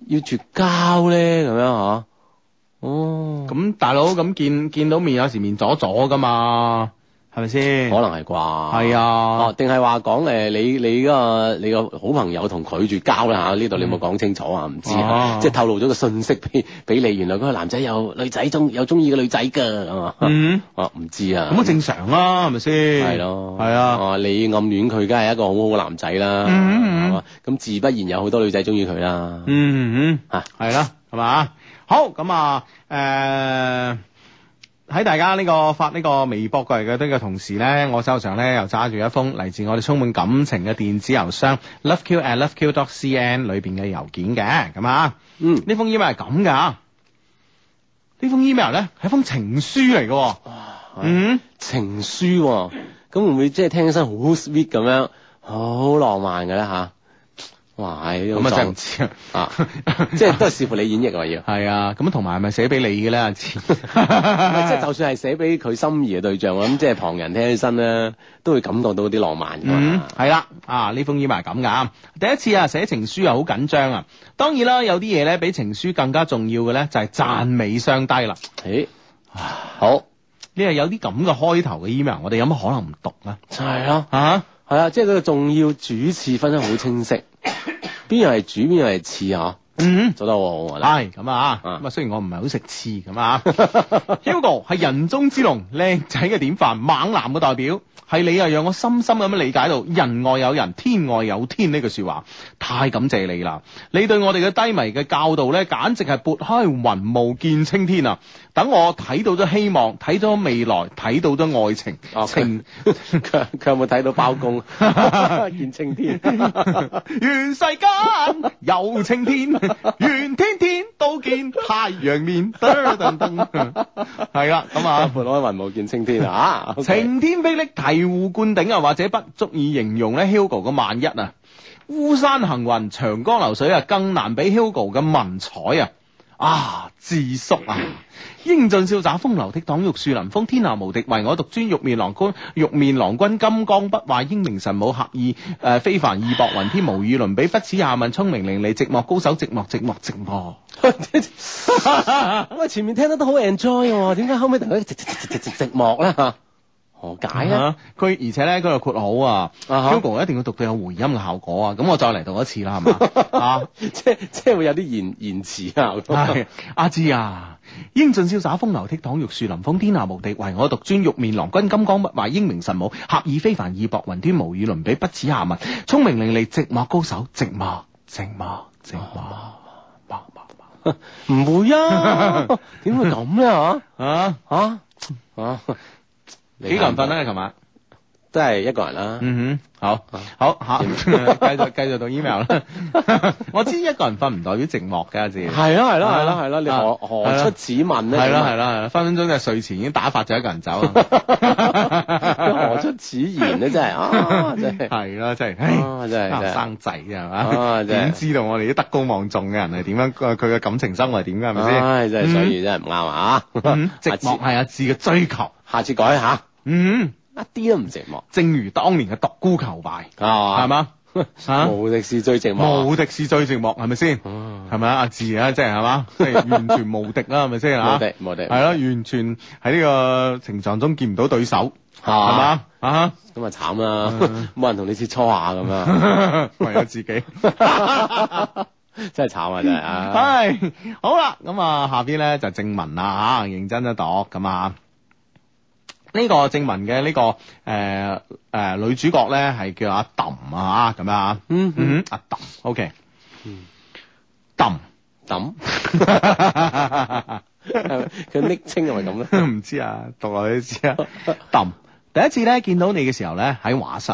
Speaker 3: 要絕交咧？咁樣嗬？哦，
Speaker 1: 咁大佬咁見見到面有時面阻阻噶嘛，係咪先？
Speaker 3: 可能係啩？係
Speaker 1: 係啊
Speaker 3: 哦，定係話講誒你你嗰個你個好朋友同佢絕交啦嚇？呢度你有冇講清楚啊？唔知啊
Speaker 1: 嗯哦，
Speaker 3: 即係透露咗個信息俾 俾你，原來嗰個男仔有女仔中有中意嘅女仔㗎，係嘛？
Speaker 1: 嗯，
Speaker 3: 哦，唔知啊。
Speaker 1: 咁啊正常啦，係咪先？
Speaker 3: 係咯，
Speaker 1: 係啊，
Speaker 3: 哦，你暗戀佢，梗係一個好好嘅男仔啦，
Speaker 1: 嗯嗯
Speaker 3: 係嘛？咁自不然有好多女仔中意佢啦。
Speaker 1: 嗯嗯
Speaker 3: 啊，
Speaker 1: 係啦，係嘛？好咁啊，誒。喺大家呢、個發呢個微博過嚟嘅呢個同時咧，我手上咧又揸住一封嚟自我哋充滿感情嘅電子郵箱 loveq at loveq dot cn 裏邊嘅郵件嘅，咁啊。
Speaker 3: 嗯，
Speaker 1: 呢封 email 係咁噶，呢封 email 咧係一封情書嚟嘅喎，嗯，
Speaker 3: 情書喎、咁會唔會即係聽起身好 sweet 咁樣，好浪漫嘅咧吓？哇，係
Speaker 1: 咁啊真係唔
Speaker 3: 好
Speaker 1: 知啊，
Speaker 3: 壯啊，即係都係視乎你演繹喎要。
Speaker 1: 係啊，咁同埋係咪寫俾你嘅咧？阿志
Speaker 3: 唔係即係就算係寫俾佢心儀嘅對象，我諗即係旁人聽起身咧，都會感覺到啲浪漫 㗎
Speaker 1: 嗯
Speaker 3: 嘛，。
Speaker 1: 係啦，啊呢封 email 係咁噶，第一次啊寫情書啊好緊張啊，當然啦，有啲嘢咧比情書更加重要嘅咧就係讚美相低啦，
Speaker 3: 誒、好
Speaker 1: 你係有啲咁嘅開頭嘅 email，我哋有乜可能唔讀啊？
Speaker 3: 就係咯，
Speaker 1: 啊，
Speaker 3: 係啊，即係佢個重要主次分得好清晰，邊樣係主，邊樣係次啊？
Speaker 1: 嗯。
Speaker 3: 做得好好，我覺得。
Speaker 1: 系咁啊，
Speaker 3: 啊
Speaker 1: 咁啊雖然我唔係好食刺咁啊 ，Hugo 係人中之龍，靚仔嘅典範，猛男嘅代表，係你啊讓我深深咁樣理解到人外有人，天外有天呢句说話，太感謝你啦！你對我哋嘅低迷嘅教導咧，簡直係撥開雲霧見青天啊！等我睇到咗希望，睇到咗未來，睇到咗愛情，
Speaker 3: 哦
Speaker 1: 情
Speaker 3: 佢佢有冇睇到包公見青天？
Speaker 1: 愿世間有晴 天，願天天都見太陽面。噔噔 噔，係啦，咁啊。
Speaker 3: 撥開雲霧見青天啊！OK
Speaker 1: 晴天霹靂，醍醐灌頂啊，或者不足以形容咧 Hugo 嘅萬一啊。烏山行雲，長江流水啊，更難比 Hugo 嘅文采啊！啊，智叔啊，英俊瀟灑，風流倜儻，玉樹臨風，天下無敵，唯我獨尊，玉面郎君，玉面郎君，金剛不壞，英明神武，俠義誒、呃非凡，義薄雲天，無與倫比，不恥下問，聰明伶俐，寂寞高手，寂寞寂寞寂寞。
Speaker 3: 喂，前面聽得都好 enjoy 喎，點解後尾突然間寂寂寂寂寂寂寞咧嚇？何解啊？
Speaker 1: 啊！佢而且咧，佢又括號啊
Speaker 3: 啊哈
Speaker 1: ，Hugo 一定要讀到有回音嘅效果啊！咁我再嚟讀一次啦， 係嘛啊？
Speaker 3: 即即係會有啲延延遲啊！
Speaker 1: 係阿芝啊，英俊瀟灑，風流倜儻，玉樹臨風，天下無敵，唯我獨尊，玉面郎君，金剛不壞，英明神武，俠義非凡，義薄雲端，無與倫比，不恥下問，聰明伶俐，寂寞高手，寂寞，寂寞，寂寞，寂寞
Speaker 3: 唔會 啊？點會咁咧嚇？
Speaker 1: 啊！
Speaker 3: 嚇嚇！
Speaker 1: 幾個人
Speaker 3: 啊
Speaker 1: 瞓？咧？琴晚？
Speaker 3: 都係一個人啦。
Speaker 1: 嗯哼，好，好，好， 繼續繼續讀 email 啦。 我知一個人瞓唔代表寂寞㗎，自然。
Speaker 3: 係咯係咯係咯係咯，你何
Speaker 1: 啊係
Speaker 3: 何
Speaker 1: 啦
Speaker 3: 出此問啊咧？
Speaker 1: 係啦係啦係啦，分分鐘就係睡前已經打發咗一個人 走啦。啊
Speaker 3: 何出此言咧？真 係啊！真係
Speaker 1: 係啦，真係，
Speaker 3: 啊
Speaker 1: 唉
Speaker 3: 真係
Speaker 1: 後
Speaker 3: 真係
Speaker 1: 生仔啫係
Speaker 3: 啊
Speaker 1: 嘛，
Speaker 3: 真係
Speaker 1: 點知道我哋啲德高望重嘅人係點樣？佢佢嘅感情生活係點㗎？係咪先？
Speaker 3: 唉，真係所
Speaker 1: 嗯
Speaker 3: 以真係唔啱啊！
Speaker 1: 嗯
Speaker 3: 下
Speaker 1: 寂
Speaker 3: 次
Speaker 1: 寞係阿志嘅追求，
Speaker 3: 下次改下，
Speaker 1: 嗯，
Speaker 3: 一啲都唔寂寞
Speaker 1: 正如當年嘅獨孤求敗，
Speaker 3: 啊
Speaker 1: 係嘛？嚇
Speaker 3: 無敵是最寂寞啊。
Speaker 1: 無敵是最寂寞，係咪先？
Speaker 3: 嗯
Speaker 1: 係咪啊？阿志啊，即係係嘛，即係完全無敵啦，係咪先啊？
Speaker 3: 無敵無敵
Speaker 1: 係咯，完全喺呢個情狀中見唔到對手，
Speaker 3: 係
Speaker 1: 係？嘛啊？
Speaker 3: 咁啊慘啦，冇人同你切磋下咁 啊，
Speaker 1: 唯有自己。
Speaker 3: 真係慘啊真係啊！
Speaker 1: 系好啦，咁啊下边咧就正文啦吓，认真一讀咁啊。呢個正文嘅呢、個誒誒、呃呃女主角咧係叫阿揼啊咁樣啊，
Speaker 3: 嗯嗯
Speaker 1: 嗯阿揼，OK，揼，
Speaker 3: 抌， 佢昵稱係咪咁咧？
Speaker 1: 唔知啊，讀落去都知啊，揼。第一次咧見到你嘅時候咧喺畫室，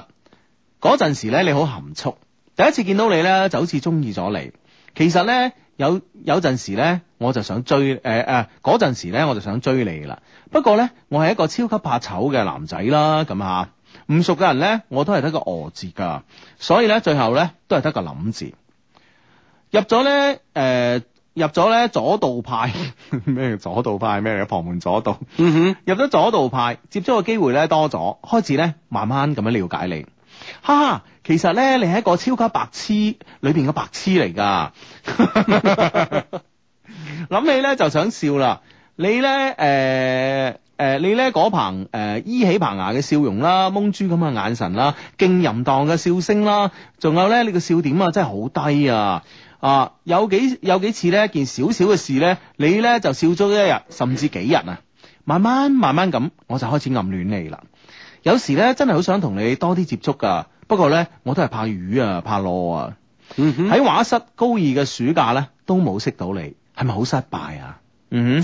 Speaker 1: 嗰陣時咧你好含蓄，第一次見到你咧就好似中意咗你。其實咧有有陣時咧，我就想追誒誒嗰陣時咧，我就想追你啦。不過咧，我係一個超級怕醜嘅男仔啦，咁嚇唔熟嘅人咧，我都係得個餓字㗎，所以咧最後咧都係得個諗字。入咗咧誒入咗咧左道派 咩左道派咩嚟？旁門左道。
Speaker 3: 嗯
Speaker 1: 入咗左道派，接觸嘅機會咧多咗，開始咧慢慢咁樣了解你。哈哈，其實咧你係一個超級白痴裏邊嘅白痴嚟㗎。 諗起咧就想笑啦。你咧誒誒，你咧嗰棚誒依起棚牙嘅笑容啦，蒙豬咁嘅眼神啦，勁淫蕩嘅笑聲啦，仲有咧你個笑點啊，真係好低啊！啊，有幾有幾次咧，件少少嘅事咧，你咧就笑咗一日，甚至幾日啊！慢慢慢慢咁，我就開始暗戀你啦。有時咧真係好想同你多啲接觸㗎，不過咧我都係怕魚啊，怕螺啊。
Speaker 3: 哼，嗯哼，
Speaker 1: 喺畫室高二嘅暑假咧，都冇識到你，係咪好失敗啊？嗯哼，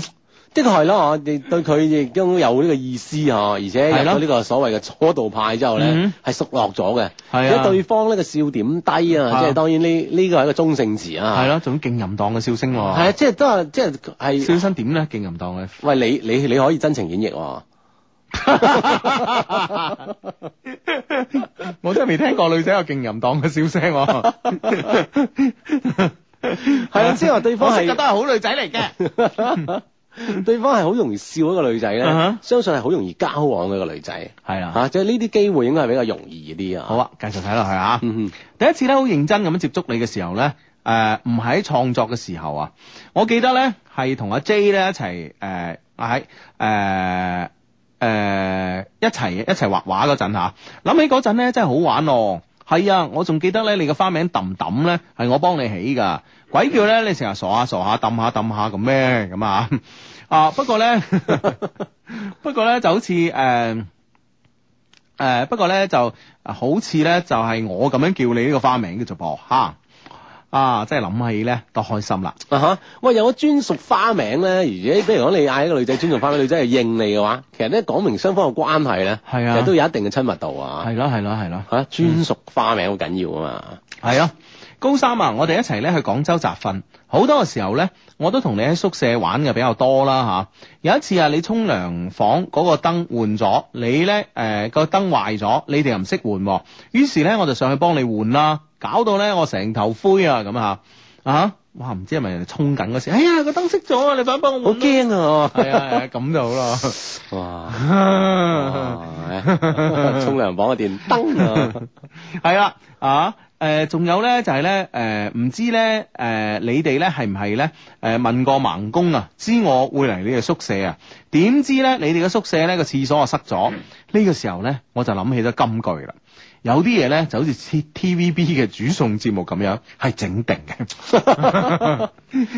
Speaker 3: 的確係咯，我哋對佢亦都有呢個意思嗬，而且入
Speaker 1: 係咯
Speaker 3: 咗呢個所謂嘅初道派之後咧
Speaker 1: 嗯，
Speaker 3: 係熟落咗嘅。
Speaker 1: 係啊
Speaker 3: 因為對方呢個笑點低啊，
Speaker 1: 啊
Speaker 3: 即係當然呢呢個係一個中性詞啊。
Speaker 1: 係咯，仲勁淫蕩嘅笑聲
Speaker 3: 係啊，
Speaker 1: 喎。
Speaker 3: 即係都係即係係
Speaker 1: 笑聲點咧？勁淫蕩嘅。
Speaker 3: 喂，你你你可以真情演繹喎，
Speaker 1: 我真係未聽過女仔有勁淫蕩嘅笑聲喎。
Speaker 3: 係啊即係話對方係
Speaker 1: 我識嘅都係好女仔嚟 嘅。嗯
Speaker 3: 對方係好容易笑一個女仔咧
Speaker 1: 啊哈
Speaker 3: 相信係好容易交往嘅一個女仔啊
Speaker 1: 係啦，
Speaker 3: 嚇，即係呢啲機會應該係比較容易啲啊。
Speaker 1: 啊好啊，繼續睇落去啊。
Speaker 3: 嗯
Speaker 1: 第一次咧好認真咁樣接觸你嘅時候咧，誒唔係喺創作嘅時候啊，我記得咧係同阿 J 咧一齊誒喺誒誒一齊一齊畫畫嗰陣嚇，諗起嗰陣咧真係好玩咯。係啊，我仲記得咧，你個花名揼揼咧係我幫你起㗎，鬼叫咧你成日傻下傻下揼下揼下咁咩咁啊？啊不過咧， 不過咧就好似呃誒。誒、呃不過咧就啊好似咧就係、我咁樣叫你呢個花名嘅啫噃嚇啊！真係諗起咧都開心啦。
Speaker 3: 哼啊哈，喂，有個專屬花名咧，而且比如講你嗌一個女仔專屬花名，女仔係應你嘅話，其實咧講明雙方嘅關係咧，
Speaker 1: 係啊
Speaker 3: 其實都有一定嘅親密度啊。
Speaker 1: 係咯係咯係咯
Speaker 3: 嚇，專屬花名好緊要啊
Speaker 1: 係咯。高三啊，我哋一齊咧去廣州集訓，好多嘅時候咧，我都同你喺宿舍玩嘅比較多啦嚇、有一次啊，你沖涼房嗰個燈換咗，你咧誒個燈壞咗，你哋又唔識換喎，於是咧我就上去幫你換啦，搞到咧我成頭灰啊咁啊啊！哇，唔知係咪人哋沖緊嗰時，哎呀個燈熄咗啊，你快幫
Speaker 3: 嘛，
Speaker 1: 我
Speaker 3: 好
Speaker 1: 換啦
Speaker 3: 驚啊！
Speaker 1: 係啊係啊，咁就好啦。
Speaker 3: 哇！
Speaker 1: 係
Speaker 3: 哇沖涼房嘅電燈啊！
Speaker 1: 啦，啊。誒，仲、有咧就係咧，誒、唔知咧，誒、你哋咧係唔係咧？誒、問過盲工啊，知我會嚟你哋宿舍啊？點知咧，你哋嘅宿舍咧個廁所啊塞咗。呢、個時候咧，我就諗起咗金句啦。有啲嘢咧就好似 T- TVB 嘅煮餸節目咁樣，係整定嘅。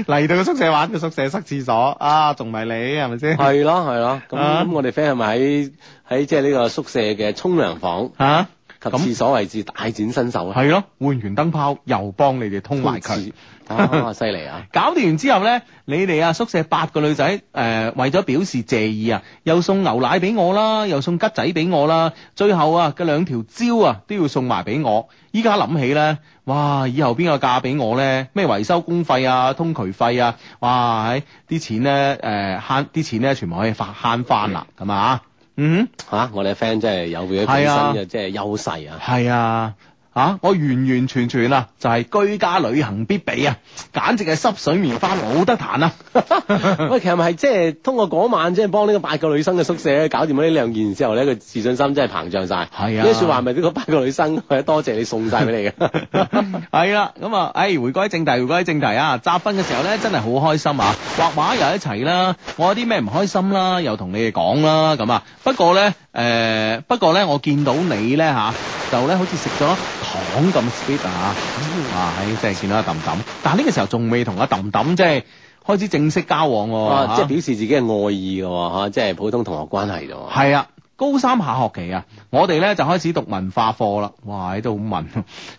Speaker 1: 嚟到個宿舍玩，個宿舍塞廁所啊，仲咪你係咪先？
Speaker 3: 係咯係咯，咁
Speaker 1: 啊
Speaker 3: 咁我哋 friend 係咪喺喺即係呢個宿舍嘅沖涼房
Speaker 1: 啊，
Speaker 3: 及
Speaker 1: 咁
Speaker 3: 廁所位置大展身手啊？
Speaker 1: 係咯，換完燈泡又幫你哋通埋佢。
Speaker 3: 啊，犀利啊！
Speaker 1: 搞掂完之後呢，你哋啊宿舍八個女仔，誒、為咗表示謝意啊，又送牛奶俾我啦，又送桔仔俾我啦，最後啊嘅兩條蕉啊都要送埋俾我。依家諗起呢，哇！以後邊個嫁俾我呢？咩維修工費啊、通渠費啊，哇！唉啲錢呢，誒慳啲錢呢，全部可以發慳翻啦，咁啊，嗯哼。
Speaker 3: 吓，我哋 friend 真係有佢
Speaker 1: 係啊
Speaker 3: 本身嘅即係優勢啊！
Speaker 1: 係啊，啊，我完完全全啊，就係居家旅行必備啊，簡直係濕水棉花冇得彈啊！
Speaker 3: 喂，其實咪即係通過嗰晚即係幫呢個八個女生嘅宿舍搞掂咗呢兩件之後咧，佢自信心真係膨脹晒。
Speaker 1: 係啊
Speaker 3: 呢啲説話咪呢個八個女生，哎多謝你送晒俾 你嘅。
Speaker 1: 系啦，咁啊，诶，回歸正題，回歸正題啊！集訓嘅時候咧，真係好開心啊！畫畫又一齊啦，我有啲咩唔開心啦，又同你哋講啦，咁啊。不過咧，诶、不過咧，我見到你咧吓、就咧好似食咗糖咁 sweet 啊！啊，唉真係見到阿揼揼，但係呢個時候仲未同阿揼揼即係開始正式交往喎、
Speaker 3: 啊
Speaker 1: 嚇
Speaker 3: 即係表示自己嘅愛意嘅喎嚇，即係普通同學關係啫喎。
Speaker 1: 系啊，高三下學期啊，我哋咧就開始讀文化課啦。哇，喺度好文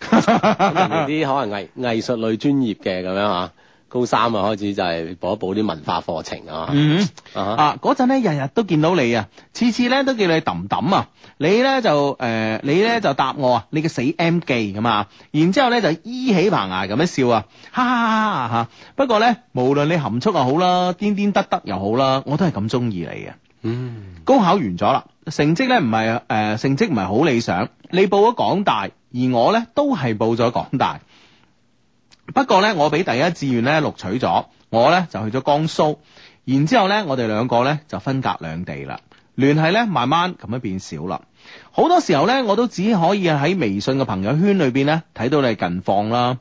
Speaker 1: 啊，
Speaker 3: 咁人哋啲可能藝藝術類專業嘅咁樣嚇，高三啊開始就係補一補啲文化課程啊。
Speaker 1: 嗯。
Speaker 3: 啊
Speaker 1: 啊！嗰陣咧，日日都見到你啊，次次咧都叫你揼揼啊，你咧就誒、呃你咧就答我啊，你嘅死 M 記咁啊，然之後咧就依起棚牙咁樣笑啊，哈哈哈哈哈！不過咧，無論你含蓄又好啦，癲癲得得又好啦，我都係咁中意你嘅。
Speaker 3: 嗯，
Speaker 1: 高考完咗啦，成績咧唔係誒成績唔係好理想，你報咗港大，而我咧都係報咗港大。不過咧，我俾第一志願咧錄取咗，我咧就去咗江蘇，然之後咧我哋兩個咧就分隔兩地啦，聯繫咧慢慢咁樣變少啦。好多時候咧，我都只可以喺微信嘅朋友圈裏邊咧睇到你近況啦。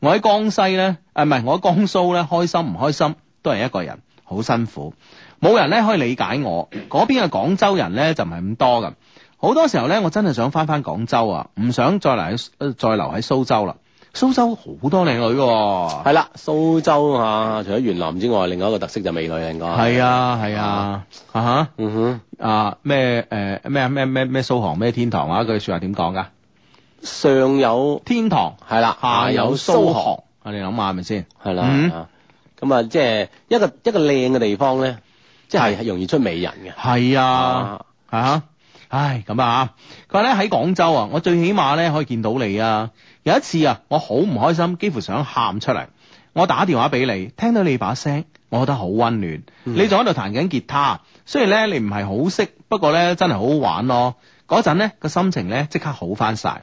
Speaker 1: 我喺江西咧，啊唔係我喺江蘇咧，開心唔開心都係一個人，好辛苦，冇人咧可以理解我。嗰邊嘅廣州人咧就唔係咁多噶，好多時候咧我真係想翻翻廣州啊，唔想再嚟喺呃再留喺蘇州啦。蘇州好多靚女噶、喎，
Speaker 3: 係啦，蘇州嚇，除咗園林之外，另外一個特色就美女啦，應該
Speaker 1: 係。啊係啊啊哈
Speaker 3: 嗯哼，
Speaker 1: 啊咩誒咩咩咩咩蘇杭咩天堂啊句説話點講噶？
Speaker 3: 上有
Speaker 1: 天堂
Speaker 3: 係啦，
Speaker 1: 下有蘇
Speaker 3: 杭。
Speaker 1: 杭，啊你諗下係咪先？
Speaker 3: 係啦，
Speaker 1: 嗯
Speaker 3: 啊咁啊，即係一個一個靚嘅地方咧，即係係容易出美人嘅。
Speaker 1: 係啊。
Speaker 3: 啊，
Speaker 1: 啊！唉，咁啊，佢話咧喺廣州啊，我最起碼咧可以見到你啊。有一次啊，我好唔開心，幾乎想喊出嚟。我打電話俾你，聽到你把聲，我覺得好温暖。你仲喺度彈緊吉他，雖然咧你唔係好識，不過咧真係好好玩咯。嗰陣咧個心情咧即刻好翻晒。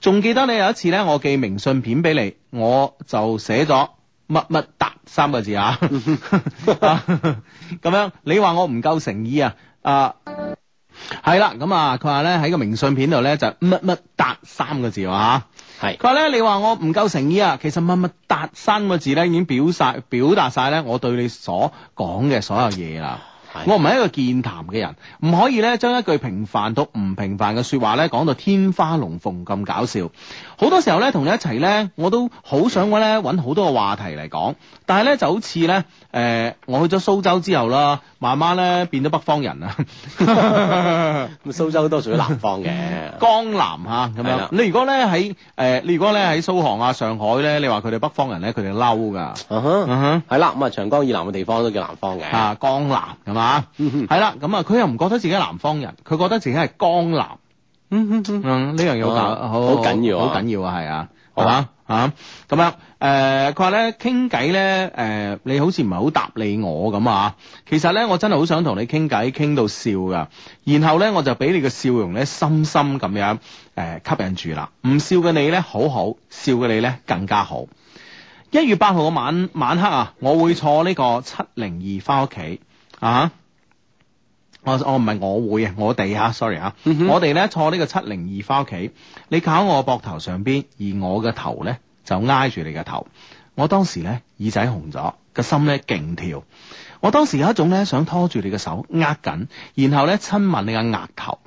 Speaker 1: 仲記得你有一次咧，我寄明信片俾你，我就寫咗乜乜達三個字啊，啊咁樣你話我唔夠誠意啊，啊係啦，咁啊佢話咧喺個明信片度咧就乜乜達三個字啊。
Speaker 3: 係
Speaker 1: 佢話咧，你話我唔夠誠意啊，其實乜乜達三個字咧已經表晒表達晒咧我對你所講嘅所有嘢啦。
Speaker 3: 係
Speaker 1: 我唔係一個健談嘅人，唔可以咧將一句平凡到唔平凡嘅説話咧講到天花龍鳳咁搞笑。好多時候咧同你一齊咧，我都好想我咧揾好多個話題嚟講，但係咧就好似咧誒，我去咗蘇州之後啦，慢慢咧變咗北方人啊。
Speaker 3: 咁蘇州都屬於南方嘅。啊
Speaker 1: 江南嚇咁
Speaker 3: 係啦
Speaker 1: 樣。你如果咧喺誒，你如果咧喺蘇杭啊、上海咧，你話佢哋北方人咧，佢哋嬲㗎。
Speaker 3: 啊哈，
Speaker 1: 嗯哼。
Speaker 3: 係啦，咁啊，長江以南嘅地方都叫南方嘅。
Speaker 1: 啊，江南係嘛？
Speaker 3: 嗯哼
Speaker 1: 係啦，咁啊，佢又唔覺得自己係南方人，佢覺得自己係江南。
Speaker 3: 嗯嗯
Speaker 1: 嗯，呢樣嘢好緊
Speaker 3: 啊
Speaker 1: 好
Speaker 3: 好緊要啊
Speaker 1: 好緊要啊，係啊，
Speaker 3: 好
Speaker 1: 係嘛啊咁樣誒，佢話咧傾偈咧誒，你好似唔係好答理我咁啊，其實咧我真係好想同你傾偈，傾到笑噶，然後咧我就俾你嘅笑容咧深深咁樣誒、吸引住啦，唔笑嘅你咧好好，笑嘅你咧更加好。一月八號嘅晚晚黑啊，我會坐呢個七零二翻屋企啊。我我唔係我會啊，我哋啊，sorry 啊，
Speaker 3: 嗯哼
Speaker 1: 我哋咧坐呢個七零二翻屋企，你靠我膊頭上邊，而我嘅頭咧就挨住你嘅頭。我當時咧耳仔紅咗，個心咧勁跳。我當時有一種咧想拖住你嘅手握緊，然後咧親吻你嘅額頭。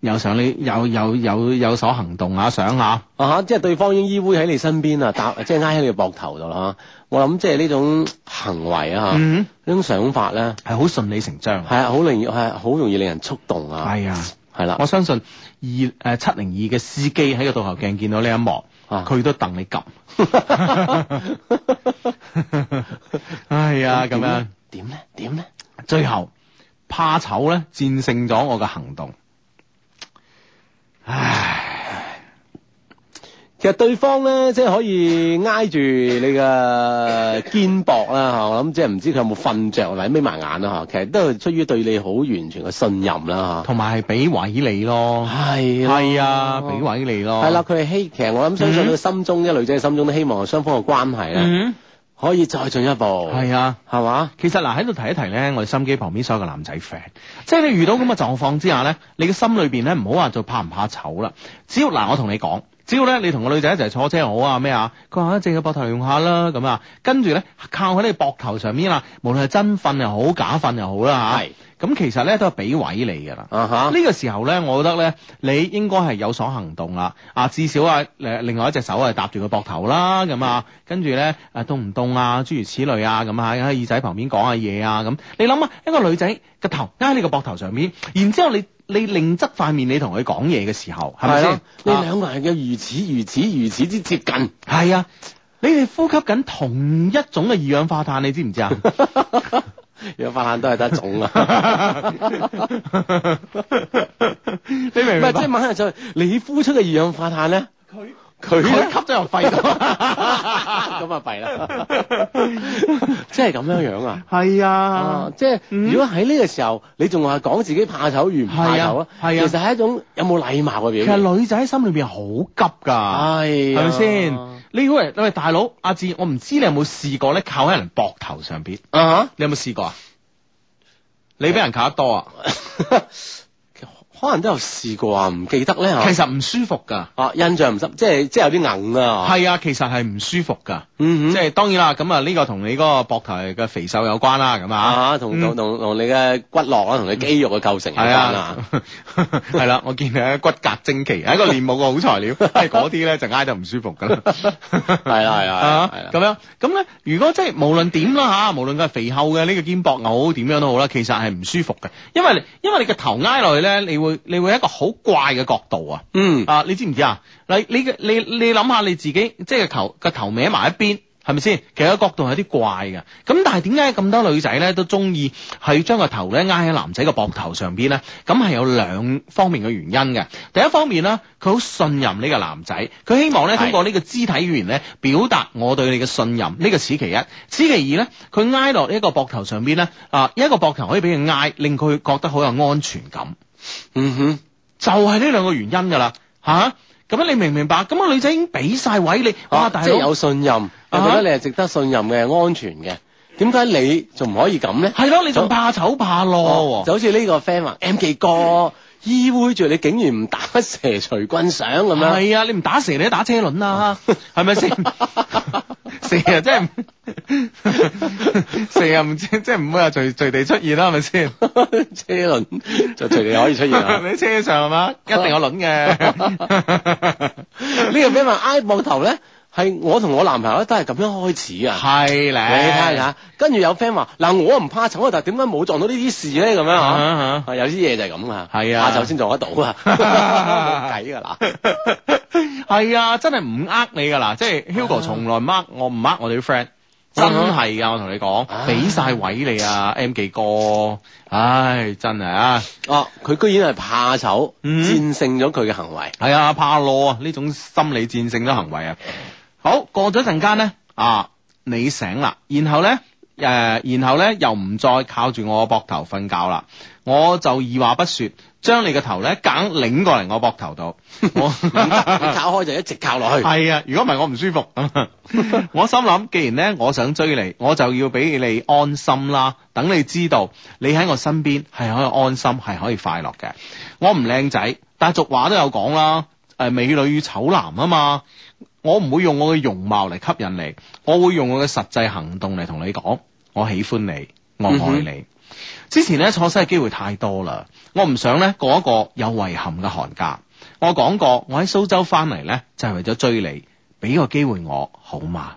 Speaker 1: 又想你有有有有所行動啊，想下。
Speaker 3: 啊哈，即係對方已經依偎喺你身邊啊，搭即係挨喺你個膊頭度啦。啊我諗即係呢種行為啊，嚇呢
Speaker 1: 嗯，
Speaker 3: 種想法咧，
Speaker 1: 係好順理成章。
Speaker 3: 係啊，好容易係好容易令人觸動啊。
Speaker 1: 係啊，
Speaker 3: 係啦
Speaker 1: 我，相信二誒呃七零二嘅司機喺個倒後鏡見到呢一幕，
Speaker 3: 啊
Speaker 1: 佢、都戥你 撳。 哎呀，咁樣
Speaker 3: 點咧？點咧？
Speaker 1: 最後怕醜咧戰勝咗我嘅行動。唉，
Speaker 3: 即其實對方咧即係可以挨住你嘅肩膊啦 嚇，我諗即係唔知佢有冇瞓着或者眯埋眼啦嚇，其實都係出於對你好完全嘅信任啦
Speaker 1: 同埋係俾位你咯
Speaker 3: 嚇。，係咯
Speaker 1: 係啊，俾位你咯，
Speaker 3: 係啦，，佢係希，其實我諗相信
Speaker 1: 嗯
Speaker 3: 佢心中即係女仔嘅心中都希望雙方嘅關係咧
Speaker 1: 嗯，
Speaker 3: 可以再進一步，係
Speaker 1: 係啊。
Speaker 3: 係嘛？
Speaker 1: 其實嗱喺度提一提咧，我哋心機旁邊所有嘅男仔 friend，即係你遇到咁嘅狀況之下咧，你嘅心裏邊咧唔好話就怕唔怕醜啦。只要嗱，我同你講，只要咧你同個女仔一齊坐車又好啊咩啊，佢話啊借個膊頭用下啦咁啊，跟住咧靠喺你膊頭上面啦，無論係真瞓又好假瞓又好啦
Speaker 3: 係
Speaker 1: 嚇，咁其實咧都係俾位你㗎啦。
Speaker 3: 啊哈，
Speaker 1: 呢個時候咧，我覺得咧，你應該係有所行動啦。啊，至少啊，誒，另外一隻手係搭住個膊頭啦，咁啊，跟住咧，誒，凍唔凍啊，諸如此類啊，咁啊，喺耳仔旁邊講下嘢啊，咁。你諗下，一個女仔個頭挨喺你個膊頭上面，然之後你你另側塊面你同佢講嘢嘅時候，係咪
Speaker 3: 係
Speaker 1: 先
Speaker 3: 咯？你
Speaker 1: 啊
Speaker 3: 兩個人嘅如此如此如此之接近，
Speaker 1: 係啊，你哋呼吸緊同一種嘅二氧化碳，你知唔 知啊？
Speaker 3: 有發爛都係得一種啊！
Speaker 1: 你明唔明
Speaker 3: 唔 係即
Speaker 1: 白
Speaker 3: 係？問下就係你呼出嘅二氧化碳咧，佢
Speaker 1: 佢
Speaker 3: 咧
Speaker 1: 吸咗入肺 度。
Speaker 3: 咁啊弊啦，即係咁樣樣啊！
Speaker 1: 係
Speaker 3: 啊
Speaker 1: 啊，，
Speaker 3: 即係
Speaker 1: 嗯
Speaker 3: 如果喺呢個時候，你仲話講自己怕醜與唔怕醜啊，
Speaker 1: 係啊係啊
Speaker 3: 其實係一種有冇禮貌嘅
Speaker 1: 其
Speaker 3: 表
Speaker 1: 實
Speaker 3: 現，
Speaker 1: 女仔心裏邊好急㗎，
Speaker 3: 係
Speaker 1: 係
Speaker 3: 啊
Speaker 1: 咪先？你以為喂大佬阿志，我唔知你有冇試過咧，靠喺人膊頭上邊，
Speaker 3: 啊
Speaker 1: 你有冇試過啊？你俾人靠得多啊，
Speaker 3: 哈？可能都有試過啊，唔記得咧
Speaker 1: 其
Speaker 3: 嚇。
Speaker 1: 實唔舒服㗎。
Speaker 3: 啊，印象唔深，即係即係有啲硬啊。嚇，
Speaker 1: 係啊，其實係唔舒服㗎。
Speaker 3: 嗯
Speaker 1: 即
Speaker 3: 哼
Speaker 1: 係當然啦，咁啊呢個同你嗰個膊頭嘅肥瘦有關啦，咁啊。
Speaker 3: 啊，同
Speaker 1: 嗯
Speaker 3: 同同同你嘅骨骼啊啦，同你肌肉嘅構成有
Speaker 1: 係
Speaker 3: 關啊啦。，
Speaker 1: 係啊啦，我見你喺骨骼精奇，係一個練武嘅好材 料，係嗰啲咧就挨得唔舒服噶啦。
Speaker 3: 係啦係啦
Speaker 1: 啊
Speaker 3: 係啦，
Speaker 1: 咁樣咁咧，如果即係無論點啦啊嚇，無論佢係肥厚嘅呢個肩膊又好點樣都好啦，其實係唔舒服嘅，因為因為你嘅頭挨落去咧，你會你會一個好怪嘅角度啊！
Speaker 3: 嗯，
Speaker 1: 啊，你知唔知啊？你你嘅你你諗下你自己，即係個頭個頭歪埋一邊。係咪先？其實個角度係有啲怪嘅，咁但係點解咁多女仔咧都中意係將個頭咧挨喺男仔個膊頭上邊咧？咁係有兩方面嘅原因嘅。第一方面咧，佢好信任呢個男仔，佢希望咧
Speaker 3: 係
Speaker 1: 通過呢個肢體語言咧表達我對你嘅信任，呢個此其一。此其二咧，佢挨落呢個膊頭上邊咧，啊一個膊頭可以俾佢挨，令佢覺得好有安全感。
Speaker 3: 嗯哼。
Speaker 1: 就係呢兩個原因㗎啦，吓、咁啊樣你明唔明白？咁個女仔已經俾晒位你，哇！
Speaker 3: 啊，
Speaker 1: 大
Speaker 3: 即係
Speaker 1: 佬
Speaker 3: 有信任，又覺得你係值得信任嘅、安全嘅，點解你仲唔可以咁咧？
Speaker 1: 係咯，你仲怕醜怕咯
Speaker 3: 哦就好似呢個 friend 話 M 記哥依偎住你，竟然唔打蛇隨棍上咁
Speaker 1: 喎？
Speaker 3: 樣，哦
Speaker 1: 係啊，你唔打蛇你都打車輪啦，係咪先？蛇啊，真係唔 蛇啊，唔知即係唔會話隨隨地出現啦，係咪先？
Speaker 3: 車輪就隨你可以出現 啊！
Speaker 1: 你車上係嘛，一定有輪 嘅。
Speaker 3: 呢個 friend 話挨膊頭咧，係我同我男朋友都係咁樣開始啊！
Speaker 1: 係咧，你
Speaker 3: 你睇，下，跟住有 friend 話嗱，我唔怕醜啊，但係點解冇撞到呢啲事咧？咁樣
Speaker 1: 啊
Speaker 3: 啊，
Speaker 1: 啊
Speaker 3: 啊有啲嘢就係咁啊，
Speaker 1: 係啊
Speaker 3: 怕醜先撞得到 啊，冇計㗎啦。
Speaker 1: 係啊，真係唔呃你噶啦，即係 Hugo 從來唔呃我，唔呃我哋啲 friend。真係噶，我同你
Speaker 3: 啊
Speaker 1: 講，俾晒位你啊，M 記哥，唉，真係啊，
Speaker 3: 哦，佢居然係怕醜，
Speaker 1: 嗯
Speaker 3: 戰勝咗佢嘅行 為。
Speaker 1: 係啊，怕攞啊，呢種心理戰勝嘅行為啊。好，過咗陣間咧，啊，你醒啦，然後咧，誒、然後咧又唔再靠住我膊頭瞓覺啦，我就二話不說，將你個頭咧梗擰過嚟我膊頭度，我
Speaker 3: 你靠開就一直靠落去。
Speaker 1: 係啊，如果唔係我唔舒服。 我心諗，既然咧我想追你，我就要俾你安心啦，等你知道你喺我身邊係可以安心，係可以快樂嘅。我唔靚仔，但係俗話都有講啦，誒、美女與醜男啊嘛。我唔會用我嘅容貌嚟吸引你，我會用我嘅實際行動嚟同你講，我喜歡你，我愛你。之前咧錯失嘅機會太多啦，我唔想咧過一個有遺憾嘅寒假。我講過，我喺蘇州翻嚟咧就係、為咗追你，俾個機會我好嘛？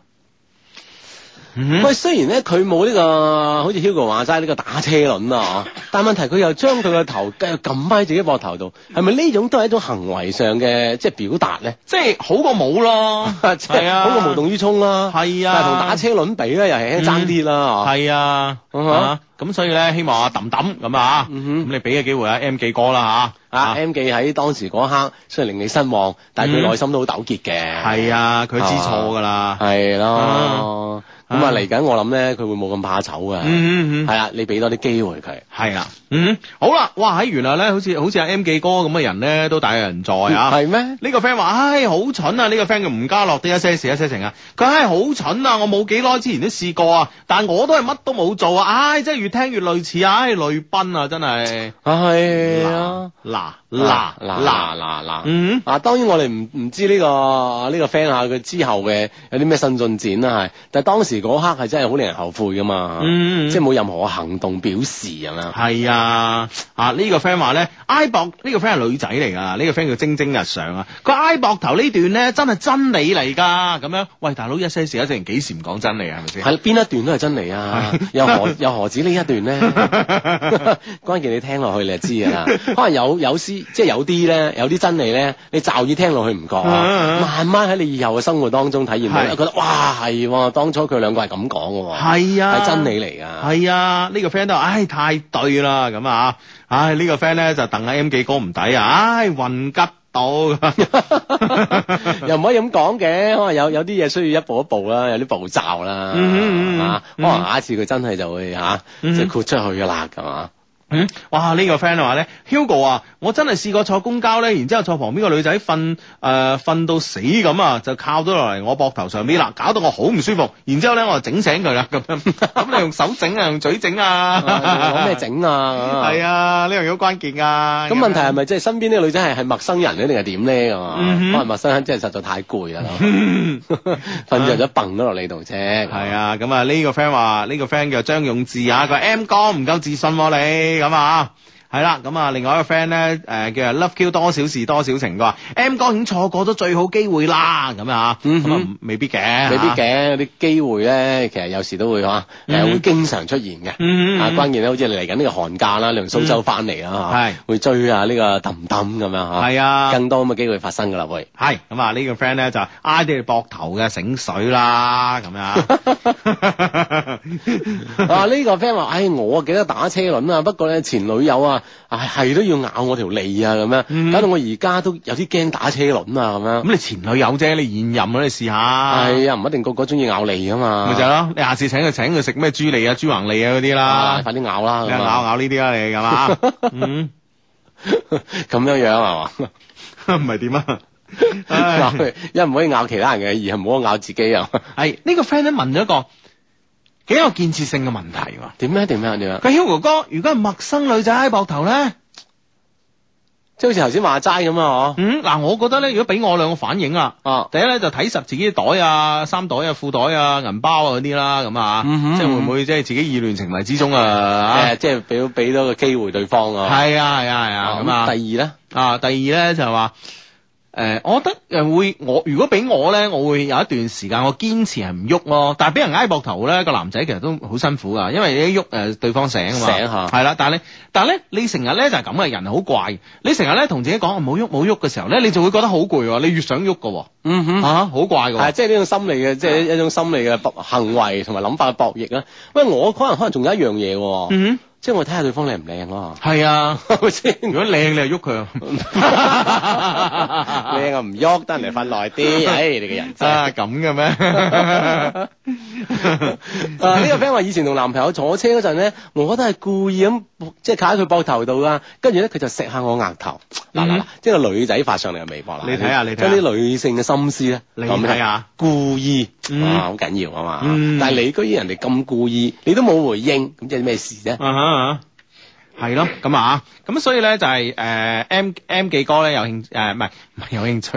Speaker 1: 嗯
Speaker 3: 喂，雖然咧佢冇呢個好似 Hugo 話齋呢個打車輪啊，但問題佢又將佢個頭繼續撳翻喺自己膊頭度，係咪呢種都係一種行為上嘅即係表達咧？
Speaker 1: 即係好過冇 咯，
Speaker 3: 即係好過無動於衷啦。
Speaker 1: 啊係啊
Speaker 3: 但係同打車輪比咧，又係爭啲啦。
Speaker 1: 系啊，
Speaker 3: 嗯
Speaker 1: 啊咁所以咧，希望阿揼揼咁啊，
Speaker 3: 嗯哼
Speaker 1: 咁你俾嘅機會啊 M 記哥啦吓，
Speaker 3: 啊，M 記喺當時嗰刻雖然令你失望，但係佢內心都好糾結嘅。
Speaker 1: 嗯係啊，佢知錯噶啦，
Speaker 3: 係咯，咁
Speaker 1: 啊
Speaker 3: 啊嚟緊我諗咧，佢會冇咁怕醜噶。
Speaker 1: 嗯嗯嗯
Speaker 3: 係啊，你俾多啲機會佢。
Speaker 1: 係啦，嗯，好啦，哇，喺原來咧，好似好似阿 M 記哥咁嘅人咧，都大有人在啊。
Speaker 3: 係咩？
Speaker 1: 呢個 friend 話：，唉，好蠢啊！呢、個 friend 叫吳家樂的一些事一些情啊，佢唉好蠢啊！我冇幾耐之前都試過啊，但我都係乜都冇做啊！唉，真係越聽越類似啊！唉，淚奔啊，真係
Speaker 3: 係啊。
Speaker 1: 嗱嗱
Speaker 3: 嗱
Speaker 1: 嗱，
Speaker 3: 嗱嗱嗱嗱，
Speaker 1: 嗯
Speaker 3: 啊，當然我哋唔唔知呢、個呢、個 friend 嚇佢之後嘅有啲咩新進展啦，係，但係當時嗰刻係真係好令人後悔噶嘛，
Speaker 1: 嗯嗯
Speaker 3: 啊即係冇任何行動表示咁樣，
Speaker 1: 係啊，啊呢、個 friend 話咧，挨膊呢個 friend 係女仔嚟㗎，呢、個 friend 叫蒸蒸日上啊，佢挨膊頭呢段咧真係真理嚟㗎，咁樣，喂大佬一些事一些情幾時唔講真理啊？係咪先？
Speaker 3: 係邊一段都係真理 啊，又何又何止呢一段咧？ 關鍵你聽落去你就知㗎啦，可能有有啲即係有啲咧，有啲真理咧，你驟耳聽落去唔覺啊
Speaker 1: 嗯嗯嗯
Speaker 3: 慢慢喺你以後嘅生活當中體驗到，
Speaker 1: 係
Speaker 3: 覺得哇係喎，當初佢兩個係咁講嘅喎，
Speaker 1: 係啊，
Speaker 3: 係真理嚟㗎。
Speaker 1: 係啊，呢、個 friend 都話，唉，太對啦，咁啊，唉，呢、個 friend 咧就鄧阿 M 記哥唔抵啊，唉，混吉到，啊
Speaker 3: 又唔可以咁講嘅，可能有有啲嘢需要一步一步啦，有啲步驟啦，
Speaker 1: 嗯嗯嗯
Speaker 3: 啊可
Speaker 1: 嗯
Speaker 3: 能下一次佢真係就會吓，
Speaker 1: 嗯
Speaker 3: 即係豁出去噶啦，咁 啊，
Speaker 1: 嗯，哇，呢、個 friend 話咧，Hugo 啊，我真係試過坐公交咧，然之後坐旁邊個女仔瞓，誒、呃瞓到死咁啊，就靠咗落嚟我膊頭上邊啦，搞到我好唔舒服，然之後咧我就整醒佢啦，咁 樣，咁你用手整啊，用嘴整啊，
Speaker 3: 攞咩？整 啊？
Speaker 1: 係
Speaker 3: 啊。
Speaker 1: 啊，呢樣嘢好關鍵啊。
Speaker 3: 咁問題係咪即係身邊呢個女仔係係陌生人咧，定係點咧？咁啊，
Speaker 1: 嗯哼
Speaker 3: 可能陌生人真係實在太 攰啦，瞓着咗蹦咗落你度啫。
Speaker 1: 系，啊，咁啊呢個 friend 話呢個 friend 叫張勇志啊，佢話 M 哥唔夠自信喎、你咁啊。係啦，咁啊，另外一個 friend 咧，誒、叫做 Love Q 多少事多少情，佢話 M 哥已經錯過咗最好機會啦，咁啊，
Speaker 3: 嗯哼
Speaker 1: 咁啊唔未必嘅，啊
Speaker 3: 未必，嘅，有啲機會咧，其實有時都會嚇，誒
Speaker 1: 嗯
Speaker 3: 會經常出現嘅。
Speaker 1: 嗯
Speaker 3: 啊，
Speaker 1: 嗯
Speaker 3: 關鍵咧，好似你嚟緊呢個寒假啦，你從蘇州翻嚟啦嚇，
Speaker 1: 係
Speaker 3: 會追啊呢個氹氹咁樣嚇。
Speaker 1: 係啊，
Speaker 3: 更多咁嘅機會發生㗎啦，喂！
Speaker 1: 係咁啊，呢個 friend 咧就挨住膊頭嘅醒水啦，咁 啊，
Speaker 3: 啊呢、個 friend 話：，唉、我記得打車輪啊，不過咧前女友啊，唉、係都要咬我條脷啊，咁樣，
Speaker 1: 嗯
Speaker 3: 搞到我而家都有啲驚打車輪啊，咁樣。
Speaker 1: 咁你前女友啫，你現任咯，你試下，
Speaker 3: 係啊，唔一定個個中意咬脷啊嘛。
Speaker 1: 咪就係咯，你下次請佢請佢食咩豬脷啊、豬橫脷啊嗰啲啦
Speaker 3: 啊，，快啲咬啦，
Speaker 1: 你
Speaker 3: 咁
Speaker 1: 又咬
Speaker 3: 樣
Speaker 1: 咬呢啲啦，你咁啊，嗯，
Speaker 3: 咁樣樣係嘛？
Speaker 1: 唔係點 啊？
Speaker 3: 咬
Speaker 1: 唉
Speaker 3: 佢一唔可以咬其他人嘅，二係唔好咬自己啊。
Speaker 1: 係呢個 friend 咧問咗一個幾有建設性嘅問題喎。
Speaker 3: 點咧？點咧？點咧？
Speaker 1: 佢 Hugo 哥，如果係陌生女仔喺膊頭咧，
Speaker 3: 即係好似頭先話齋咁啊，
Speaker 1: 嗯，嗱，我覺得咧，如果俾我兩個反應啊，
Speaker 3: 嗬。啊，
Speaker 1: 第一咧就睇實自己袋啊、衫袋啊、褲袋啊、銀包啊嗰啲啦，咁啊，
Speaker 3: 嗯哼
Speaker 1: 即係會唔會即係自己意亂情迷之中啊
Speaker 3: 誒，？即係俾俾多個機會對方啊。
Speaker 1: 係啊係啊係啊，咁啊。
Speaker 3: 第二咧，
Speaker 1: 啊，第二咧就係話，誒、我覺得誒會，我如果俾我咧，我會有一段時間我堅持係唔喐咯，但係俾人挨膊頭咧，個男仔其實都好辛苦噶，因為你一喐誒、對方醒啊嘛，
Speaker 3: 醒下
Speaker 1: 係啦，但係咧，但係咧，你成日咧就係咁嘅人好怪，你成日咧同自己講唔好喐，唔好喐嘅時候咧，你就會覺得好攰喎，你越想喐嘅喎，
Speaker 3: 嗯哼。
Speaker 1: 啊，好怪嘅
Speaker 3: 係
Speaker 1: 喎，
Speaker 3: 即係呢種心理嘅，即係一種心理嘅博行為同埋諗法嘅博弈啦。喂，我可能可能仲有一樣嘢喎，
Speaker 1: 嗯
Speaker 3: 即係我睇下對方靚唔靚 咯，
Speaker 1: 哼，係啊，
Speaker 3: 係咪先？
Speaker 1: 如果靚你就喐佢啊。
Speaker 3: 靚啊唔喐，得人哋瞓耐 啲。唉，你嘅人真係。
Speaker 1: 啊咁嘅咩？
Speaker 3: 啊！呢個 friend 話以前同男朋友坐車嗰陣咧，我都係故意咁即係靠喺佢膊頭度啦，跟住咧佢就錫下我額頭。嗱嗱嗱
Speaker 1: 嗯，
Speaker 3: 即係個女仔發上嚟嘅微博啦。
Speaker 1: 你睇下你睇下
Speaker 3: 將啲女性嘅心思咧，
Speaker 1: 你
Speaker 3: 諗
Speaker 1: 睇下
Speaker 3: 故意
Speaker 1: 嗯
Speaker 3: 啊，好緊要啊嘛。
Speaker 1: 嗯
Speaker 3: 但係你居然人哋咁故意，你都冇回應，咁即係咩事啫？
Speaker 1: 啊哈啊哈，係咯，咁啊，咁所以咧就係、誒、M M 記哥咧有興呃誒唔係唔係有興趣，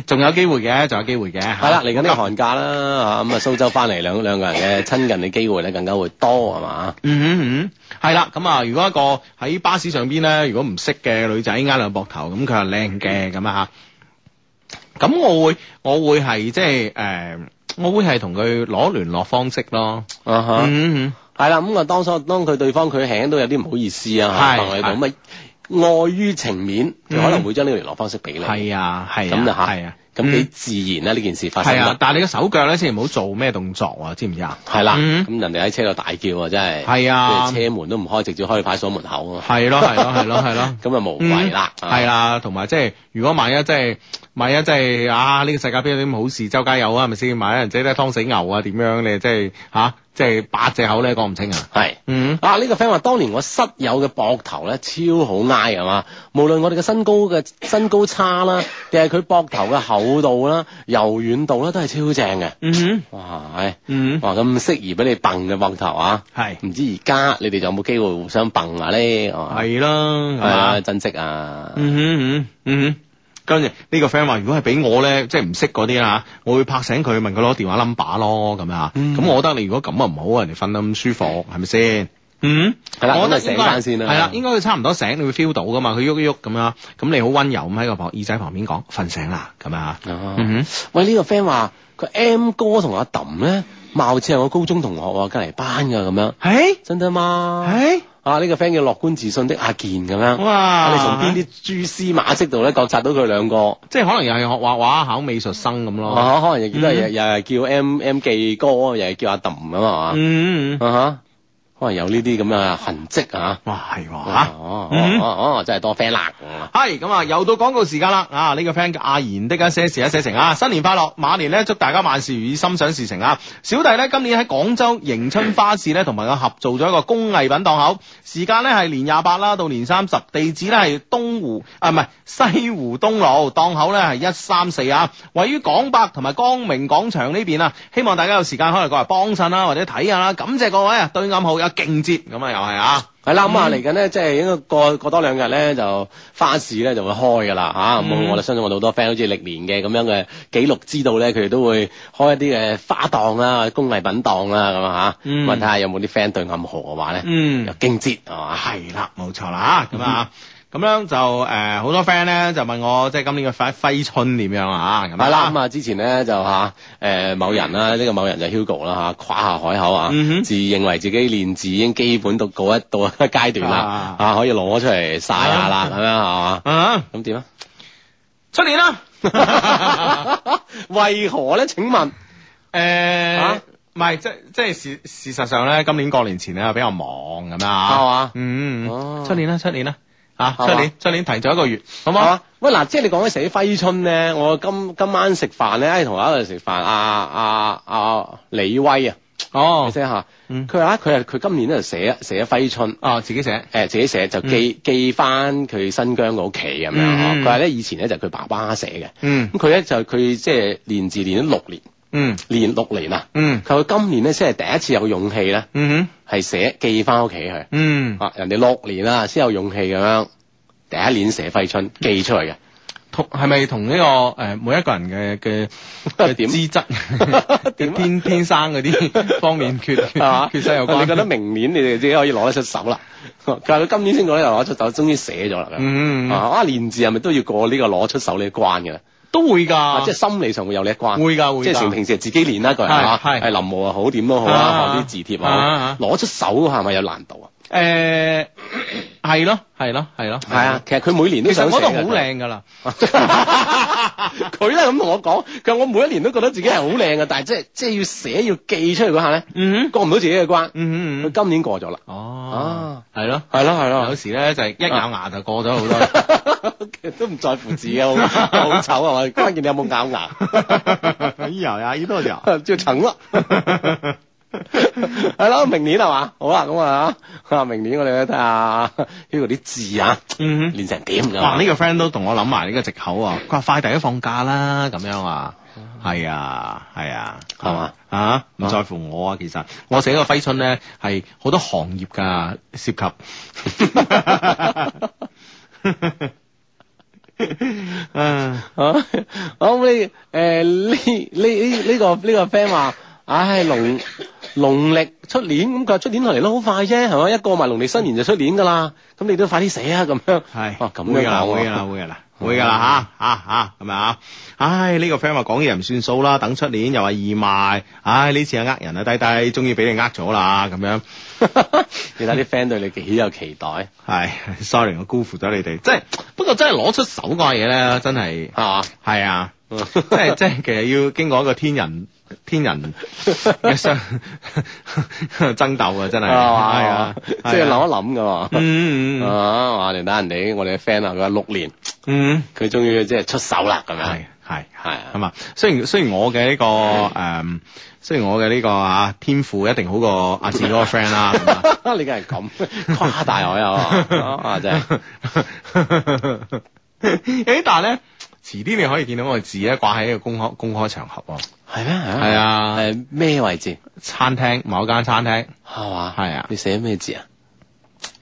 Speaker 1: 仲有機會嘅，仲有機會嘅。係
Speaker 3: 係啦，嚟緊呢個寒假啦，嚇咁啊蘇州翻嚟兩兩個人嘅親近嘅機會咧更加會多係嘛？
Speaker 1: 嗯嗯嗯，係啦，咁啊，如果一個喺巴士上邊咧，如果唔識嘅女仔挨兩膊頭，咁佢係
Speaker 3: 嗯
Speaker 1: 靚嘅咁啊嚇，咁我會我會係即係誒我會係同佢攞聯絡方式咯。
Speaker 3: 啊哈。
Speaker 1: 嗯嗯
Speaker 3: 系啦，咁啊，當初當佢對方佢輕都有啲唔好意思啊，
Speaker 1: 係
Speaker 3: 同佢講咁啊，礙於情面，佢
Speaker 1: 嗯
Speaker 3: 可能會將呢個聯絡方式俾你。
Speaker 1: 嗯，係啊係啊，
Speaker 3: 咁就嚇
Speaker 1: 係啊，
Speaker 3: 咁幾自然啦，呢件事發生
Speaker 1: 係啊
Speaker 3: 得，
Speaker 1: 但係你個手腳咧，千祈唔好做咩動作啊，知唔知啊？
Speaker 3: 係啦，
Speaker 1: 嗯
Speaker 3: 咁人哋喺車度大叫啊，真係，
Speaker 1: 係啊
Speaker 3: 佢哋車門都唔開，直接開去派出所門口啊，
Speaker 1: 係 咯係咯係咯係咯。
Speaker 3: 咁啊無謂啦，
Speaker 1: 系
Speaker 3: 啊，
Speaker 1: 啦，同埋即係如果萬一即係萬一即係啊呢、個世界邊有啲咁好事，周街有啊，係咪先？萬一人哋都係劏死牛啊，點樣你即係吓，即係八隻口咧講唔清啊！
Speaker 3: 係。
Speaker 1: 嗯，
Speaker 3: 啊！呢、個 friend 話：當年我室友嘅膊頭咧超好挨係嘛，無論我哋嘅身高嘅身高差啦，定係佢膊頭嘅厚度啦、柔軟度啦，都係超正嘅。
Speaker 1: 嗯哼，
Speaker 3: 哇！係
Speaker 1: 嗯，
Speaker 3: 哇，哦咁適宜俾你蹦嘅膊頭啊！
Speaker 1: 係
Speaker 3: 唔知而家你哋仲有冇機會互相蹦下咧？係
Speaker 1: 係啦，係
Speaker 3: 係啊，
Speaker 1: 嘛？
Speaker 3: 珍惜啊！
Speaker 1: 嗯哼嗯嗯哼。跟住呢個 friend 話：如果係俾我咧，即係唔識嗰啲啦，我會拍醒佢，問佢攞電話 number 咯，咁樣啊。咁、
Speaker 3: 嗯
Speaker 1: 我覺得你如果咁啊唔好，人哋瞓得咁舒服，係咪先？嗯，
Speaker 3: 係啦
Speaker 1: 我覺得
Speaker 3: 咁就啊
Speaker 1: 應該
Speaker 3: 醒返先啦
Speaker 1: 係啦，應該佢差唔多醒，你會 feel 到噶嘛，佢喐一喐咁樣，啊咁你好温柔咁喺個旁耳仔旁邊講瞓醒啦，咁啊。
Speaker 3: 啊
Speaker 1: 嗯哼，
Speaker 3: 喂，呢個 friend 話佢 M 哥同阿揼咧，貌似係我高中同學喎，隔離班㗎咁樣，
Speaker 1: 係
Speaker 3: 真㗎嘛？
Speaker 1: 係，
Speaker 3: 啊，呢個 friend 叫樂觀自信的阿健咁樣。啊
Speaker 1: 哇！
Speaker 3: 你從邊啲蛛絲馬跡度咧覺察到佢兩個？
Speaker 1: 即係可能又係學畫畫考美術生咁咯。
Speaker 3: 啊，可能亦都係
Speaker 1: 嗯
Speaker 3: 又又係叫 M M 記哥，又係叫阿揼咁啊嘛？
Speaker 1: 嗯，嗯嗯
Speaker 3: 啊哈，可能有呢啲咁嘅痕跡啊！
Speaker 1: 哇係喎
Speaker 3: 啊
Speaker 1: 嚇。
Speaker 3: 哦
Speaker 1: 嗯
Speaker 3: 哦哦，真係多 friend 啦！嗯
Speaker 1: 系咁啊，又到廣告時間啦！啊，呢、個 friend 叫阿賢的一些事一些情啊，新年快樂，馬年咧祝大家萬事如意，心想事成啊！小弟咧今年喺廣州迎春花市咧同朋友合做咗一個工藝品檔口，時間咧係年廿八啦到年三十，地址咧係東湖啊唔係西湖東路，檔口咧係一三四啊，位於廣百同埋光明廣場呢邊啊，希望大家有時間可能過嚟幫襯啦，或者睇下啦，感謝各位啊，對暗號有勁節咁啊又係啊！
Speaker 3: 係啦，咁啊嚟緊咧，即係應該過過多兩日咧，就花市咧就會開㗎啦嚇。咁、
Speaker 1: 嗯
Speaker 3: 我哋相信我哋好多 friend 好似歷年嘅咁樣嘅記錄，知道咧佢哋都會開一啲嘅花檔啦、工藝品檔啦咁啊嚇。
Speaker 1: 嗯
Speaker 3: 咁啊睇下有冇啲 friend 對暗號嘅話咧，
Speaker 1: 嗯
Speaker 3: 有經節啊係嘛？
Speaker 1: 系啦，冇錯啦，咁 啊，咁樣就诶，好、多 friend 咧就問我，即係今年嘅揮揮春點樣啊？咁
Speaker 3: 係啦，
Speaker 1: 啊
Speaker 3: 咁，啊之前咧就嚇誒某人啦，呢個某人就 Hugo 啦嚇，誇下海口啊，
Speaker 1: 嗯哼
Speaker 3: 自認為自己練字已經基本到嗰一到一個階段啦
Speaker 1: 啊，
Speaker 3: 啊可以攞出嚟晒下啦，咁樣係嘛？
Speaker 1: 啊，
Speaker 3: 咁點啊？
Speaker 1: 出年啦，
Speaker 3: 啊 為何咧？請問
Speaker 1: 诶、
Speaker 3: 啊
Speaker 1: 呃唔係即即係事事實上咧，今年過年前咧比較忙咁啊，
Speaker 3: 係嘛
Speaker 1: 嗯，
Speaker 3: 哦
Speaker 1: 嗯出年啦，出年啦，啊，
Speaker 3: 係
Speaker 1: 出
Speaker 3: 嘛
Speaker 1: 年出年提早一個月，好
Speaker 3: 好啊
Speaker 1: 嘛？？
Speaker 3: 喂，嗱，即係你講起寫揮春咧，我今今晚食飯咧，同我一齊食飯，阿阿阿李威啊，你
Speaker 1: 哦，
Speaker 3: 聽下，
Speaker 1: 嗯
Speaker 3: 佢話佢係佢今年咧就寫寫揮春。
Speaker 1: 哦，自己寫，
Speaker 3: 誒呃自己寫就寄寄翻佢新疆個屋企咁樣嗬
Speaker 1: 嗯
Speaker 3: 佢話咧以前咧就佢爸爸寫
Speaker 1: 嗯
Speaker 3: 嘅，咁佢咧就佢即係練字練咗六年，
Speaker 1: 嗯
Speaker 3: 練六年啊。
Speaker 1: 嗯
Speaker 3: 佢話佢今年咧先係第一次有勇氣咧，
Speaker 1: 嗯
Speaker 3: 係寫寄翻屋企去。
Speaker 1: 嗯，
Speaker 3: 啊，人哋六年啦先有勇氣咁樣，第一年寫揮
Speaker 1: 嗯
Speaker 3: 春寄出去嘅。
Speaker 1: 同係咪同呢個诶每一個人嘅 嘅嘅
Speaker 3: 點啊
Speaker 1: 資 質嘅天天生嗰啲方面缺
Speaker 3: 係 嘛？
Speaker 1: 缺失有關？
Speaker 3: 你覺得明年你哋自己可以攞得出手啦？佢話佢今年先覺得又攞出手，終於寫咗啦。
Speaker 1: 嗯嗯嗯
Speaker 3: 啊，練字係咪都要過呢個攞出手呢一關嘅咧？
Speaker 1: 都會
Speaker 3: 啊，
Speaker 1: 㗎，
Speaker 3: 即係心理上會有呢一關。
Speaker 1: 會㗎會㗎
Speaker 3: 即係全平時係自己練啦，佢係
Speaker 1: 係
Speaker 3: 嘛，
Speaker 1: 係
Speaker 3: 啊係臨摹又好，點都好
Speaker 1: 啊
Speaker 3: 啊，學啲字帖又
Speaker 1: 啊
Speaker 3: 好
Speaker 1: 啊，
Speaker 3: 攞出手係咪有難度啊？
Speaker 1: 誒係咯係咯係咯，
Speaker 3: 係啊，其實佢每年都
Speaker 1: 其實
Speaker 3: 想
Speaker 1: 我都
Speaker 3: 寫
Speaker 1: 好
Speaker 3: 嘅。
Speaker 1: 靚㗎啦，
Speaker 3: 佢咧咁同我講，佢話我每一年都覺得自己係好靚嘅，但係即係即係要寫要寄出去嗰下咧，
Speaker 1: 嗯
Speaker 3: 過唔到自己嘅關。
Speaker 1: 嗯
Speaker 3: 佢啊今年過咗啦。
Speaker 1: 哦，係咯。
Speaker 3: 係咯係
Speaker 1: 有時咧就係一咬牙就過咗好多啦，
Speaker 3: 啊 其實 都唔在乎自己好好醜啊！我關鍵你有冇咬牙，
Speaker 1: 依由呀，依多條。
Speaker 3: 就蠢啦。係咯，明年係嘛？好啦，咁啊，啊明年我哋睇下 Hugo 啲字啊，
Speaker 1: 嗯哼
Speaker 3: 練成點㗎？
Speaker 1: 哇！呢個 friend 都同我諗埋呢個藉口啊，佢話快遞都放假啦，咁樣啊。係啊，係啊，
Speaker 3: 嗯係嘛
Speaker 1: 啊，唔在乎我啊，其實我寫個揮春咧係好多行業㗎，涉及。 啊
Speaker 3: 啊，呃好咁你誒呢呢呢呢個呢個 friend 話，唉，農農曆出年咁，佢話出年嚟咯，好快啫，係咪？一過埋農曆新年就出年噶啦，咁你都快啲寫啊，咁樣。
Speaker 1: 係
Speaker 3: 哦，咁
Speaker 1: 會㗎
Speaker 3: 樣嗯
Speaker 1: 啦，
Speaker 3: 講
Speaker 1: 會㗎
Speaker 3: 喎
Speaker 1: 啦，會㗎啦。會㗎啦吓吓吓，咁啊！唉，呢、個 friend 話講嘢唔算數啦，等出年又話義賣，唉呢次係呃人啊，低低，終於俾你呃咗啦，咁樣。
Speaker 3: 你睇啲 friend 對你幾有期待，係
Speaker 1: 係，sorry，我辜負咗你哋。即係不過真係攞出手嗰下嘢咧，真係
Speaker 3: 嘛？
Speaker 1: 係啊，
Speaker 3: 嗯
Speaker 1: 即係即係其實要經過一個天人天人嘅相 爭鬥啊，真係係
Speaker 3: 係
Speaker 1: 啊
Speaker 3: 啊，， 即係諗一諗噶嘛。
Speaker 1: 嗯嗯
Speaker 3: 啊！哇！你等人哋，我哋嘅 friend 啊，佢話六年，
Speaker 1: 嗯，
Speaker 3: 佢終於即係出手啦，咁樣
Speaker 1: 係係
Speaker 3: 係啊
Speaker 1: 係嘛？雖然雖然我嘅呢個誒，雖然我嘅呢個啊天賦一定好過阿志嗰個 friend 啦。咁啊
Speaker 3: 你梗係咁誇大海啊！啊，真係
Speaker 1: 誒，但係咧，遲啲你可以見到我字咧掛喺一個公開公開場合喎。
Speaker 3: 係 咩？
Speaker 1: 係
Speaker 3: 係啊，
Speaker 1: 啊，
Speaker 3: 係咩位置
Speaker 1: 餐廳某一間餐廳，
Speaker 3: 係嘛？
Speaker 1: 係啊
Speaker 3: 你寫咩字啊？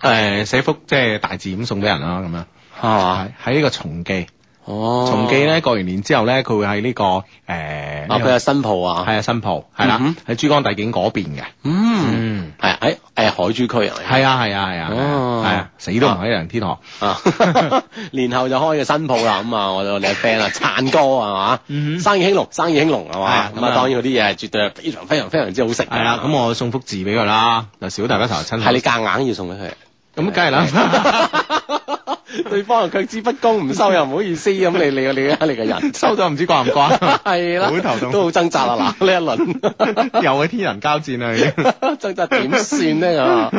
Speaker 1: 誒寫幅即係大字咁送俾人啦，咁樣。
Speaker 3: 係嘛？
Speaker 1: 係喺呢個松記，
Speaker 3: 啊哦，
Speaker 1: 松記咧過完年之後咧，佢會喺呢個誒
Speaker 3: 啊，
Speaker 1: 呢
Speaker 3: 佢
Speaker 1: 個
Speaker 3: 有新抱啊，
Speaker 1: 係啊新抱，係啦
Speaker 3: 嗯，
Speaker 1: 喺珠江帝景嗰邊嘅。
Speaker 3: 嗯，
Speaker 1: 嗯。
Speaker 3: 係喺誒海珠區啊，
Speaker 1: 係啊係啊係啊，係啊
Speaker 3: 哦
Speaker 1: 係啊，死都唔喺人天堂。
Speaker 3: 啊， 年後就開個新鋪啦，咁啊，我我哋嘅 friend 啊，燦哥係嘛
Speaker 1: 嗯，
Speaker 3: 生意興隆，生意興隆係
Speaker 1: 係啊
Speaker 3: 嘛，
Speaker 1: 咁
Speaker 3: 咁
Speaker 1: 啊
Speaker 3: 啊，當然嗰啲嘢係絕對係非常非常非常之好食㗎，
Speaker 1: 係啦，咁我送幅字俾佢啦，就小弟不愁親。
Speaker 3: 係你夾硬要送俾 佢。
Speaker 1: 咁梗係啦，
Speaker 3: 對方又卻之不恭，唔收又唔好意思，咁你你你啊你嘅 人
Speaker 1: 收咗唔知掛唔 掛，
Speaker 3: 係啦，
Speaker 1: 好頭痛
Speaker 3: 都好掙扎啦嗱，呢一 輪
Speaker 1: 又係天人交戰啊啦已經。
Speaker 3: 掙扎點算咧啊？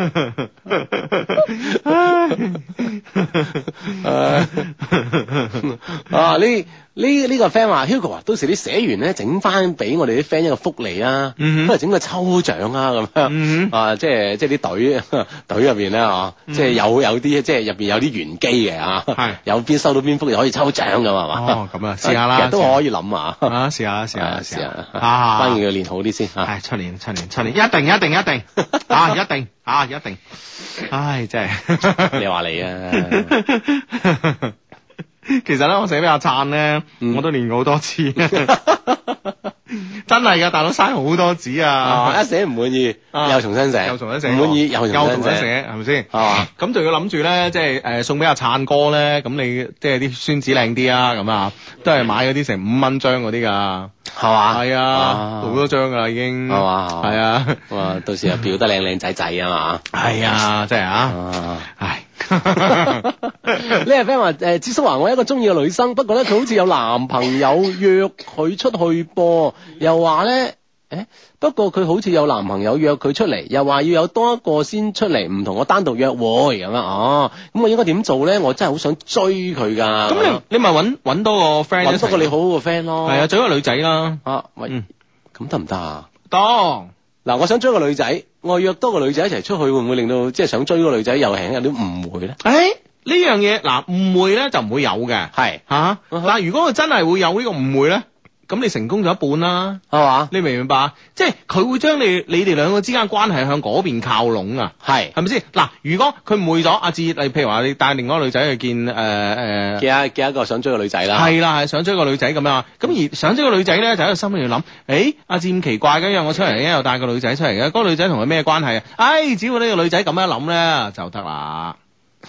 Speaker 3: 啊！呢呢呢個 friend 話，Hugo 啊，到時你寫完咧，整翻俾我哋啲 friend 一個福利啊，
Speaker 1: 嗯哼
Speaker 3: 不如整個抽獎啊咁樣。
Speaker 1: 嗯哼嗯
Speaker 3: 啊，即係即係啲隊 隊入邊咧，嗬，即係有有啲即係入邊有啲玄機嘅啊，
Speaker 1: 係
Speaker 3: 有邊收到邊福利可以抽獎咁係嘛？
Speaker 1: 哦咁啊試下啦
Speaker 3: 其實都可以諗啊。
Speaker 1: 啊，試下試下
Speaker 3: 啊
Speaker 1: 試下
Speaker 3: 啊，
Speaker 1: 啊
Speaker 3: 關！鍵要練好啲先啊嚇。
Speaker 1: 唉，出年出年出年，一定一定一定啊，一定啊，一定，唉，真係。
Speaker 3: 你話你 啊，
Speaker 1: 其實咧，我寫俾阿燦咧，
Speaker 3: 嗯
Speaker 1: 我都練過好多次， 真係噶，大佬嘥好多紙
Speaker 3: 啊
Speaker 1: 啊，
Speaker 3: 一寫唔滿意
Speaker 1: 啊
Speaker 3: 又重新寫，
Speaker 1: 又重新寫
Speaker 3: 唔
Speaker 1: 過，
Speaker 3: 滿意又重新
Speaker 1: 重新
Speaker 3: 寫，
Speaker 1: 寫，係咪先？
Speaker 3: 係嘛？
Speaker 1: 咁就要諗住咧，即係誒送俾阿燦哥咧，咁你即係啲宣紙靚啲啊，咁啊，都係買嗰啲成五蚊張嗰啲噶，
Speaker 3: 係嘛？
Speaker 1: 係啊，好多張噶啦已經，
Speaker 3: 係嘛係嘛
Speaker 1: 係啊，
Speaker 3: 哇！到時又表得靚靚仔仔啊嘛〜
Speaker 1: 係啊，真係啊，
Speaker 3: 啊！
Speaker 1: 唉，
Speaker 3: 呢個 friend 話誒，智叔話我有一個中意嘅女生，不過咧佢好似有男朋友約佢出去噃，又話咧誒，不過佢好似有男朋友約佢出嚟，又話要有多一個先出嚟，唔同我單獨約會咁樣哦。咁我應該點做咧？我真係好想追佢噶。
Speaker 1: 咁你你咪揾揾多個 friend，
Speaker 3: 揾多個你好好嘅 friend 咯。
Speaker 1: 係啊，追個女仔啦，
Speaker 3: 啊喂
Speaker 1: 嗯，
Speaker 3: 咁得唔得啊？
Speaker 1: 當。
Speaker 3: 嗱，我想追個女仔，我約多個女仔一齊出去，會唔會令到即係想追嗰個女仔又輕輕有啲誤會咧？
Speaker 1: 誒呢樣嘢嗱誤會咧就唔會有嘅
Speaker 3: 係
Speaker 1: 嚇，啊
Speaker 3: 嗯哼
Speaker 1: 但係如果佢真係會有呢個誤會咧，咁你成功咗一半啦，
Speaker 3: 係嘛？
Speaker 1: 你明唔明白？啊即係佢會將你你哋兩個之間關係向嗰邊靠攏啊。
Speaker 3: 係
Speaker 1: 係咪先？嗱，如果佢誤會咗阿志，你譬如話你帶另外一個女仔去見誒誒，呃
Speaker 3: 記下記下一個想追嘅女仔啦。
Speaker 1: 係啦，係想追個女仔咁樣啊，咁而想追個女仔咧，就喺度心裏諗，誒，阿志咁奇怪嘅，約我出嚟，又帶個女仔出嚟嘅，嗰個女仔同佢咩關係啊？唉，只要呢個女仔咁樣諗咧，就得啦。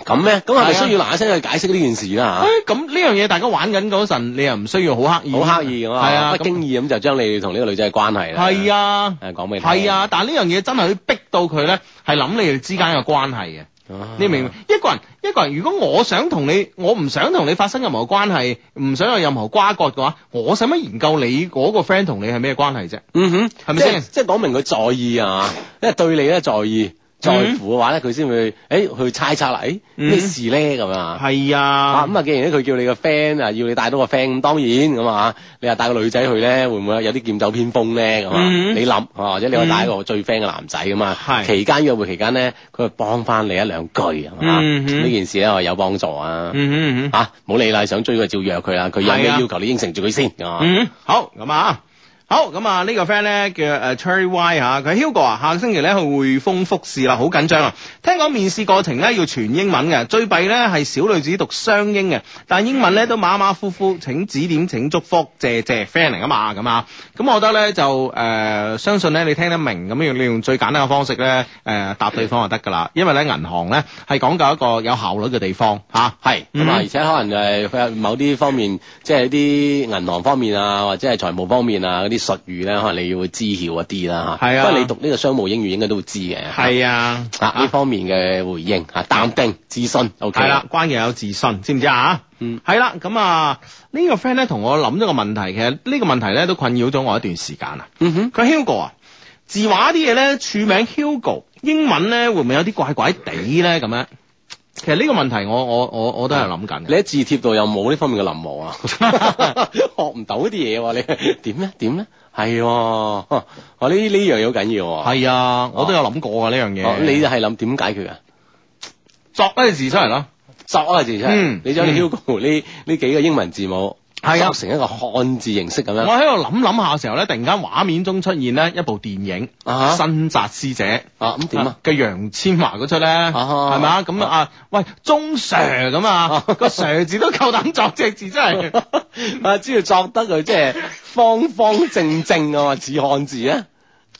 Speaker 3: 咁咩？咁係咪
Speaker 1: 係啊
Speaker 3: 需要嗱嗱聲去解釋呢件事啦
Speaker 1: 誒咁呢樣嘢大家玩緊嗰陣，你又唔需要好刻意，
Speaker 3: 嚇？啊好刻意咁啊，
Speaker 1: 係啊，
Speaker 3: 不經意咁就將你同呢個女仔嘅關係啦，
Speaker 1: 係
Speaker 3: 啊，
Speaker 1: 啊，
Speaker 3: 誒講俾你聽
Speaker 1: 係，啊，但係呢樣嘢真係去逼到佢咧，係諗你哋之間嘅關係嘅。你明唔明
Speaker 3: 啊？？
Speaker 1: 一個人一個人，如果我想同你，我唔想同你發生任何關係，唔想有任何瓜葛嘅話，我使乜研究你嗰個 friend 同你係咩關係啫？
Speaker 3: 嗯哼，
Speaker 1: 係咪先
Speaker 3: 即係即係講明佢在意啊，因為對你咧在意在乎嘅話咧，佢先會誒去猜測啦，誒
Speaker 1: 嗯
Speaker 3: 咩事咧咁啊？
Speaker 1: 係
Speaker 3: 啊
Speaker 1: 啊，
Speaker 3: 咁啊，既然咧佢叫你個 friend 啊，要你帶多個 friend，咁當然咁啊，你話帶個女仔去咧，會唔會有啲劍走偏鋒咧咁啊？
Speaker 1: 嗯
Speaker 3: 你諗啊或者你話帶一個最 friend 嘅男仔咁啊
Speaker 1: 係，
Speaker 3: 期間約會期間咧，佢會幫翻你一兩句係嘛？
Speaker 1: 嗯哼
Speaker 3: 呢件事咧我有幫助啊。
Speaker 1: 嗯嗯嗯
Speaker 3: 吓，冇理啦，想追佢照約佢啦，佢有咩
Speaker 1: 係啊
Speaker 3: 要求你應承住佢先，啊
Speaker 1: 嗯，好咁啊。好咁啊，呢個 friend 咧叫誒 Cherry Y 嚇，佢 Hugo 啊，下個星期咧去匯豐復試啦，好緊張啊！聽講面試過程咧要全英文嘅，最弊咧係小女子讀雙英嘅，但英文咧都馬馬虎虎。請指點，請祝福，謝謝 friend 嚟噶嘛咁啊！咁我覺得咧就誒、呃相信咧你聽得明，咁要你用最簡單嘅方式咧誒、呃答對方就得㗎啦，因為咧銀行咧係講究一個有效率嘅地方嚇。
Speaker 3: 係咁
Speaker 1: 嗯
Speaker 3: 啊，而且可能誒佢有某啲方面，即係啲銀行方面啊，或者係財務方面啊嗰啲術語咧，可能你要知曉一啲啦嚇。
Speaker 1: 係啊
Speaker 3: 不過你讀呢個商務英語應該都會知嘅。
Speaker 1: 係啊，
Speaker 3: 啊，呢方面嘅回應啊，淡定自信，OK
Speaker 1: 係啦，，關鍵有自信，知唔知啊？
Speaker 3: 啊嗯，
Speaker 1: 係啦，咁啊，呢個 friend 咧同我諗咗個問題，其實呢個問題咧都困擾咗我一段時間啊。
Speaker 3: 嗯哼，
Speaker 1: 佢 Hugo 啊，字畫啲嘢咧，署名 Hugo，英文咧會唔會有啲怪怪地咧咁樣？其實呢個問題我我我我都係諗緊
Speaker 3: 你
Speaker 1: 嘅。
Speaker 3: 喺字帖度有冇呢方面嘅臨摹啊？ 學唔到啲嘢喎，你點咧？點咧？係喎，哦我呢呢樣嘢好緊要喎。
Speaker 1: 係啊，我都有諗過啊呢樣
Speaker 3: 哦
Speaker 1: 嘢。
Speaker 3: 你係諗點解決啊？
Speaker 1: 作一隻字出嚟咯。
Speaker 3: 作啊字出嚟
Speaker 1: 嗯，
Speaker 3: 你將你
Speaker 1: 嗯
Speaker 3: Hugo 呢呢幾個英文字母
Speaker 1: 係啊
Speaker 3: 作成一個漢字形式咁
Speaker 1: 我
Speaker 3: 樣。
Speaker 1: 喺度諗諗下嘅時候咧，突然間畫面中出現咧一部電影
Speaker 3: 啊
Speaker 1: 《新紮師姐》。
Speaker 3: 啊咁點啊？
Speaker 1: 嘅楊千嬅嗰出咧，係咪啊？咁啊，喂，鍾 Sir 咁啊，個 Sir 字都夠膽作隻字，真 係
Speaker 3: 啊，只要作得佢即係方方正正啊嘛，似漢字啊，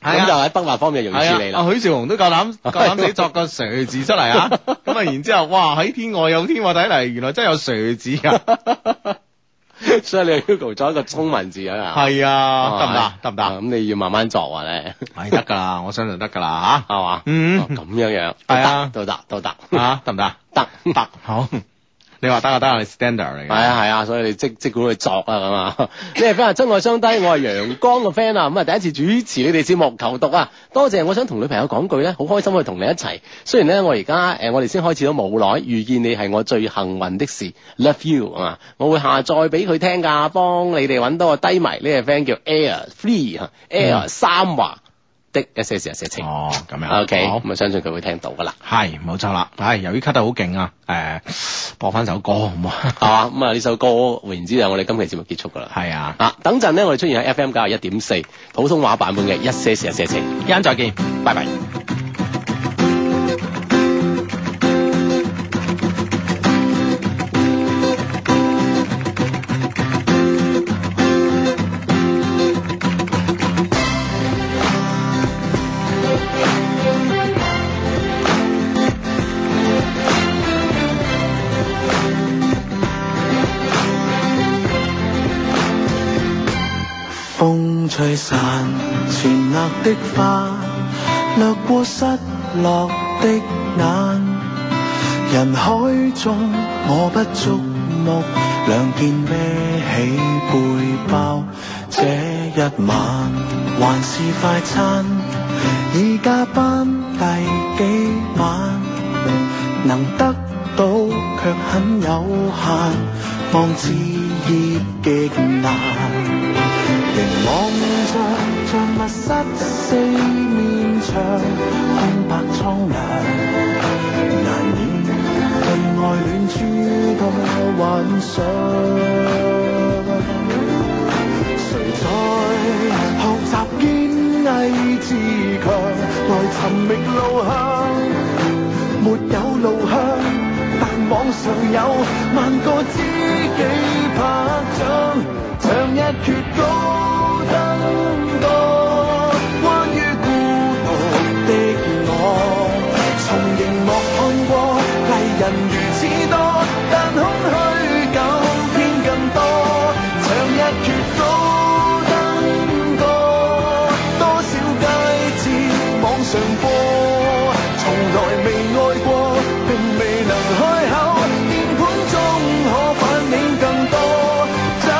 Speaker 1: 係啊
Speaker 3: 咁就喺筆畫方面容易處理
Speaker 1: 係啊！
Speaker 3: 啦。
Speaker 1: 阿許兆雄都夠膽夠膽死作個 Sir 字出嚟 啊！咁啊，然之後，哇，喺天外有天喎，睇嚟原來真係有 Sir 字啊！
Speaker 3: 所以你 Hugo 作一個中文字 啊，
Speaker 1: 係啊，得唔得
Speaker 3: 啊？
Speaker 1: 得唔
Speaker 3: 啊
Speaker 1: 得？
Speaker 3: 咁你要 慢慢作啊咧，
Speaker 1: 係得㗎啦，我相信得㗎啦
Speaker 3: 係嘛？
Speaker 1: 嗯
Speaker 3: 哦咁樣樣，
Speaker 1: 係啊
Speaker 3: 都得都得
Speaker 1: 嚇嚇，得唔得？
Speaker 3: 得 得。
Speaker 1: 得好，你話得啊得啊，你 standard 嚟
Speaker 3: 係
Speaker 1: 嘅。
Speaker 3: 啊係啊，所以你即即管去作啊咁啊！ 你係 friend 啊，真愛相低，我係陽光嘅 friend 啊，咁啊第一次主持你哋節目求讀啊，多謝！我想同女朋友講句咧，好開心可以同你一齊。雖然咧我而家誒我哋先開始咗冇耐，遇見你係我最幸運的事，love you 啊！我會下載俾佢聽㗎，幫你哋揾多個低迷呢個 friend 叫 Air Three 啊，Air 三華的一些事一些情。
Speaker 1: 嗯哦，咁樣。
Speaker 3: OK，
Speaker 1: 好
Speaker 3: 咁啊相信佢會聽到㗎啦。
Speaker 1: 係冇錯啦。唉，由於咳得好勁啊，誒，播翻首歌好唔好啊？
Speaker 3: 係嘛？咁啊呢首歌換言之就係我哋今期節目結束㗎啦。
Speaker 1: 係啊，
Speaker 3: 啊，等陣咧，我哋出現喺 FM 九十一點四普通話版本嘅一些事一些情，
Speaker 1: 一陣再見。
Speaker 3: 拜拜。
Speaker 2: 風吹散全額的花，掠過失落的眼。人海中我不觸目，兩件孭起背包。這一晚還是快餐，已加班第幾晚？能得到卻很有限，望置業極難。凝望着像密室四面牆，空白蒼涼，難免對愛戀諸多幻想。誰在學習堅毅自強，來尋覓路向？沒有路向，但網上有萬個知己拍掌，唱一闕高登歌，關於孤獨的我，從熒幕看過，麗人如此多，但空虛感偏更多，唱一闕高登歌，多少佳節網上播。從來未愛過，並未能開口。鍵盤中可反映更多真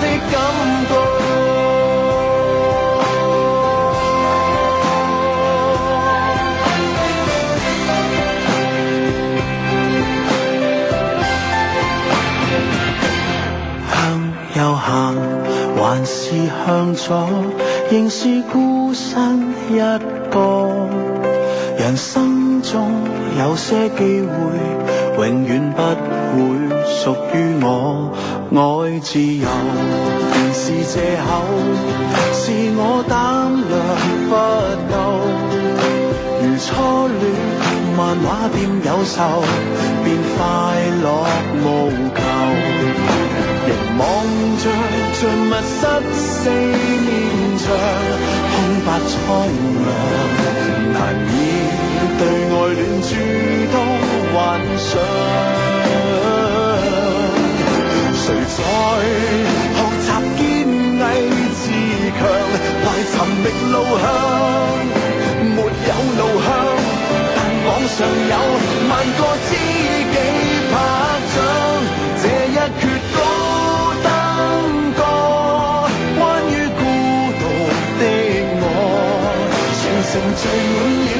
Speaker 2: 的感覺。向右行還是向左，仍是孤身一個。人生中有些機會，永遠不會屬於我，愛自由，便是是借口，是我膽量不夠。如初戀，漫畫店有售，便快樂無求。凝望着像密室四面牆，空白蒼涼，難以對愛戀諸多幻想。誰在學習堅毅自強，來尋覓路向，沒有路向。但網上有萬個知己拍掌，這一闕高登歌，關於孤獨的我，全城聚滿了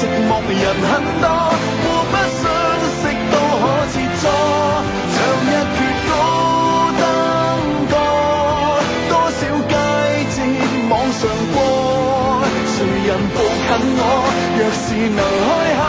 Speaker 2: 寂寞人很多，互不相識都可切磋，唱一闕高登歌，多少佳節網上過，誰人步近我，若是能開口。